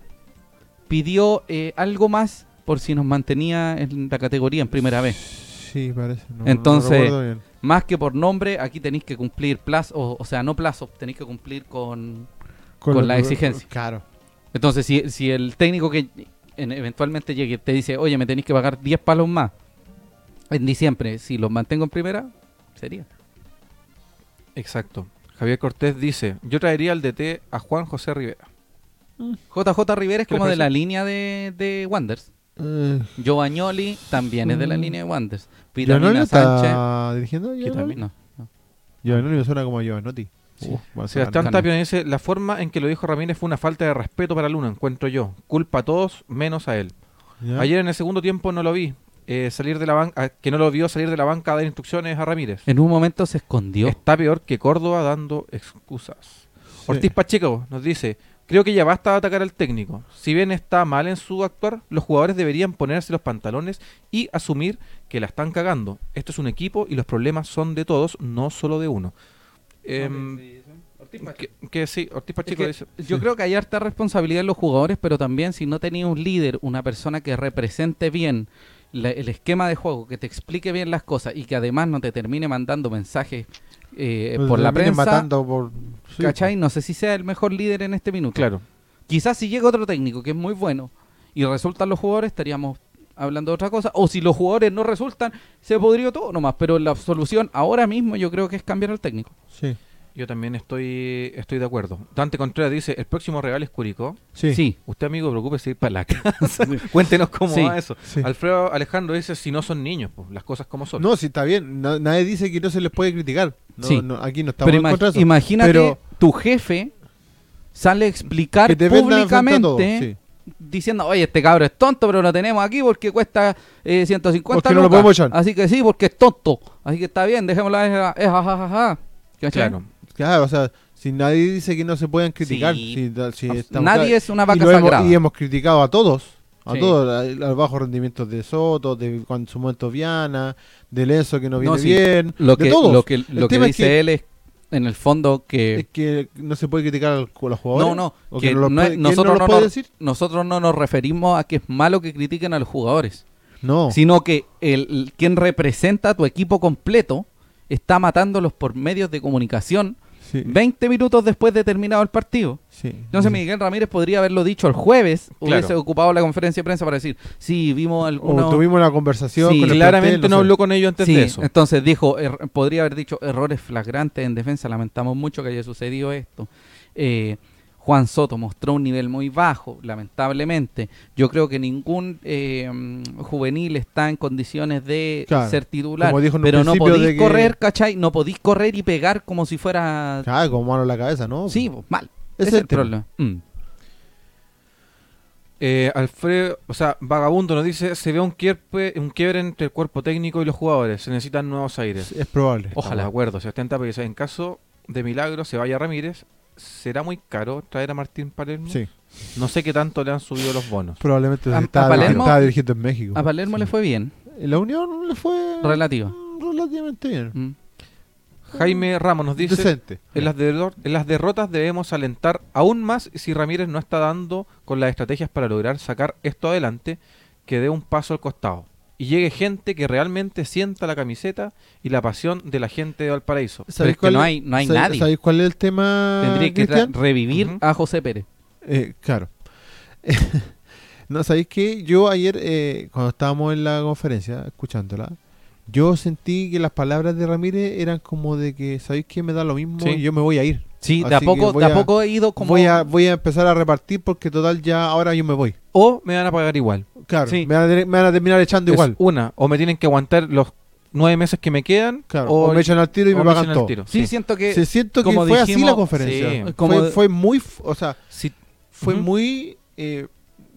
A: pidió eh, algo más por si nos mantenía en la categoría en primera vez.
B: Sí, parece. no- no
A: Entonces-
B: recuerdo bien.
A: Más que por nombre, aquí tenéis que cumplir plazo, o, o sea, no plazo, tenéis que cumplir con... con
B: lo
A: la
B: que-
A: exigencia.
B: Claro.
A: Entonces, si, si el técnico que en- eventualmente llegue te dice, oye, me tenéis que pagar 10 palos más en diciembre, si los mantengo en primera, sería.
C: Exacto. Javier Cortés dice, yo traería al DT a Juan José Rivera.
A: JJ Rivera es
C: ¿Qué les
A: como de
C: parece?
A: la línea de, de Wanders.
B: Eh,
A: Giovannioli también es de la
B: Mm.
A: línea de Wanders.
B: ¿Giovanotti
A: Pitamina Sánchez.
B: está dirigiendo?
A: que también- no, no.
B: Giovanni me suena como a Giovanotti.
A: Sí.
B: Uh, Barcelona.
C: Sebastián
A: Ganar.
C: Tapia nos dice, la forma en que lo dijo Ramírez fue una falta de respeto para Luna, encuentro yo. Culpa a todos, menos a él.
B: Ya.
C: Ayer en el segundo tiempo no lo vi. eh, salir de la banca, que no lo vio salir de la banca a dar instrucciones a Ramírez.
A: En un momento se escondió.
C: Está peor que Córdoba dando excusas.
B: Sí.
C: Ortiz Pacheco nos dice, creo que ya basta de atacar al técnico. Si bien está mal en su actuar, los jugadores deberían ponerse los pantalones y asumir que la están cagando. Esto es un equipo y los problemas son de todos, no solo de uno. Em, que, que sí, Ortiz
A: Es
C: Pacheco
A: que
C: dice...
A: yo creo que hay harta responsabilidad en los jugadores, pero también si no tenía un líder, una persona que represente bien la- el esquema de juego, que te explique bien las cosas y que además no te termine mandando mensajes eh,
B: Pues
A: por la
B: terminan
A: prensa,
B: matando por... sí, pues.
A: ¿cachai? No sé si sea el mejor líder en este minuto.
C: Claro.
A: Quizás si llega otro técnico que es muy bueno y resultan los jugadores, estaríamos hablando de otra cosa. O si los jugadores no resultan, se podría todo nomás. Pero la solución ahora mismo yo creo que es cambiar al técnico.
B: Sí.
C: Yo también estoy, estoy de acuerdo. Dante Contreras dice, el próximo rival es Curicó.
B: Sí.
A: Sí.
C: Usted, amigo, preocúpese ir para la casa. Cuéntenos cómo
A: Sí.
C: va eso.
B: Sí.
C: Alfredo Alejandro dice, si no son niños, pues, las cosas como son.
B: No, sí, está bien. na- nadie dice que no se les puede criticar. No,
A: Sí.
B: no, aquí no estamos
A: Pero
B: en
A: ima-
B: contra de eso.
A: imagínate,
B: Pero
A: tu jefe sale a explicar
B: que te vendan frente a todos,
A: públicamente
B: sí.
A: diciendo, oye, este cabro es tonto, pero lo tenemos aquí porque cuesta eh, 150
B: Porque no lo
A: lucas.
B: podemos echar.
A: Así que sí, porque es tonto. Así que está bien, dejémoslo a esa- es jajajaja. ¿Cachai?
C: Claro.
B: Claro, o sea, si nadie dice que no se pueden criticar,
A: Sí.
B: si da- si
A: O sea,
B: estamos-
A: Nadie es una
B: y
A: vaca
B: lo hemos-
A: sagrada.
B: y hemos criticado a todos, a
A: Sí.
B: todos, a- al bajo rendimiento de Soto, de cuando en su momento Viana, de Lenzo que no viene
A: No, sí.
B: bien,
A: Lo que,
B: de todos.
A: lo que, lo
B: El
A: que
B: tema es
A: dice él es, en el fondo, que...
B: es que no se puede criticar al- a los
A: No,
B: jugadores.
A: no,
B: o
A: que
B: que no lo
A: no es-
B: puede- que él
A: nosotros,
B: no lo
A: no
B: puede
A: nos-
B: decir.
A: nosotros no nos referimos a que es malo que critiquen a los jugadores.
B: No,
A: sino que el, el- quien representa a tu equipo completo está matándolos por medios de comunicación
B: sí, Mm.
A: 20 minutos después de terminado el partido.
B: sí.
A: Entonces Miguel Ramírez podría haberlo dicho el jueves,
C: Claro.
A: hubiese ocupado la conferencia de prensa para decir, sí, vimos
B: o
A: algunos...
B: tuvimos una conversación
A: Sí,
B: con el
C: Claramente
B: plantel,
C: no
B: sé.
C: habló con ellos antes
A: Sí,
C: de eso.
A: entonces dijo, er- podría haber dicho errores flagrantes en defensa, lamentamos mucho que haya sucedido esto. Eh, Juan Soto mostró un nivel muy bajo, lamentablemente. Yo creo que ningún eh, mm, juvenil está en condiciones de
B: Claro,
A: ser titular,
B: como dijo en un
A: pero no
B: principio
A: podís
B: de que-
A: correr, ¿cachai? No podís correr y pegar como si fuera...
B: Claro, como Ah, mano en la cabeza, ¿no?
A: Sí, pues, mal. Ese
B: Ese es
A: es el
B: tema.
A: problema. Mm.
C: Eh, Alfredo, o sea, Vagabundo nos dice, se ve un quiebre, un quiebre entre el cuerpo técnico y los jugadores, se necesitan nuevos aires.
B: Es probable.
C: Ojalá. De acuerdo, Sebastián Tapia dice, en caso de milagro se vaya Ramírez, ¿será muy caro traer a Martín Palermo?
B: Sí.
C: No sé qué tanto le han subido los bonos.
B: Probablemente
A: A-
B: se
A: a
B: estaba,
A: Palermo-
B: estaba dirigiendo en México.
A: A Palermo le fue bien.
B: En La Unión le fue
A: Relativa.
B: mm, relativamente bien.
A: Mm.
C: Jaime Ramos nos dice,
B: Decente.
C: en las, derro- en las derrotas debemos alentar aún más si Ramírez no está dando con las estrategias para lograr sacar esto adelante, que dé un paso al costado y llegue gente que realmente sienta la camiseta y la pasión de la gente de Valparaíso.
A: Pero es que no hay, no hay
B: ¿sabéis-
A: nadie.
B: ¿Sabéis cuál es el tema?
A: Tendría que tra-
B: Ah, Cristian?
A: revivir
C: Ujú.
A: a José Pérez.
B: Eh, claro. no, ¿sabéis qué? Yo ayer, eh, cuando estábamos en la conferencia, escuchándola, yo sentí que las palabras de Ramírez eran como de que, ¿sabéis qué? Me da lo mismo
C: Sí.
B: y yo me voy a ir.
A: Sí,
B: Así
A: de a
B: que
A: poco,
B: voy
A: de a
B: a-
A: poco he ido como.
B: Voy a, voy a empezar a repartir porque total ya ahora yo me voy.
C: O me van a pagar igual.
B: Claro,
A: Sí.
B: me, van a, tener- me van a terminar echando
C: Es
B: igual.
C: una, o me tienen que aguantar los nueve meses que me quedan,
B: Claro,
C: o,
B: o, me echan al tiro y
C: o
B: me
C: me
B: pagan
C: echan al
B: todo.
C: tiro.
A: Sí,
C: Sí.
A: siento que.
B: Se siento que
A: Eh, como
B: fue así
A: dijimos-
B: la conferencia.
C: sí,
A: como-
B: Fue, fue muy, f- o sea,
C: si-
B: fue
C: Ujú.
B: muy, eh,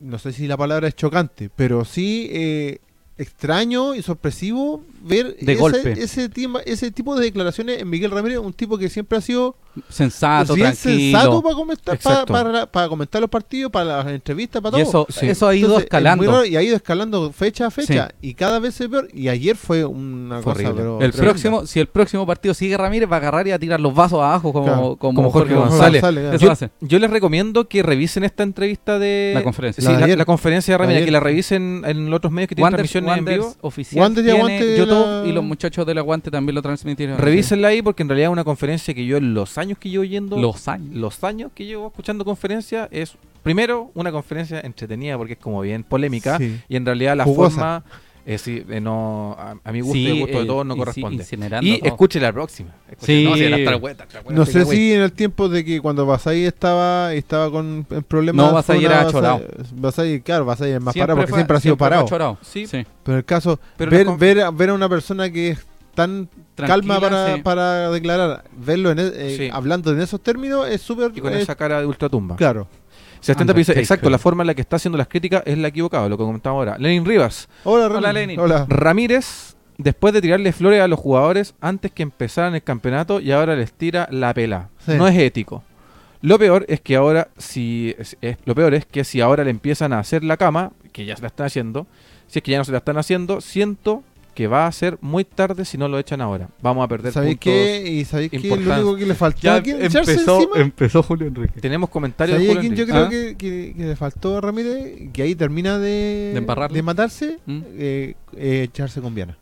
B: no sé si la palabra es chocante, pero sí eh, extraño y sorpresivo ver
A: De
B: ese,
A: golpe.
B: ese, tema- ese tipo de declaraciones en Miguel Ramírez, un tipo que siempre ha sido
A: sensato,
B: bien
A: Ah, tranquilo.
B: Pues sensato para comentar, para,
C: Exacto.
B: para- para comentar los partidos, para las entrevistas, para
A: y
B: todo.
A: eso,
C: Sí.
A: eso ha ido
B: Entonces, es muy
A: escalando.
B: raro y ha ido escalando fecha a fecha y cada vez es peor. Y ayer fue una
C: Fue
B: cosa,
C: horrible.
B: pero
A: El
B: tremenda.
A: próximo, si el próximo partido sigue Ramírez, va a agarrar y a tirar los vasos abajo como,
B: Claro,
A: como,
C: como
A: Jorge
C: Jorge
A: González.
B: González, ¿eh? ya.
A: Eso
C: Yo-
A: hace.
C: Yo les recomiendo que revisen esta entrevista de
A: La conferencia.
C: eh, Sí,
B: La de
C: la,
B: ayer.
C: la conferencia
B: La
C: de
B: de
C: Ramírez,
B: ayer.
C: que la revisen en los otros medios que tienen
A: Wanders,
C: transmisiones en vivo.
A: Wanders oficial
B: Wander y
A: tiene
B: Aguante
A: YouTube
B: la-
A: y los muchachos del Aguante también lo transmitieron.
C: Revísenla ahí porque en realidad es una conferencia que yo en los años que llevo yendo,
A: Los años.
C: los años que llevo escuchando conferencias, es primero una conferencia entretenida porque es como bien polémica
B: Sí.
C: y en realidad la
B: Jugosa.
C: forma eh, sí, eh, no, a, a mi gusto y
A: Sí,
C: el gusto
A: eh,
C: de todos no
A: y sí,
C: corresponde.
A: incinerando
C: Y
A: a todos.
C: escuche la próxima. Escuche-
A: Sí.
C: no, si la está buena, está buena,
B: No
C: está
B: sé
C: buena.
B: si en el tiempo de que cuando Basay estaba estaba con en problemas.
A: No, Basay
B: fue
A: era
B: una
A: achorado.
B: Basay, claro, Basay es más
A: Siempre
B: parado porque
A: fue-
B: siempre ha sido
A: siempre fue
B: parado.
A: achorado.
C: Sí.
A: Sí.
B: Pero en el caso,
C: Pero
B: ver,
C: la con-
B: ver, a- ver a una persona que es tan
A: Tranquila,
B: calma para,
A: sí.
B: para declarar, verlo en, e- eh,
C: Sí.
B: hablando en esos términos es súper.
C: Y con
B: eh,
C: esa cara de ultratumba.
B: Claro.
C: Se atenta, pero dice,
A: Undertaker.
C: exacto, la forma en la que está haciendo las críticas es la equivocada, lo que comentamos ahora. Lenin Rivas,
B: Hola,
A: Hola,
B: Ronnie.
A: Lenin.
B: Hola.
C: Ramírez, después de tirarle flores a los jugadores antes que empezaran el campeonato y ahora les tira la pela.
B: Sí.
C: No es ético. Lo peor es que ahora si es- es- lo peor es que si ahora le empiezan a hacer la cama, que ya se la están haciendo, si es que ya no se la están haciendo, siento que va a ser muy tarde si no lo echan ahora. Vamos a perder
B: ¿Sabéis
C: puntos.
B: qué? ¿Y sabéis qué? Lo
C: importantes.
B: único que le faltó aquí echarse encima.
D: empezó Julio Enrique.
C: Tenemos comentarios de
B: ¿Sabéis
C: Julio
B: a quién yo
C: Enrique.
B: creo
A: Ah.
B: que, que- que le faltó a Ramírez? Que ahí termina de,
A: De embarrarla.
B: matarse,
A: Mm.
B: eh, eh, echarse con Viana.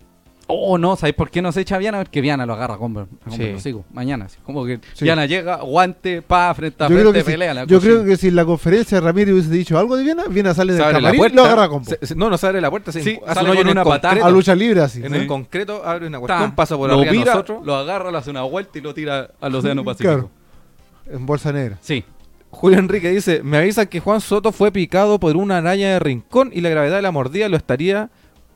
A: Oh, no, ¿sabes por qué no se echa a Viana? Porque Viana lo agarra, hombre.
C: Sí.
A: sigo, mañana. así, Como que
B: Sí.
A: Viana llega, guante, pa, frente a
B: Yo creo,
A: frente,
B: que si,
A: pelea. la
B: yo
A: cosa.
B: creo que si en la conferencia Ramírez hubiese dicho algo de Viena, Viena sale del
C: Se abre la
B: camarín,
C: puerta,
B: lo agarra a combo.
C: se- se- no, no se abre la puerta, se
A: Sí,
C: hace un
A: sale
C: hoyo
A: con
C: en el
A: una patada.
C: concreto.
B: A lucha libre así.
C: En
A: Sí.
C: el concreto abre una
A: Ta,
C: cuestión, pasa por
A: lo
C: arriba de
A: vira,
C: nosotros.
A: lo agarra, le hace una vuelta y lo tira al Océano Pacífico.
B: Claro. En bolsa negra.
A: Sí.
C: Julio Enrique dice, me avisan que Juan Soto fue picado por una araña de rincón y la gravedad de la mordida lo estaría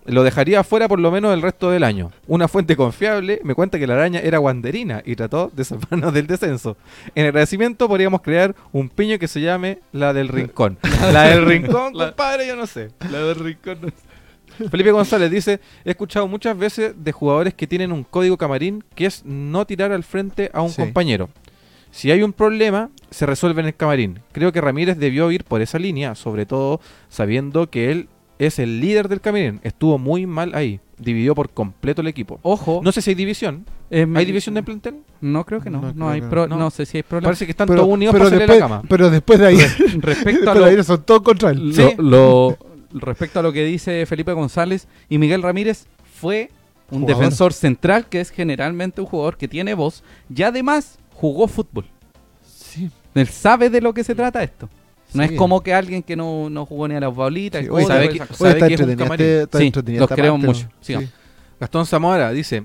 C: lo dejaría fuera por lo menos el resto del año. Una fuente confiable me cuenta que la araña era guanderina y trató de salvarnos del descenso. En agradecimiento podríamos crear un piño que se llame la del rincón. La del rincón, compadre, yo no sé.
A: La del rincón.
C: Felipe González dice, he escuchado muchas veces de jugadores que tienen un código camarín que es no tirar al frente a un
B: Sí.
C: compañero. Si hay un problema, se resuelve en el camarín. Creo que Ramírez debió ir por esa línea, sobre todo sabiendo que él es el líder del camarín. Estuvo muy mal ahí. Dividió por completo el equipo.
A: Ojo.
C: No sé si hay división.
A: em,
C: ¿Hay división del plantel?
A: No creo que no.
B: No
A: No,
B: creo
A: hay
B: que
A: pro-
C: no.
A: no. sé si hay problema.
C: Parece que están todos unidos
B: pero,
C: para salir a
B: después,
C: la cama.
B: pero después de ahí,
A: Respecto a
B: después
A: lo,
B: de ahí son todos contra él.
A: lo-
C: Sí.
A: lo- respecto a lo que dice Felipe González y Miguel Ramírez, fue un
B: Jugador.
A: defensor central que es generalmente un jugador que tiene voz y además jugó fútbol.
B: Sí,
A: Él sabe de lo que se trata esto. No
B: sí.
A: es como que alguien que no, no jugó ni a las baulitas.
B: Sí,
A: el
B: oye,
A: codo,
B: sabe
A: esas
C: que-
A: cosas.
B: Oye, está
C: que es un
B: entretenida,
C: camarín.
B: este- está
A: Sí,
B: entretenida
A: los
B: esta
A: queremos
B: parte,
A: mucho.
B: ¿no?
A: Sigamos.
C: Gastón Zamora dice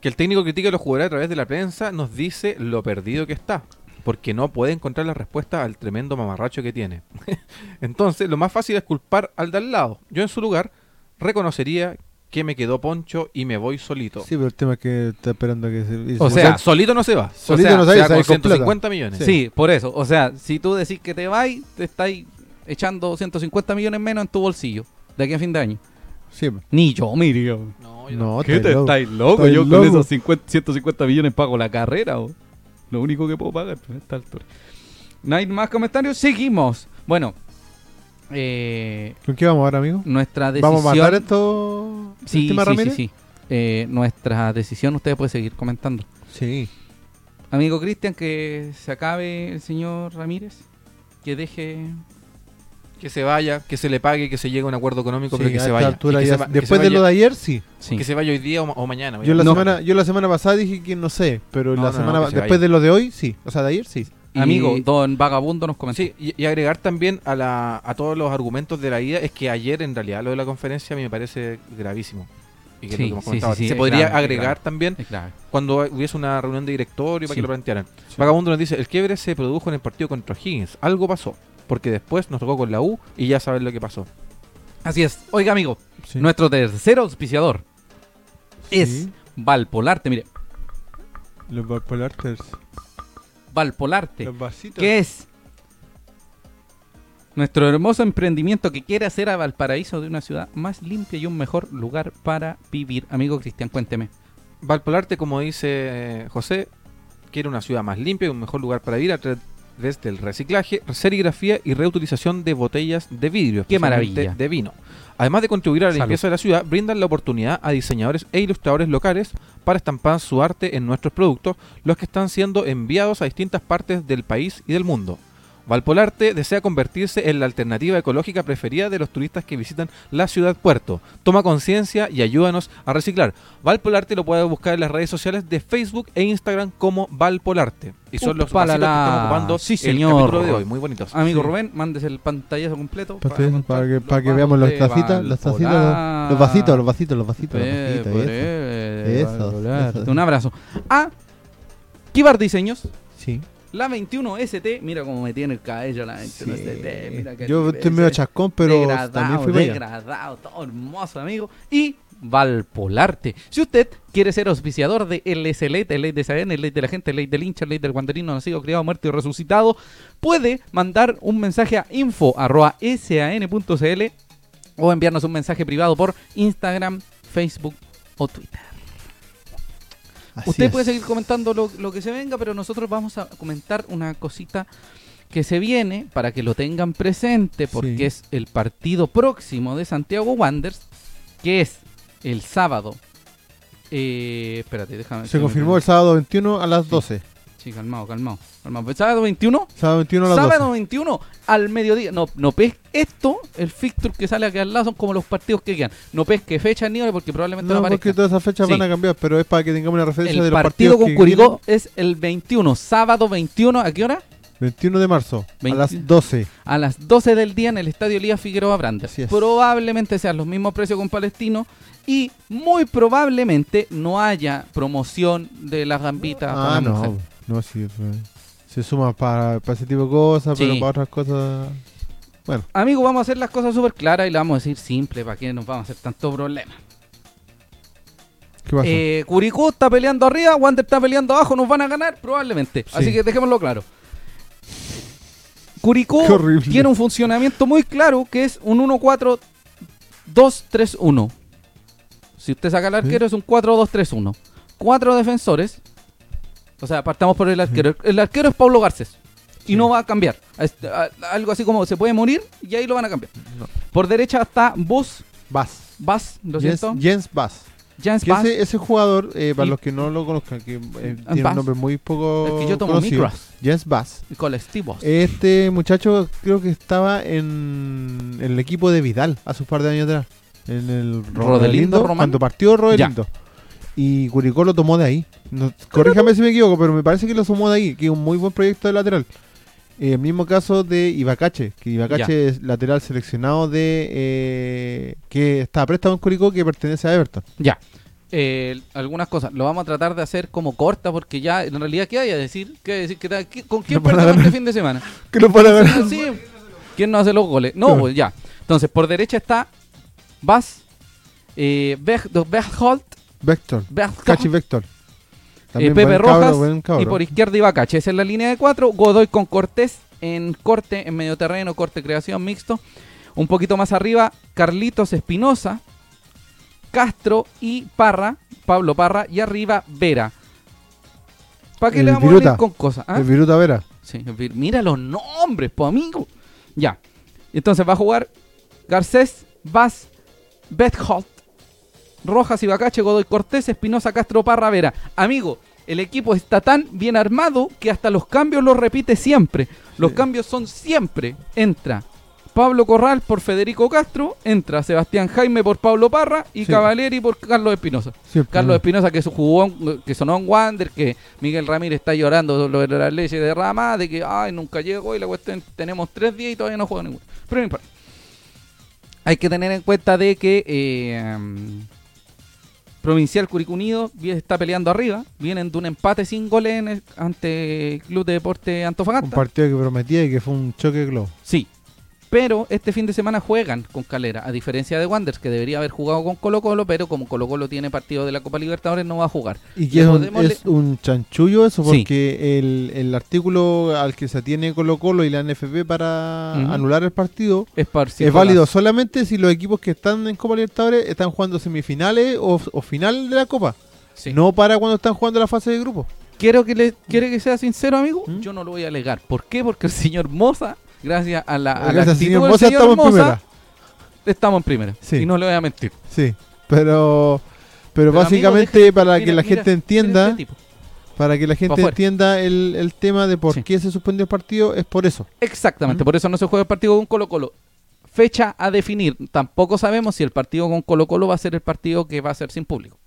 C: que el técnico critica a los jugadores a través de la prensa, nos dice lo perdido que está, porque no puede encontrar la respuesta al tremendo mamarracho que tiene. Entonces, lo más fácil es culpar al de al lado. Yo en su lugar reconocería que me quedó poncho y me voy solito.
B: Sí. Sí, pero el tema es que está esperando que se...
A: O
C: O sea,
A: sea,
C: solito no se va.
A: o
B: solito
A: sea,
B: no
C: O
B: sale,
C: sea,
B: sale
C: con
B: completa.
C: 150 millones.
A: Sí. por eso. O sea, si tú decís que te vas, te estáis echando 150 millones menos en tu bolsillo de aquí a fin de año.
B: Sí,
A: Ni yo, mire.
C: No, yo
B: no,
A: ¿Qué
B: está
A: te
B: loco.
A: estáis loco?
B: Estáis
A: Yo
B: loco.
A: con esos 50 150 millones pago la carrera. o Lo único que puedo pagar a esta altura. No hay más comentarios. Seguimos. Bueno, eh,
B: ¿Con qué vamos ahora, amigo?
A: nuestra decisión.
B: ¿Vamos a matar esto?
A: Sí,
B: estimado
A: sí, sí,
B: Ramírez?
A: sí. Eh, nuestra decisión, ustedes pueden seguir comentando.
B: Sí.
A: Amigo Cristian, que se acabe el señor Ramírez. Que deje.
C: Que se vaya, que se le pague, que se llegue a un acuerdo económico,
B: Sí,
C: pero que
B: a
C: se
B: esta
C: vaya.
B: altura
C: Y que
B: ya-
C: se va- que
B: después
C: se
B: de lo de
C: vaya-
B: ayer, sí.
A: Sí.
C: Que se vaya hoy día o, ma- o mañana.
B: Yo la,
A: No.
B: semana, yo la semana pasada dije que no sé, pero
C: No,
B: la
C: no,
B: semana
C: no, que se
B: después
C: vaya.
B: de lo de hoy, sí. O sea, de ayer, sí.
C: Y-
A: Amigo, don Vagabundo nos comentó.
C: Sí, y, y agregar también a, la, a todos los argumentos de la ida es que ayer en realidad lo de la conferencia a mí me parece gravísimo. Y que es
A: Sí,
C: lo que hemos
A: sí,
C: comentado.
A: sí, sí,
C: Se
A: es
C: podría
A: grave, es
C: agregar
A: grave.
C: también
A: Es grave.
C: cuando hubiese una reunión de directorio para
A: Sí.
C: que lo plantearan. Vagabundo nos dice, el quiebre se produjo en el partido contra Higgins. Algo pasó. Porque después nos tocó con la U y ya saben lo que pasó.
A: Así es. Oiga, amigo,
B: Sí.
A: nuestro tercer auspiciador es
B: Sí.
A: Valpolarte. Mire,
B: Los Valpolarters.
A: Valpolarte.
B: Los vasitos.
A: que es nuestro hermoso emprendimiento que quiere hacer a Valparaíso de una ciudad más limpia y un mejor lugar para vivir. Amigo Cristian, cuénteme.
C: Valpolarte, como dice eh, José, quiere una ciudad más limpia y un mejor lugar para vivir a través del reciclaje, serigrafía y reutilización de botellas de vidrio.
A: ¡Qué
C: especialmente
A: maravilla!
C: De vino. Además de contribuir a la
A: Salud.
C: limpieza de la ciudad, brindan la oportunidad a diseñadores e ilustradores locales para estampar su arte en nuestros productos, los que están siendo enviados a distintas partes del país y del mundo. Valpolarte desea convertirse en la alternativa ecológica preferida de los turistas que visitan la ciudad puerto. Toma conciencia y ayúdanos a reciclar. Valpolarte lo puedes buscar en las redes sociales de Facebook e Instagram como Valpolarte. Y son los
A: Upalala.
C: vasitos que estamos ocupando
A: Sí,
C: el
A: señor.
C: capítulo de hoy. Muy bonitos.
A: Amigo
B: Sí.
A: Rubén, mándese el pantallazo completo
B: Para, ustedes,
A: contar
B: para que,
A: los
B: para que
A: vasos
B: veamos las
A: de
B: tacitas, las tacitas, los, los vasitos, los vasitos, los vasitos, los
A: Eh,
B: vasitos,
A: por
B: eso.
A: eh,
B: Esos,
A: Valpolarte.
B: esos.
A: Un abrazo. A Kibar Diseños,
B: Sí.
A: la 21ST. Mira cómo me tiene el cabello la 21ST. Mira qué
B: Yo estoy
A: nivel
B: medio
A: es.
B: chascón, pero
A: eh, degradado,
B: también fui para allá.
A: degradado, todo hermoso, amigo. Y Valpolarte. Si usted quiere ser auspiciador de LSL, de Ley de Saben, Ley de la Gente, Ley del Hincha, Ley del Guanderino, Nacido, Criado, Muerto y Resucitado, puede mandar un mensaje a info.san.cl o enviarnos un mensaje privado por Instagram, Facebook o Twitter.
B: Así
A: Usted
B: es.
A: puede seguir comentando lo, lo que se venga, pero nosotros vamos a comentar una cosita que se viene para que lo tengan presente, porque
B: Sí.
A: es el partido próximo de Santiago Wanderers, que es el sábado. Eh, espérate, déjame.
B: Se confirmó el sábado 21 a las 12.
A: Sí, calmado, calmado. calmado. ¿El Pues, sábado 21?
B: Sábado 21 a las
A: Sábado
B: 12.
A: 21 al mediodía. No, no pesque esto, el fixture que sale aquí al lado son como los partidos que quedan. No pesque fecha ni hora porque probablemente no,
B: No,
A: aparezca.
B: porque todas esas fechas
A: Sí.
B: van a cambiar, pero es para que tengamos una referencia
A: El
B: de los
A: partido
B: partidos
A: con
B: que
A: Curicó es el 21, sábado 21, ¿a qué hora?
B: vienen. 21 de marzo, a
A: 20.
B: las 12.
A: A las 12 del día en el Estadio Elías Figueroa Brandes.
B: Así es.
A: Probablemente sean los mismos precios con Palestino y muy probablemente no haya promoción de las gambitas para
B: ah,
A: la mujer.
B: no. No, sí. fue- Se suma para, para ese tipo de cosas,
A: Sí.
B: pero para otras cosas.
A: Amigo, vamos a hacer las cosas súper claras y le vamos a decir simple para que nos vamos a hacer tanto problema.
B: ¿Qué pasa?
A: Eh, Curicó está peleando arriba, Wander está peleando abajo, nos van a ganar probablemente.
B: Sí.
A: Así que dejémoslo claro. Curicó
B: Qué horrible.
A: tiene un funcionamiento muy claro que es un 1-4-2-3-1. Si usted saca al arquero es un 4-2-3-1. Cuatro defensores. O sea, partamos por el arquero. El arquero es Pablo Garcés. Y
B: Sí.
A: no va a cambiar. Es- a- algo así como se puede morir y ahí lo van a cambiar.
B: No.
A: Por derecha está Bus.
B: Bass.
A: Bas, lo
B: Jens,
A: siento.
B: Jens Bass.
A: Jens
B: Que
A: Bas.
B: ese, ese jugador, eh, para
A: Y-
B: los que no lo conozcan, que eh, tiene
A: Bass.
B: un nombre muy poco
A: El que yo tomo
B: conocido,
A: micros.
B: Jens Bass.
A: colectivos.
B: Este muchacho creo que estaba en el equipo de Vidal hace un par de años atrás. En el Ro-
A: Rodelindo Román.
B: Cuando partió Rodelindo. Y Curicó lo tomó de ahí. No, corríjame si me equivoco, pero me parece que lo tomó de ahí, que es un muy buen proyecto de lateral. Eh, el mismo caso de Ibacache, que Ibacache es lateral seleccionado de... eh, que está a préstamo en Curicó, que pertenece a Everton.
A: ya. Eh, algunas cosas. Lo vamos a tratar de hacer como corta porque ya en realidad qué hay a decir, qué decir, ¿Qué tal? ¿Qué- con quién
B: No van a
A: perdemos
B: ganar.
A: este fin de semana. Ah,
B: Que lo para
A: Sí. ¿Quién no hace los goles? No,
B: Claro.
A: pues ya. Entonces, por derecha está Bas, eh, Bech- Berchtold,
B: Vector.
A: Berchtold,
B: Cachi Vector. También
A: Eh, Pepe
B: buen
A: Rojas
B: buen
A: y por izquierda Ibacache. Esa es la línea de cuatro. Godoy con Cortés en corte, en medio terreno, corte creación mixto. Un poquito más arriba, Carlitos Espinosa, Castro y Parra, Pablo Parra, y arriba Vera. ¿Para qué
B: El
A: le vamos a
B: Viruta.
A: ir con cosas? ah?
B: El Viruta Vera.
A: Sí, en fin, mira los nombres, po amigo. Ya. Entonces va a jugar Garcés, Vaz, Betholt, Rojas, Ibacache, Godoy Cortés, Espinosa, Castro, Parra, Vera. Amigo, el equipo está tan bien armado que hasta los cambios los repite siempre. Los cambios son siempre. Entra Pablo Corral por Federico Castro, entra Sebastián Jaime por Pablo Parra y
B: Sí.
A: Cavalieri por Carlos Espinosa.
B: Siempre.
A: Carlos Espinosa que su jugó en- que sonó en Wander, que Miguel Ramírez está llorando sobre las leyes de Rama, de que ay nunca llegó y la cuestión tenemos tres días y todavía no juega ninguno. Pero no importa. Hay que tener en cuenta de que eh, mm, Provincial Curicunido está peleando arriba, vienen de un empate sin goles en el- ante Club de Deporte
B: Un
A: Antofagasta.
B: partido que prometía y que fue un choque de globo.
A: Sí. Pero este fin de semana juegan con Calera, a diferencia de Wanderers, que debería haber jugado con Colo Colo, pero como Colo Colo tiene partido de la Copa Libertadores, no va a jugar.
B: Y
A: Le
B: que es un,
A: podemos le-
B: es un chanchullo eso,
A: Sí.
B: porque el, el artículo al que se atiene Colo Colo y la NFP para
A: Ujú.
B: anular el partido
A: Es, parcial.
B: es válido solamente si los equipos que están en Copa Libertadores están jugando semifinales o, o final de la Copa,
A: Sí.
B: no para cuando están jugando la fase de grupo.
A: Quiero que le, quiere que sea sincero, amigo.
B: ¿Mm?
A: Yo no lo voy a alegar. ¿Por qué? Porque el señor Moza, gracias a la, a la
B: Gracias,
A: actitud
B: señor
A: del
B: Moza,
A: señor
B: estamos en
A: Moza,
B: primera.
A: estamos en primera.
B: Sí.
A: Y no le voy a mentir.
B: Sí, pero, pero,
A: Pero,
B: básicamente
A: amigo, deja-
B: para que
A: mira,
B: la
A: mira,
B: gente
A: Mira
B: entienda,
A: este tipo.
B: para que la gente
A: afuera.
B: entienda el, el tema de por
A: Sí.
B: qué se suspendió el partido, es por eso.
A: Exactamente,
B: ¿Mm?
A: por eso no se juega el partido con Colo Colo. Fecha a definir. Tampoco sabemos si el partido con Colo Colo va a ser el partido que va a ser sin público.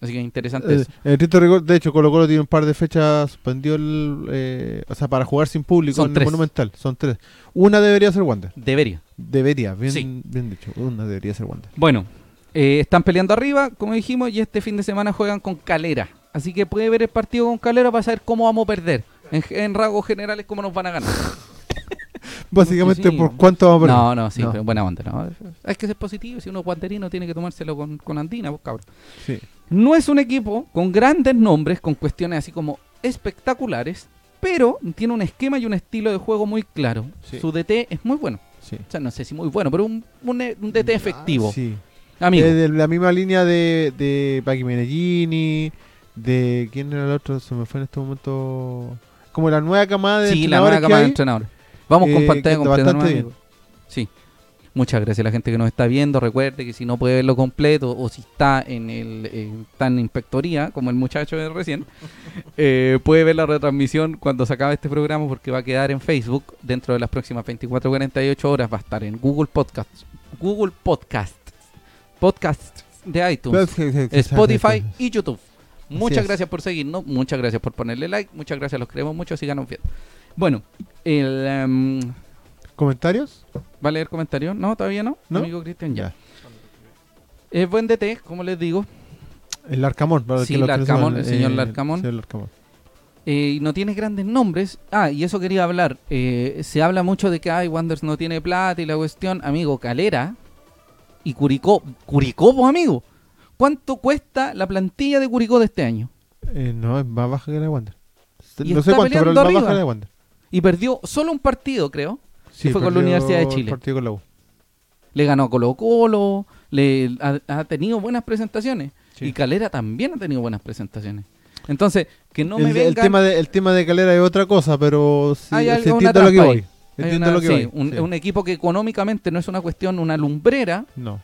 A: Así que es interesante
B: Eh,
A: eso.
B: en estricto rigor, de hecho, Colo Colo tiene un par de fechas suspendió el, eh, o sea, para jugar sin público
A: Son
B: en
A: tres.
B: el Monumental. Son tres. Una debería ser Wander.
A: Debería.
B: Debería, bien,
A: Sí.
B: bien dicho. Una debería ser Wander.
A: Bueno, eh, están peleando arriba, como dijimos, y este fin de semana juegan con Calera. Así que puede ver el partido con Calera para saber cómo vamos a perder. En, en rasgos generales, cómo nos van a ganar.
B: Básicamente,
A: Sí.
B: ¿por cuánto vamos a perder?
A: No, no, sí,
B: No.
A: pero buena onda. ¿no? Hay que ser positivo. Si uno es guanterino, tiene que tomárselo con, con andina, pues, cabrón.
B: Sí.
A: No es un equipo con grandes nombres, con cuestiones así como espectaculares, pero tiene un esquema y un estilo de juego muy claro.
B: Sí.
A: Su DT es muy bueno.
B: Sí.
A: O sea, no sé si muy bueno, pero un, un, un DT efectivo.
B: Sí.
A: Amigo.
B: Es de la misma línea de, de Paki Menellini, de. ¿Quién era el otro? Se me fue en este momento. Como la nueva camada de.
A: Sí, la
B: entrenadores
A: nueva
B: que
A: cámara de
B: hay.
A: entrenadores. Vamos con
B: Eh,
A: pantalla
B: que
A: completa,
B: bastante
A: ¿no,
B: bien.
A: amigo? Sí. Muchas gracias a la gente que nos está viendo. Recuerde que si no puede verlo completo o si está en el eh, está en inspectoría, como el muchacho de recién, eh, puede ver la retransmisión cuando se acabe este programa porque va a quedar en Facebook dentro de las próximas 24 48 horas. Va a estar en Google Podcasts, Google Podcasts, Podcasts de iTunes, Spotify y YouTube. Muchas
B: es.
A: gracias por seguirnos, muchas gracias por ponerle like, muchas gracias, los queremos mucho, síganos viendo. Bueno, el, em,
B: ¿Comentarios?
A: ¿va a leer comentario? No, todavía no,
B: ¿No?
A: amigo Cristian, ya. Es buen DT, como les digo,
B: El Arcamón. para
A: Sí,
B: que lo que no
A: Larcamón,
B: saben,
A: el señor
B: eh,
A: Larcamón.
B: señor Larcamón.
A: eh, y no tiene grandes nombres. Ah, y eso quería hablar. eh, se habla mucho de que, ay, Wanderers no tiene plata y la cuestión, amigo, Calera y Curicó. Curicó, pues, amigo. ¿Cuánto cuesta la plantilla de Curicó de este año?
B: Eh, no, es más baja que la de Wander.
A: Y
B: No sé
A: está
B: cuánto, pero es
A: peleando
B: más baja que la
A: arriba.
B: de Wander.
A: Y perdió solo un partido, creo.
B: Sí,
A: fue con la
B: perdió
A: Universidad de
B: el
A: Chile.
B: partido con la U.
A: le ganó a Colo Colo, le ha, ha tenido buenas presentaciones
B: Sí.
A: y Calera también ha tenido buenas presentaciones. Entonces, que no
B: el,
A: me
B: el
A: vengan
B: tema de, el tema de Calera es otra cosa, pero sí,
A: Hay
B: se
A: algo- una
B: entiende lo que
A: trampa
B: voy.
A: ahí.
B: Se
A: hay
B: entiende
A: una-
B: lo que
A: sí,
B: voy.
A: un,
B: Sí.
A: un equipo que económicamente no es una cuestión, una lumbrera,
B: No.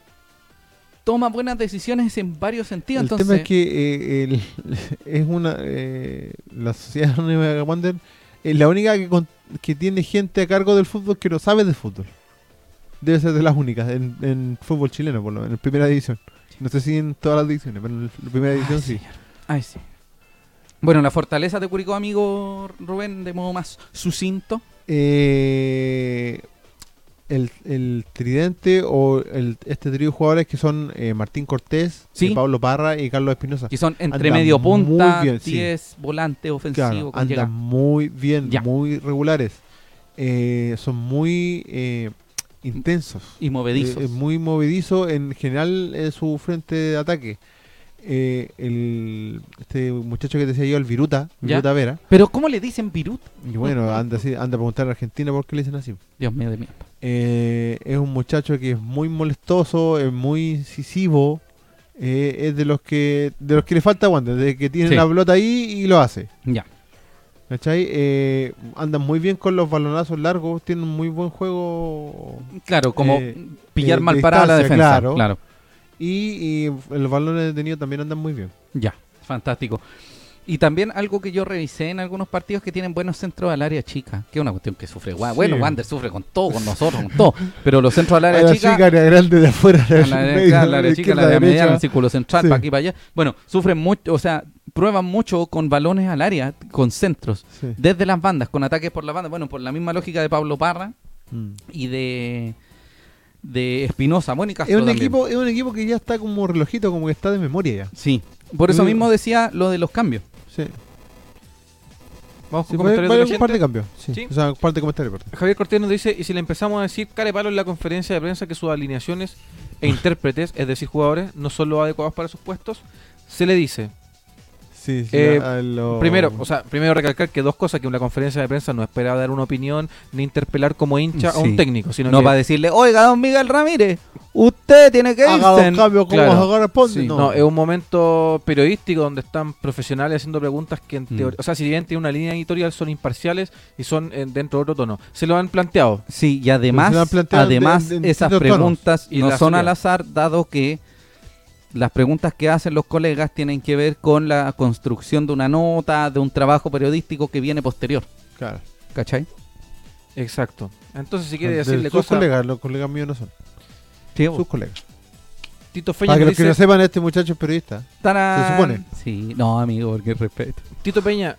A: toma buenas decisiones en varios sentidos.
B: el
A: entonces,
B: tema es que eh, el- es una eh, la sociedad anónima de Wander es la única que, con- que tiene gente a cargo del fútbol que no sabe de fútbol. Debe ser de las únicas en, en fútbol chileno, por lo menos, en primera división. No sé si en todas las divisiones, pero en la primera división sí.
A: Ay, sí. Bueno, la fortaleza de Curicó, amigo Rubén, de modo más sucinto.
B: Eh, el, el tridente o el, este trío de jugadores que son eh, Martín Cortés,
A: Sí.
B: eh, Pablo Parra y Carlos Espinosa.
A: Que son entre
B: Anda
A: medio
B: muy
A: punta,
B: bien, sí.
A: 10, volante ofensivo.
B: Claro,
A: con
B: andan
A: llegada.
B: muy bien,
A: Ya.
B: muy regulares. Eh, son muy eh, intensos.
A: y movedizos.
B: Eh, eh, muy movedizo en general eh, su frente de ataque. Eh, el, este muchacho que te decía yo, el Viruta,
A: Ya.
B: Viruta Vera.
A: Pero ¿cómo le dicen Virut?
B: Y bueno, anda, así- anda a preguntar a Argentina por qué le dicen así.
A: Dios mío de mí.
B: Eh, es un muchacho que es muy molestoso, es muy incisivo. eh, es de los que de los que le falta aguante, de que tiene
A: Sí.
B: la pelota ahí y lo hace.
A: Ya.
B: ¿Cachai? Eh, andan muy bien con los balonazos largos, tienen muy buen juego
A: Claro, como
B: Eh,
A: pillar
B: eh,
A: mal parada la
B: distancia,
A: defensa. Claro.
B: claro. y, y los balones detenidos también andan muy bien.
A: Ya, fantástico. Y también algo que yo revisé en algunos partidos que tienen buenos centros al área chica, que es una cuestión que sufre. Wa-
B: Sí.
A: Bueno, Wander sufre con todo, con nosotros, con todo. Pero los centros al
B: A
A: área
B: la
A: chica,
B: chica, área grande de afuera,
A: a la de- claro, al área chica, la área mediana, el círculo central,
B: Sí.
A: para aquí, para allá. Bueno, sufren mucho, o sea, prueban mucho con balones al área, con centros,
B: Sí.
A: desde las bandas, con ataques por la banda. Bueno, por la misma lógica de Pablo Parra
B: Mm.
A: y de de Espinosa, Mónica.
B: Es un, equipo, es un equipo que ya está como relojito, como que está de memoria ya.
A: Sí. Por eso
B: Mm.
A: mismo decía lo de los cambios.
B: Sí.
C: Vamos
B: Sí,
C: con
B: puede-
C: comentarios de
B: puede
C: la
B: un
C: gente.
B: par de cambios. Sí.
C: Sí.
B: O sea, un par de comentarios. perdón.
C: Javier Cortés nos dice, y si le empezamos a decir cara palo en la conferencia de prensa que sus alineaciones e intérpretes, es decir, jugadores, no son los adecuados para sus puestos, se le dice,
B: Sí, sí,
C: Eh,
B: a- a lo-
C: primero, o sea, primero recalcar que dos cosas, que una conferencia de prensa no espera dar una opinión ni interpelar como hincha a
A: Sí.
C: un técnico, sino
A: No
C: que
A: va a decirle, oiga, don Miguel Ramírez, usted tiene que irse.
B: haga dos cambios como
C: Claro.
B: haga responde.
A: Sí.
B: No.
C: No, es un momento periodístico donde están profesionales haciendo preguntas que en
A: Mm.
C: teoría, o sea, si bien tienen una línea editorial, son imparciales y son eh, dentro de otro tono. Se lo han planteado.
A: Sí, y
B: Pero se la
A: además,
B: han planteado
A: además
B: de- en
A: esas
B: distintos tonos.
A: preguntas
C: Y
A: no
C: las-
A: son al azar, dado que las preguntas que hacen los colegas tienen que ver con la construcción de una nota, de un trabajo periodístico que viene posterior.
B: Claro.
A: ¿Cachai?
C: Exacto. Entonces, si quiere
B: Ah, De
C: decirle
B: sus
C: cosas,
B: colegas, los colegas míos no son. Sus colegas.
C: Tito Peña
B: Para que
C: nos
B: los que
C: dice,
B: no sepan, este muchacho es periodista.
A: ¡Tarán!
B: Se supone.
A: Sí, no, amigo, porque respeto.
C: Tito Peña,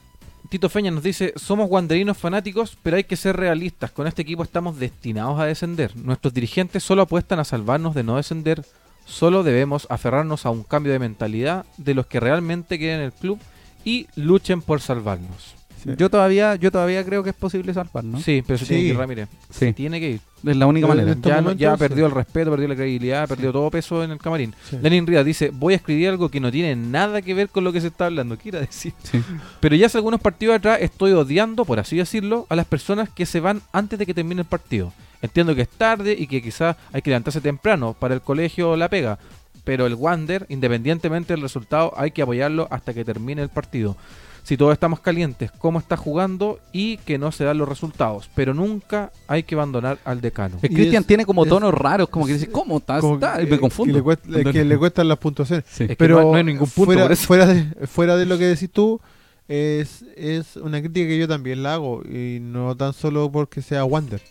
C: Tito Peña nos dice, somos guanderinos fanáticos, pero hay que ser realistas. Con este equipo estamos destinados a descender. Nuestros dirigentes solo apuestan a salvarnos de no descender. Solo debemos aferrarnos a un cambio de mentalidad de los que realmente quieren el club y luchen por salvarnos.
A: Yo todavía yo todavía creo que es posible salvar, ¿no?
C: Sí, pero se
B: Sí.
C: tiene que ir Ramírez.
A: Sí,
C: Tiene que ir.
A: es la única
B: Yo-
A: manera.
B: estos
C: Ya, no- ya
B: momentos,
C: perdió
B: sí.
C: el respeto, perdió la credibilidad, perdió todo peso en el camarín.
B: Sí.
C: Lenin Rías dice, voy a escribir algo que no tiene nada que ver con lo que se está hablando. ¿Qué irá a decir?
A: Sí.
C: Pero ya hace algunos partidos atrás estoy odiando, por así decirlo, a las personas que se van antes de que termine el partido. Entiendo que es tarde y que quizás hay que levantarse temprano para el colegio o la pega. Pero el Wander, independientemente del resultado, hay que apoyarlo hasta que termine el partido. Si todos estamos calientes, cómo está jugando y que no se dan los resultados. Pero nunca hay que abandonar al decano.
A: El
B: Y
A: Cristian
B: es-
A: tiene como
B: es-
A: tonos raros, como que dice, ¿cómo está?
C: Ah,
B: Como
A: está?
B: que- eh,
A: Y me confundo.
B: Que le, cuesta-
A: Entonces-
B: que le cuestan las puntuaciones.
A: Sí.
C: Es que
B: Pero
C: no hay- no hay ningún punto
B: fuera,
C: por eso.
B: Fuera, de, fuera de lo que decís tú, es, es una crítica que yo también la hago. Y no tan solo porque sea Wander.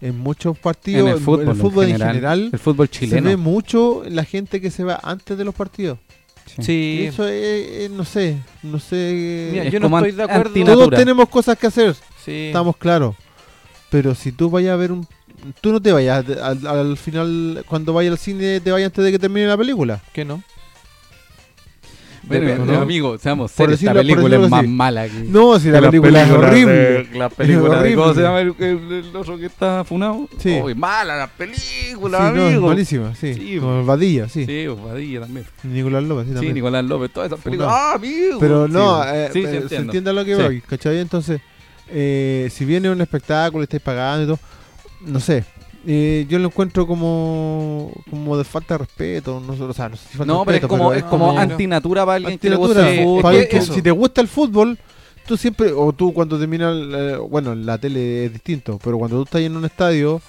B: En muchos partidos, en el fútbol, en general,
A: el fútbol
B: se ve
A: chileno.
B: mucho la gente que se va antes de los partidos. Y
C: Sí,
B: Eso es, es- no sé, no sé.
C: Mira,
A: Es
C: yo no
A: como
C: estoy
A: an-
C: de acuerdo.
A: antinatura.
B: Todos tenemos cosas que hacer,
C: sí.
B: estamos claros. Pero si tú vayas a ver un... Tú no te vayas de- al, al final, cuando vayas al cine, te vayas antes de que termine la película.
C: ¿Qué no?
A: Bueno,
B: Depende,
A: pero,
B: ¿no?
A: amigo, seamos
B: Por
A: serios, esta
B: decirlo- por
A: película es
B: decirlo
A: más
B: así.
A: mala que...
B: No, si la, película, es horrible.
D: la
B: película de- ¿cómo se llama
A: el, oso que está funado?
B: Sí.
A: Uy, mala la
B: Sí,
A: película,
B: no, es
A: amigo.
B: malísima, sí.
A: Sí,
B: Como el Vadilla, sí.
A: sí, Bobadilla también.
B: Nicolás López, sí,
A: Sí,
B: también.
A: Nicolás López, todas esas películas.
B: Funado.
A: ¡Ah, amigo!
B: Pero no,
A: Sí, pues.
B: eh,
A: sí,
B: eh,
A: sí,
B: se
A: entiendo.
B: entiende lo que
A: Sí.
B: voy, ¿cachai? Entonces, eh, si viene un espectáculo y estáis pagando y todo, no sé. eh, yo lo encuentro como como de falta de respeto, no, sé, o sea, no sé si falta de
A: No, pero es
B: respeto,
A: como, es como
C: no.
A: antinatura para alguien que le
B: antinatura.
A: gusta el fútbol.
B: Para
C: que
B: alguien que-
C: eso.
B: si te gusta el fútbol, tú siempre, o tú cuando terminas, eh, bueno, la tele es distinto, pero cuando tú estás en un estadio,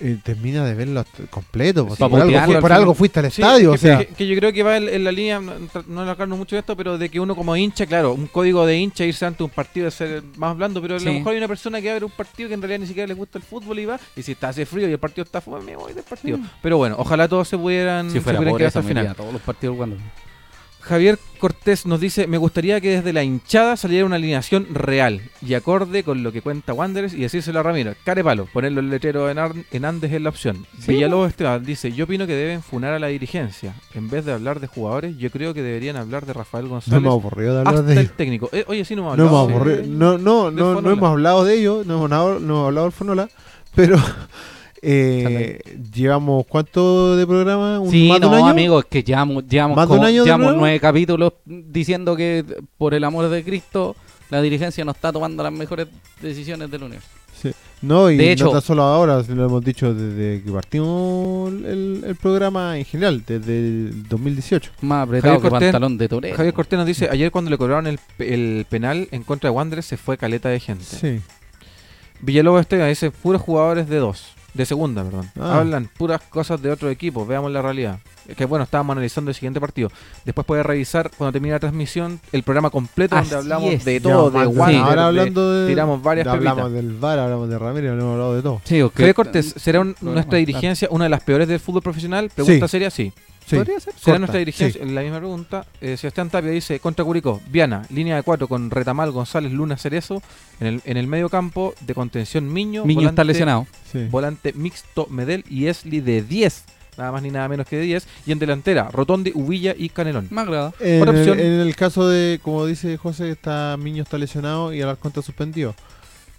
B: eh, termina de verlo hasta- completo. po,
A: Sí,
B: si
A: pa'
B: por algo,
A: putearlo
B: fui-
A: al
B: por
A: final.
B: algo fuiste al
C: Sí,
B: estadio,
C: que,
B: o sea.
C: que- que yo creo que va en, en la línea, no, no alargarnos mucho de esto, pero de que uno como hincha, claro, un código de hincha irse ante un partido es ser más blando, pero a
A: Sí.
C: lo mejor hay una persona que va a ver un partido que en realidad ni siquiera le gusta el fútbol y va, y si está hace frío y el partido está fumando, me voy del partido. Pero bueno, ojalá todos se
B: Mm,
C: pudieran,
A: Si
C: se
A: fuera
C: pudieran
A: por
C: quedar
A: eso,
C: hasta el
A: me
C: final.
A: iría a todos los partidos cuando...
C: Javier Cortés nos dice, me gustaría que desde la hinchada saliera una alineación real y acorde con lo que cuenta Wanderers y decírselo a Ramiro, care palo, ponerlo el letrero en, Ar- en Andes es la opción. Villalobos Esteban dice, yo opino que deben funar a la dirigencia. En vez de hablar de jugadores, yo creo que deberían hablar de Rafael
B: No
C: González
B: me aburrido de hablar
C: hasta
B: de ello.
C: el técnico. Eh, oye, sí, no hemos
B: No
C: hablado.
B: hemos, aburrido-
C: Sí.
B: no, no, no,
C: Fonola.
B: no hemos hablado de ello, no hemos hablado, no hemos hablado del Fonola, pero eh, llevamos cuánto de programa, ¿Un,
A: Sí,
B: más de
A: no,
B: un año?
A: amigos, que llevamos, llevamos,
B: ¿Más de un
A: como-
B: año de
A: llevamos
B: programa?
A: nueve capítulos diciendo que, por el amor de Cristo, la dirigencia no está tomando las mejores decisiones del universo.
B: Sí. No, y
A: De hecho-
B: no tan solo ahora, se lo hemos dicho desde que partimos el, el programa en general, desde el 2018.
A: Más apretado que
C: Javier Cortés-
A: pantalón de torero.
C: Javier Cortés nos dice, ayer cuando le cobraron el, pe- el penal en contra de Wanderers se fue caleta de gente.
B: Sí.
C: Villalobos Esteban dice, puros jugadores de dos, de segunda, perdón.
B: Ah.
C: Hablan puras cosas de otro equipo, veamos la realidad. Es que bueno, estábamos analizando el siguiente partido. Después puedes revisar, cuando termine la transmisión, el programa completo
A: Así
C: donde hablamos
A: es.
C: de todo,
B: Ya,
C: de
B: más-
C: Wander,
B: Ahora
C: de-
B: hablando de.
C: tiramos varias
B: Hablamos
C: pepitas.
B: del VAR, hablamos de Ramírez, hablamos hablado de todo.
A: Sí, ok.
C: Javier Cortés, ¿será un-
A: programa,
C: nuestra
A: claro.
C: dirigencia una de las peores del fútbol profesional? Pregunta
B: Sí.
C: seria, sí.
B: Sí.
A: Podría ser.
C: ¿Será
B: Corta,
C: nuestra dirigencia? La misma pregunta. Eh, Sebastián Tapia dice, contra Curicó, Viana, línea de cuatro con Retamal, González, Luna, Cerezo. En el, en el medio campo, de contención, Miño.
A: Miño está
C: volante-
A: lesionado.
B: Sí.
C: Volante mixto, Medel y Esli de 10. Nada más ni nada menos que de 10. Y en delantera, Rotondi, Ubilla y Canelón.
A: Me agrada.
B: En,
C: Otra
B: el,
C: opción.
B: en el caso de, como dice José, está Miño está lesionado y Alarcón está suspendido.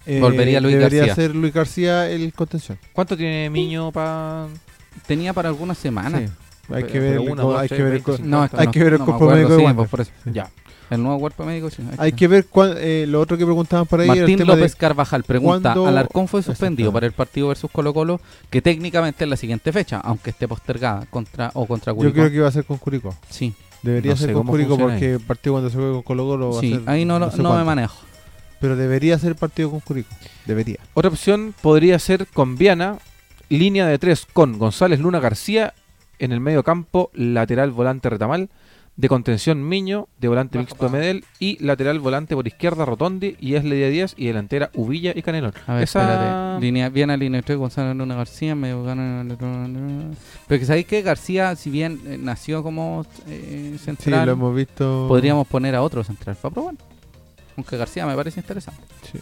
B: Eh,
A: Volvería Luis
B: debería
A: García.
B: ser Luis García el contención.
C: ¿Cuánto tiene Miño para...?
A: Tenía para algunas semanas.
B: Sí. Hay
C: Pero-
B: que ver
C: pero
B: el
C: una,
B: co-
C: dos,
B: hay
C: tres,
B: que ver el co-
C: 25.
A: No, es
B: Hay
A: no-
B: que ver el
A: no me
B: cuerpo
A: acuerdo,
B: médico de
A: sí,
B: Wander.
A: pues, por eso.
C: Ya.
A: El nuevo cuerpo médico. sí, ahí
B: Hay
A: está.
B: que ver cuán- eh, lo otro que preguntaban por ahí era el
A: Martín
B: tema
A: López
B: de
A: Carvajal pregunta,
B: ¿cuándo-
A: Alarcón fue suspendido
B: Exactamente.
A: para el partido versus Colo Colo, que técnicamente es la siguiente fecha, aunque esté postergada contra o contra
B: Yo
A: Curicó.
B: creo que iba a ser con Curicó.
A: Sí,
B: Debería
C: No sé
B: ser con
C: cómo
B: Curicó
C: funciona
B: porque el partido cuando se juegue con Colo Colo va
A: sí,
B: a ser
A: ahí no, lo-
B: sé
A: no me
B: cuándo.
A: manejo.
B: Pero debería ser partido con Curicó. Debería.
C: Otra opción podría ser con Viana, línea de 3 con González, Luna, García. En el medio campo, lateral, volante, Retamal. De contención, Miño. De volante
A: Bajo
C: mixto,
A: pa-
C: Medel. Y lateral, volante por izquierda, Rotondi y Esli de 10. Y delantera, Ubilla y Canelón.
A: A ver,
C: Esa-
A: espérate. Línea, bien a línea 3, Gonzalo Luna García, medio gana- Pero que sabéis que García, si bien eh, nació como eh,
B: Sí,
A: central,
B: lo hemos visto.
A: podríamos poner a otro central para probar. Aunque García me parece interesante.
B: Sí.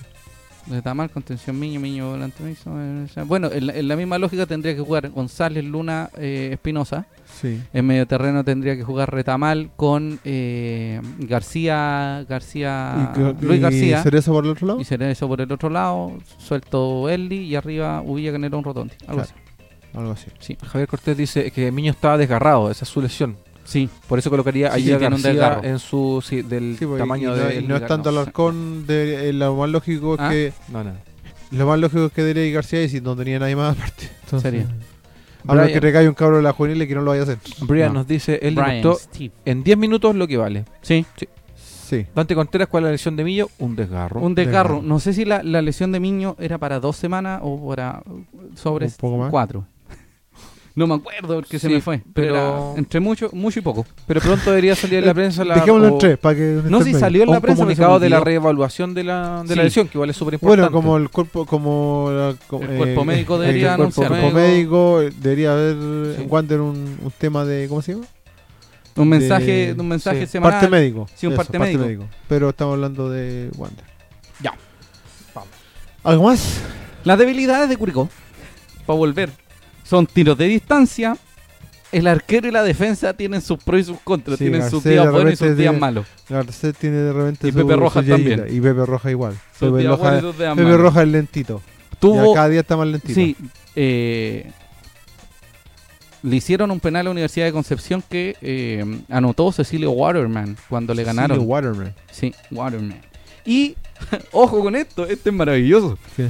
A: Está mal, contención Miño, Miño volante mixto, eh, o sea, Bueno, en la, en la misma lógica tendría que jugar González, Luna, eh, Espinosa.
B: Sí.
A: En medio terreno tendría que jugar Retamal con eh, García, García,
B: Y creo-
A: Luis
B: y
A: García.
B: Cerezo por el otro lado.
A: Y sería eso por el otro lado, suelto Eldi y arriba Ubilla Canelón Rotondi. Algo
B: Claro.
A: así.
B: Algo así.
C: Javier Cortés dice que Miño estaba desgarrado. Esa es su lesión.
A: Sí,
C: Por eso colocaría
A: Sí,
C: ahí
A: sí,
C: a
A: tiene un
C: García
A: desgarro.
C: en su sí, del
B: Sí, pues, y-
C: tamaño
B: y no,
C: de
B: y no es tanto
A: no,
B: Alarcón. de- eh, lo más lógico es
A: Ah.
B: que.
C: No, no.
B: Lo más lógico es que debería ir García y si no tenía nadie más aparte. Entonces,
A: Sería.
B: A menos
C: Brian-
B: que recae un cabro de la juvenil y que no lo vaya a hacer.
C: Brian
A: No.
C: nos dice, él
A: Brian
C: debutó
A: Steve.
C: en 10 minutos lo que vale.
A: Sí,
B: Sí.
C: Dante Contreras, ¿cuál es la lesión de Millo? Un desgarro.
A: un desgarro.
B: Desgarro.
A: No sé si la, la lesión de Miño era para dos semanas o para uh, sobre
B: Un poco más.
A: cuatro. No me acuerdo porque se
C: Sí,
A: me fue, pero,
C: pero-
A: era entre mucho, mucho y poco.
C: Pero pronto debería salir en la prensa la,
B: Dejémoslo en
C: o-
B: tres para que.
A: No sé si
B: intermedio.
A: salió
C: o
A: en la prensa.
C: un
A: pero se me
C: comunicado de la
A: olvidó.
C: reevaluación de la, de la
A: Sí.
C: lesión, que igual es súper importante.
B: Bueno, como el cuerpo, como la- co- eh,
A: El cuerpo médico
B: el
A: debería
B: cuerpo-
A: anunciar.
B: cuerpo médico, eh, debería haber
C: Sí.
B: en Wander un, un tema de ¿cómo se llama?
A: Un mensaje,
B: de-
A: un mensaje
C: sí,
A: semanal.
B: Parte médico.
A: Sí, un parte médico.
B: Pero estamos hablando de Wander.
A: Ya.
C: Vamos.
B: ¿Algo más?
A: Las debilidades de Curicó, para volver, son tiros de distancia. El arquero y la defensa tienen sus pros y sus contras,
B: Sí,
A: tienen sus
B: Garcés
A: días
B: de
A: buenos y sus
B: repente
A: días
B: tiene-
A: malos.
B: Garcés tiene de repente
A: Y Pepe Rojas
B: yeyita,
A: también.
B: Y Pepe Roja igual.
A: Sus
B: Pepe
A: días
B: Roja,
A: buenos y sus días
B: Pepe
A: malos.
B: Roja es lentito. Ya
A: Tuvo,
B: cada día está más lentito.
A: sí, eh, le hicieron un penal a la Universidad de Concepción que eh, anotó Cecilio Waterman cuando le ganaron.
B: Sí, Waterman.
A: Sí, Waterman. Y, ojo con esto, este es maravilloso.
B: ¿Qué?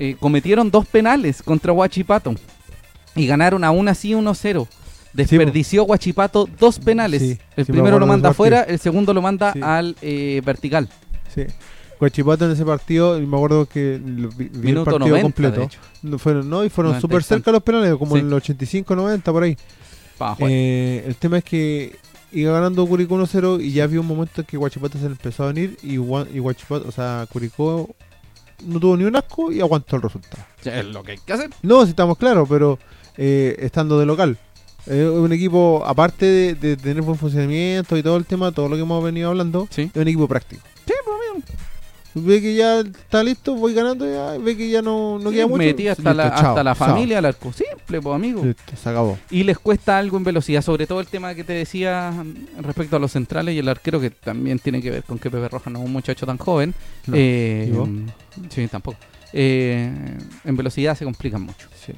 A: Eh, cometieron dos penales contra Huachipato y ganaron aún así 1-0. Desperdició Huachipato dos penales.
B: Sí,
A: el
B: sí me
A: primero
B: acuerdo
A: lo
B: de
A: manda
B: ese partido.
A: afuera, el segundo lo manda
B: Sí.
A: al eh, vertical.
B: Sí. Guachipato en ese partido, y me acuerdo que lo vi, vi el
A: Minuto
B: partido
A: 90, de
B: completo.
A: hecho.
B: No, fueron, no, y fueron
A: 90 y
B: súper cerca los penales, como
A: Sí.
B: en el 85, 90, por ahí.
A: Pa' jugar.
B: Eh, el tema es que iba ganando Curicó 1-0 y ya había un momento en que Guachipato se le empezó a venir y, Gua- y Guachipato, o sea, Curicó no tuvo ni un asco y aguantó el resultado.
A: O sea, es lo que hay que hacer.
B: No, si estamos claros, pero eh, estando de local. Es un equipo, aparte de, de tener buen funcionamiento y todo el tema, todo lo que hemos venido hablando,
A: Sí.
B: es un equipo práctico. Ve que ya está listo, voy ganando, ya, ve que ya no, no
A: Sí,
B: queda mucho.
A: metí hasta,
B: listo,
A: la,
B: chao,
A: hasta la
B: chao.
A: familia al arco. Simple, pues, amigo.
B: Listo, se acabó.
A: Y les cuesta algo en velocidad, sobre todo el tema que te decía mm, respecto a los centrales y el arquero, que también tiene que ver con que Pepe Roja no es un muchacho tan joven.
B: No.
A: Eh,
B: ¿Y vos?
A: sí, tampoco. Eh, en velocidad se complican mucho.
B: Sí.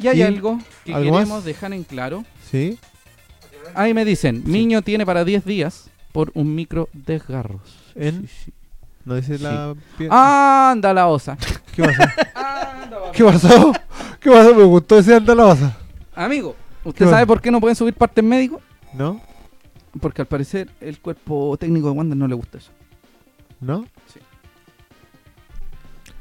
A: Y hay
B: ¿Y
A: algo que
B: algo
A: queremos
B: más?
A: dejar en claro.
B: ¿Sí?
A: Ahí me dicen, Miño tiene para 10 días por un micro desgarro.
B: En-
A: Sí, Ah. sí.
B: No dice la. pie-
A: Anda la osa.
B: ¿Qué pasó? ¿Qué pasó? ¿Qué pasó? Me gustó ese andalabaza.
A: Amigo,
B: ¿Qué
A: ¿usted
B: pasa?
A: sabe por qué no pueden subir partes médicos?
B: ¿No?
A: Porque al parecer el cuerpo técnico de Wander no le gusta eso.
B: ¿No?
A: Sí.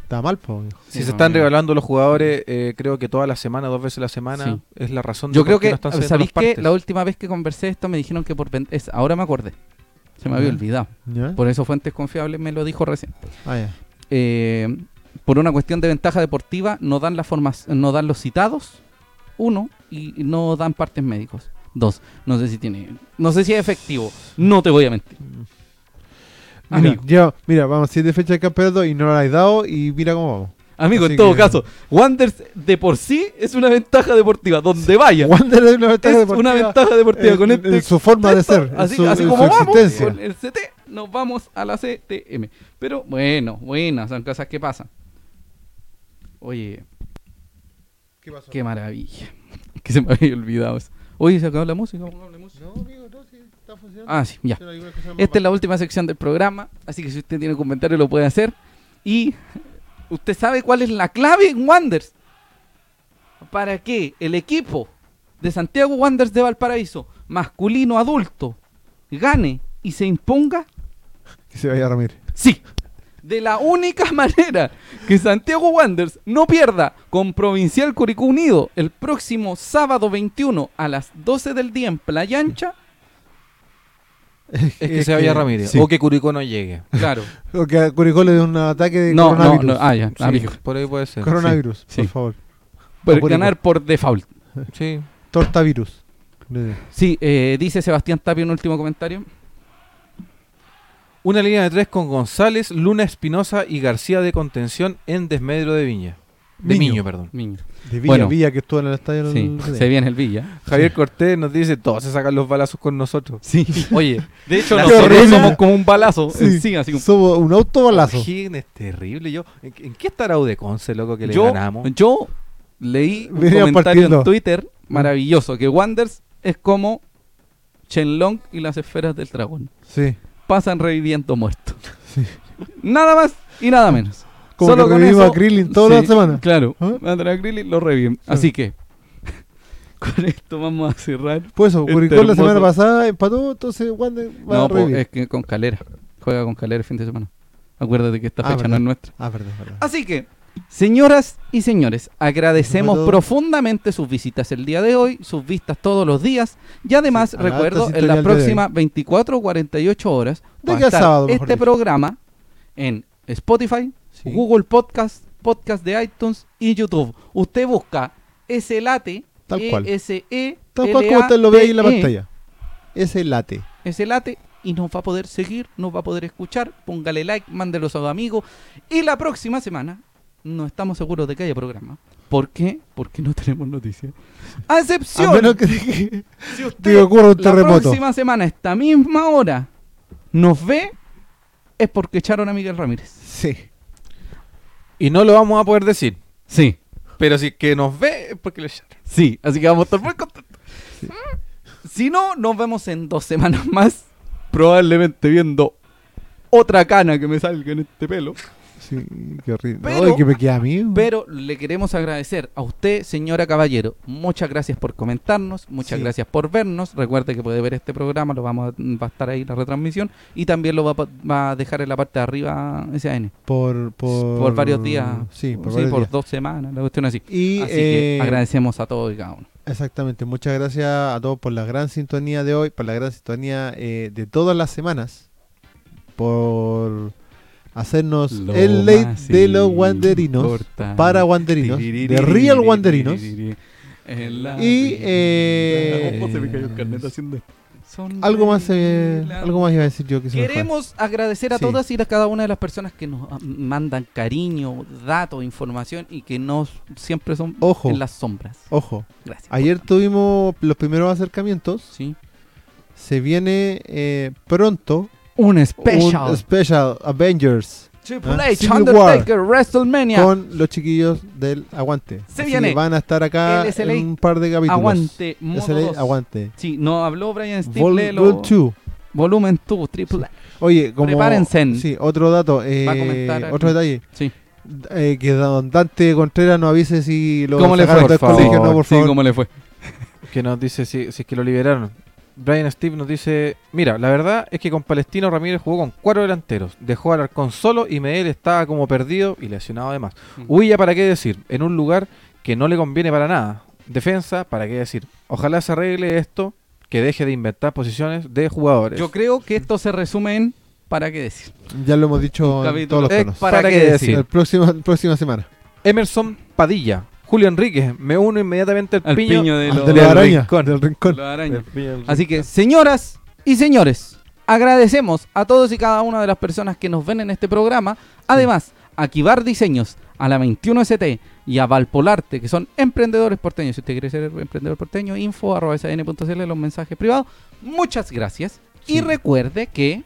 B: Está mal, po. viejo.
C: Si
A: Sí,
C: se
A: no,
C: están
A: mira.
C: regalando los jugadores, eh, creo que toda la semana, dos veces a la semana,
A: Sí.
C: es la razón de
A: Yo
C: por
A: creo
C: qué
A: que,
C: no están cediendo
A: ¿sabéis
C: las
A: que
C: partes.
A: La última vez que conversé esto me dijeron que por ven- es- ahora me acordé. Se me había
B: Ya.
A: olvidado.
B: ¿Ya?
A: Por eso Fuentes Confiables me lo dijo recién.
B: Ah, ya.
A: Eh, por una cuestión de ventaja deportiva, no dan, las formas, no dan los citados, uno, y no dan partes médicos. Dos, no sé si tiene, no sé si es efectivo, no te voy a mentir.
B: Mira,
A: Amigo,
B: ya, mira, vamos, siete fechas de campeonato y no lo habéis dado y mira cómo vamos.
A: amigo,
B: así
A: en todo
B: que-
A: caso, Wanders de por sí es una ventaja deportiva, donde vaya.
B: Wander es una
A: Es
B: ventaja deportiva
A: una ventaja deportiva
B: en-
A: con
B: en-
A: este
B: en su forma de ser, en
A: Así,
B: su,
A: así
B: en
A: como
B: su
A: vamos
B: existencia.
A: con el CT, nos vamos a la CTM. Pero bueno, buenas, son cosas que pasan. Oye,
B: ¿Qué pasó?
A: qué maravilla. Que se me había olvidado eso. Oye, se acabó la música.
B: No, amigo, no, sí, está funcionando.
A: Ah, sí, ya. Esta es la última sección del programa, así que si usted tiene comentario lo puede hacer. Y usted sabe cuál es la clave en Wanders. Para que el equipo de Santiago Wanderers de Valparaíso, masculino adulto, gane y se imponga
B: Que se vaya a Ramírez.
A: Sí. De la única manera que Santiago Wanderers no pierda con Provincial Curicú Unido el próximo sábado 21 a las 12 del día en Playa Ancha.
C: Es que se vaya Ramírez,
B: sí.
C: o que Curicó no llegue.
A: Claro.
B: O que a Curicó le dé un ataque de
A: No, no,
B: coronavirus.
A: no. Ah, ya.
C: Sí,
A: amigo.
C: por ahí puede ser.
B: Coronavirus,
A: Sí,
B: por
A: sí.
B: favor.
A: Por
B: Curicó.
A: ganar por default.
C: Sí.
B: Tortavirus.
A: Sí, eh, dice Sebastián Tapia un último comentario.
C: Una línea de tres con González, Luna Espinosa y García de contención en desmedro de Viña. De
B: Miño.
C: Miño, perdón.
A: Niño.
B: De Villa,
A: Bueno.
B: Villa que estuvo en el estadio.
A: Sí,
B: el otro día.
A: se viene el Villa.
C: Javier Cortés nos dice, todos se sacan los balazos con nosotros.
A: Sí. Oye, de hecho
B: Qué
A: nosotros
B: horrible.
A: somos como un balazo.
B: Sí.
A: Sí, así como-
B: Somos un autobalazo.
C: O'Higgins es terrible. Yo, ¿en, en qué estará Udeconce, loco, que le
A: yo,
C: ganamos?
A: yo leí un
B: Venía
A: comentario
B: partiendo.
A: en Twitter maravilloso que Wanders es como Shenlong y las esferas del dragón.
B: Sí.
A: Pasan reviviendo muertos.
B: Sí.
A: Nada más y nada menos.
B: Como
A: Solo
B: que
A: con
B: revivimos
A: eso-
B: a Krillin toda
A: Sí,
B: la semana.
A: Claro.
B: ¿Ah?
A: Matan a Krillin, lo reviven. Así que con esto vamos a cerrar.
B: Por Pues eso,
A: Este
B: Curicó la
A: hermoso.
B: semana pasada empató, entonces Wander va
A: No,
B: a
A: po,
B: revivir.
A: es que con Calera. Juega con Calera el fin de semana. Acuérdate que esta
B: Ah,
A: fecha no
B: verdad.
A: es nuestra.
B: Ah, perdón, perdón.
A: Así que, señoras y señores, agradecemos
B: Sobre todo-
A: profundamente sus visitas el día de hoy, sus vistas todos los días. Y además,
B: Sí, a la alta
A: recuerdo, en
B: sintonía
A: las
B: el día de
A: próximas 24 o 48 horas,
B: De
A: va a
B: aquí al
A: estar
B: sábado, mejor
A: este
B: dicho.
A: programa en Spotify,
C: Sí.
A: Google Podcast, Podcast de iTunes y YouTube. Usted busca ese late,
B: Tal cual.
A: s e
B: Tal cual como usted lo ve ahí en la pantalla. Ese late.
A: ese late y nos va a poder seguir, nos va a poder escuchar. Póngale like, mándelo a sus amigos. Y la próxima semana no estamos seguros de que haya programa. ¿Por qué? Porque no tenemos noticias. A
B: A
A: excepción,
B: menos que, que-
A: si usted
B: que ocurra
A: la
B: un terremoto.
A: próxima semana, esta misma hora, nos ve, es porque echaron a Miguel Ramírez.
B: Sí.
C: Y no lo vamos a poder decir.
A: Sí,
C: Pero si es que nos ve, es porque le echaron.
A: sí. Así que vamos a estar muy contentos. Si no, nos vemos en dos semanas más. Probablemente viendo otra cana que me salga en este pelo.
B: Sí, qué horrible.
A: Pero-
B: Ay, que me queda a mí.
A: Pero le queremos agradecer a usted, señora Caballero. Muchas gracias por comentarnos, muchas
B: Sí.
A: gracias por vernos. Recuerde que puede ver este programa, lo vamos a, va a estar ahí la retransmisión y también lo va, a pa- va a dejar en la parte de arriba SAN
B: por, por,
A: por, varios días,
B: Sí, por
A: sí,
B: varios
A: por
B: días.
A: dos semanas, la cuestión así.
B: Y
A: así
B: eh,
A: que agradecemos a todos y cada uno.
B: exactamente, muchas gracias a todos por la gran sintonía de hoy, por la gran sintonía eh, de todas las semanas, por hacernos el late de los wanderinos para wanderinos, de real wanderinos. Y, eh,
A: ¿Cómo Oh, se me cayó el carnet haciendo esto?
B: Algo más, eh, algo más iba a decir yo que se me fue.
A: Mm, Queremos agradecer a
B: Sí.
A: todas y a cada una de las personas que nos ah, mandan cariño, datos, información y que no siempre son
B: Ojo.
A: en las sombras.
B: Ojo,
A: Gracias.
B: ayer tuvimos los primeros acercamientos.
A: Sí.
B: Se viene eh, pronto
A: Un pues,
B: un
A: special.
B: special Avengers
A: Triple
B: ¿Ah?
A: H,
B: Civil
A: Undertaker, WrestleMania.
B: con los chiquillos del Aguante.
A: Se
B: Así
A: viene.
B: que Van a estar acá
A: LSLA
B: en un par de capítulos.
A: Aguante, modo
B: SLA,
A: dos.
B: aguante.
A: Sí, no habló Brian Steele.
B: Vol,
A: léelo.
B: Vol 2.
A: Volumen 2, Triple H.
B: Oye, como.
A: Prepárense.
B: Sí, otro dato. eh,
A: Va a comentar
B: otro detalle.
A: Sí.
B: Eh, que don Dante Contreras nos avise si lo
A: ¿Cómo le fue?
B: sacaron del
C: Por favor.
B: colegio o no, por
A: Sí,
B: favor.
A: ¿cómo le fue?
C: Que nos dice si, si es que lo liberaron. Brian Steve nos dice, mira, la verdad es que con Palestino Ramírez jugó con cuatro delanteros, dejó a Alarcón solo y Medel estaba como perdido y lesionado además.
A: Mm.
C: Huilla, ¿para qué decir? En un lugar que no le conviene para nada. Defensa, ¿para qué decir? Ojalá se arregle esto, que deje de inventar posiciones de jugadores.
A: Yo creo que esto se resume en ¿para qué decir?
B: Ya lo hemos dicho en todos
A: Capítulo
B: los
C: Eh,
B: tonos.
A: ¿Para, qué decir?
B: El próximo, próxima semana.
C: Emerson Padilla, Julio Enríquez, me uno inmediatamente al,
A: Al piño, de
B: Ah,
A: los
B: de la
A: del
B: araña.
C: rincón.
B: Del rincón.
A: Lo araña.
B: Pues
A: Así que, señoras y señores, agradecemos a todos y cada una de las personas que nos ven en este programa. Además, a Kibar Diseños, a la 21ST y a Valpolarte, que son emprendedores porteños. Si usted quiere ser emprendedor porteño, info arroba sn.cl, los mensajes privados. Muchas gracias. Y recuerde que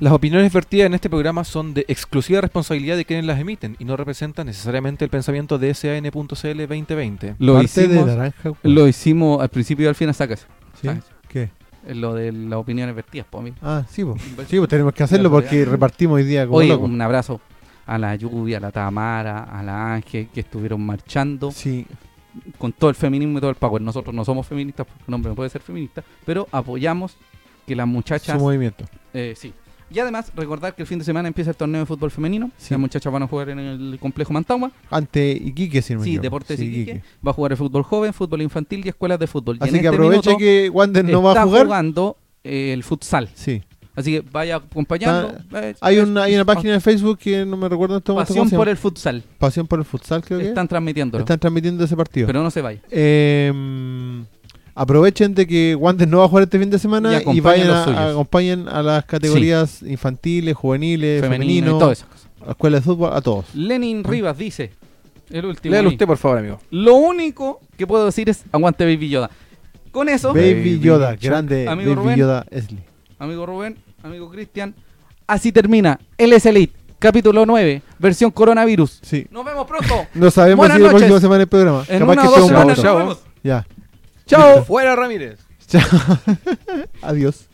C: Las opiniones vertidas en este programa son de exclusiva responsabilidad de quienes las emiten y no representan necesariamente el pensamiento de SAN.cl 2020.
A: lo
B: Parte
A: hicimos,
B: de naranja. güey.
A: lo hicimos al principio y al final, sacas.
B: ¿Sí?
A: sacas.
B: ¿Qué?
A: Lo de las opiniones vertidas, por mí.
B: Ah, sí, pues. Sí, pues tenemos que hacerlo porque repartimos hoy día como
A: Oye,
B: locos.
A: un abrazo a la Lluvia, a la Tamara, a la Ángel, que estuvieron marchando
B: Sí,
A: con todo el feminismo y todo el power. Nosotros no somos feministas, porque un hombre no puede ser feminista, pero apoyamos que las muchachas...
B: su movimiento.
A: eh, sí. Y además, recordar que el fin de semana empieza el torneo de fútbol femenino.
B: Sí.
A: Las muchachas van a jugar en el complejo Mantagua.
B: Ante Iquique, si no me
A: Sí,
B: equivoco.
A: Deportes
B: Sí,
A: Iquique. Va a jugar el fútbol joven, fútbol infantil y escuelas de fútbol. Y en
B: Así que
A: este
B: aprovecha
A: minuto
B: que Wander no va a
A: está
B: jugar.
A: jugando eh, el futsal.
B: Sí.
A: Así que vaya acompañando. Eh,
B: Hay
A: eh,
B: una, hay una página de Facebook que no me recuerdo en este momento.
A: Pasión
B: cómo se
A: por
B: llama.
A: el futsal.
B: Pasión por el futsal, creo que. es.
A: Están transmitiéndolo.
B: Están transmitiendo ese partido.
A: Pero no se vaya.
B: Eh, aprovechen de que Wander no va a jugar este fin de
A: Y
B: semana y,
A: acompañen
B: vayan
A: los
B: a-
A: suyos.
B: a, acompañen a las categorías infantiles, juveniles,
A: Femenino,
B: Eh, femenino, Ah.
A: y todas esas cosas.
B: a escuelas de fútbol, a todos.
A: Lenin Rivas dice, el último.
C: Léalo
A: ahí,
C: usted, por favor, amigo.
A: Lo único que puedo decir es aguante Baby Yoda. Con eso,
B: Baby Yoda,
C: Chuck.
B: grande
A: Amigo
B: Baby
A: Rubén.
B: Yoda Esli.
A: amigo Rubén, amigo Cristian, así termina LS Elite, capítulo 9, versión coronavirus.
B: Sí.
A: Nos vemos pronto.
B: No sabemos
A: Buenas
B: si la próxima
A: noches.
B: semana el programa.
A: en
B: Mm. Capaz
A: una
B: que
A: o dos
B: sea un
A: semanas
B: auto.
A: nos vemos.
B: Ya.
A: Chao.
C: Fuera Ramírez.
B: Chao. Adiós.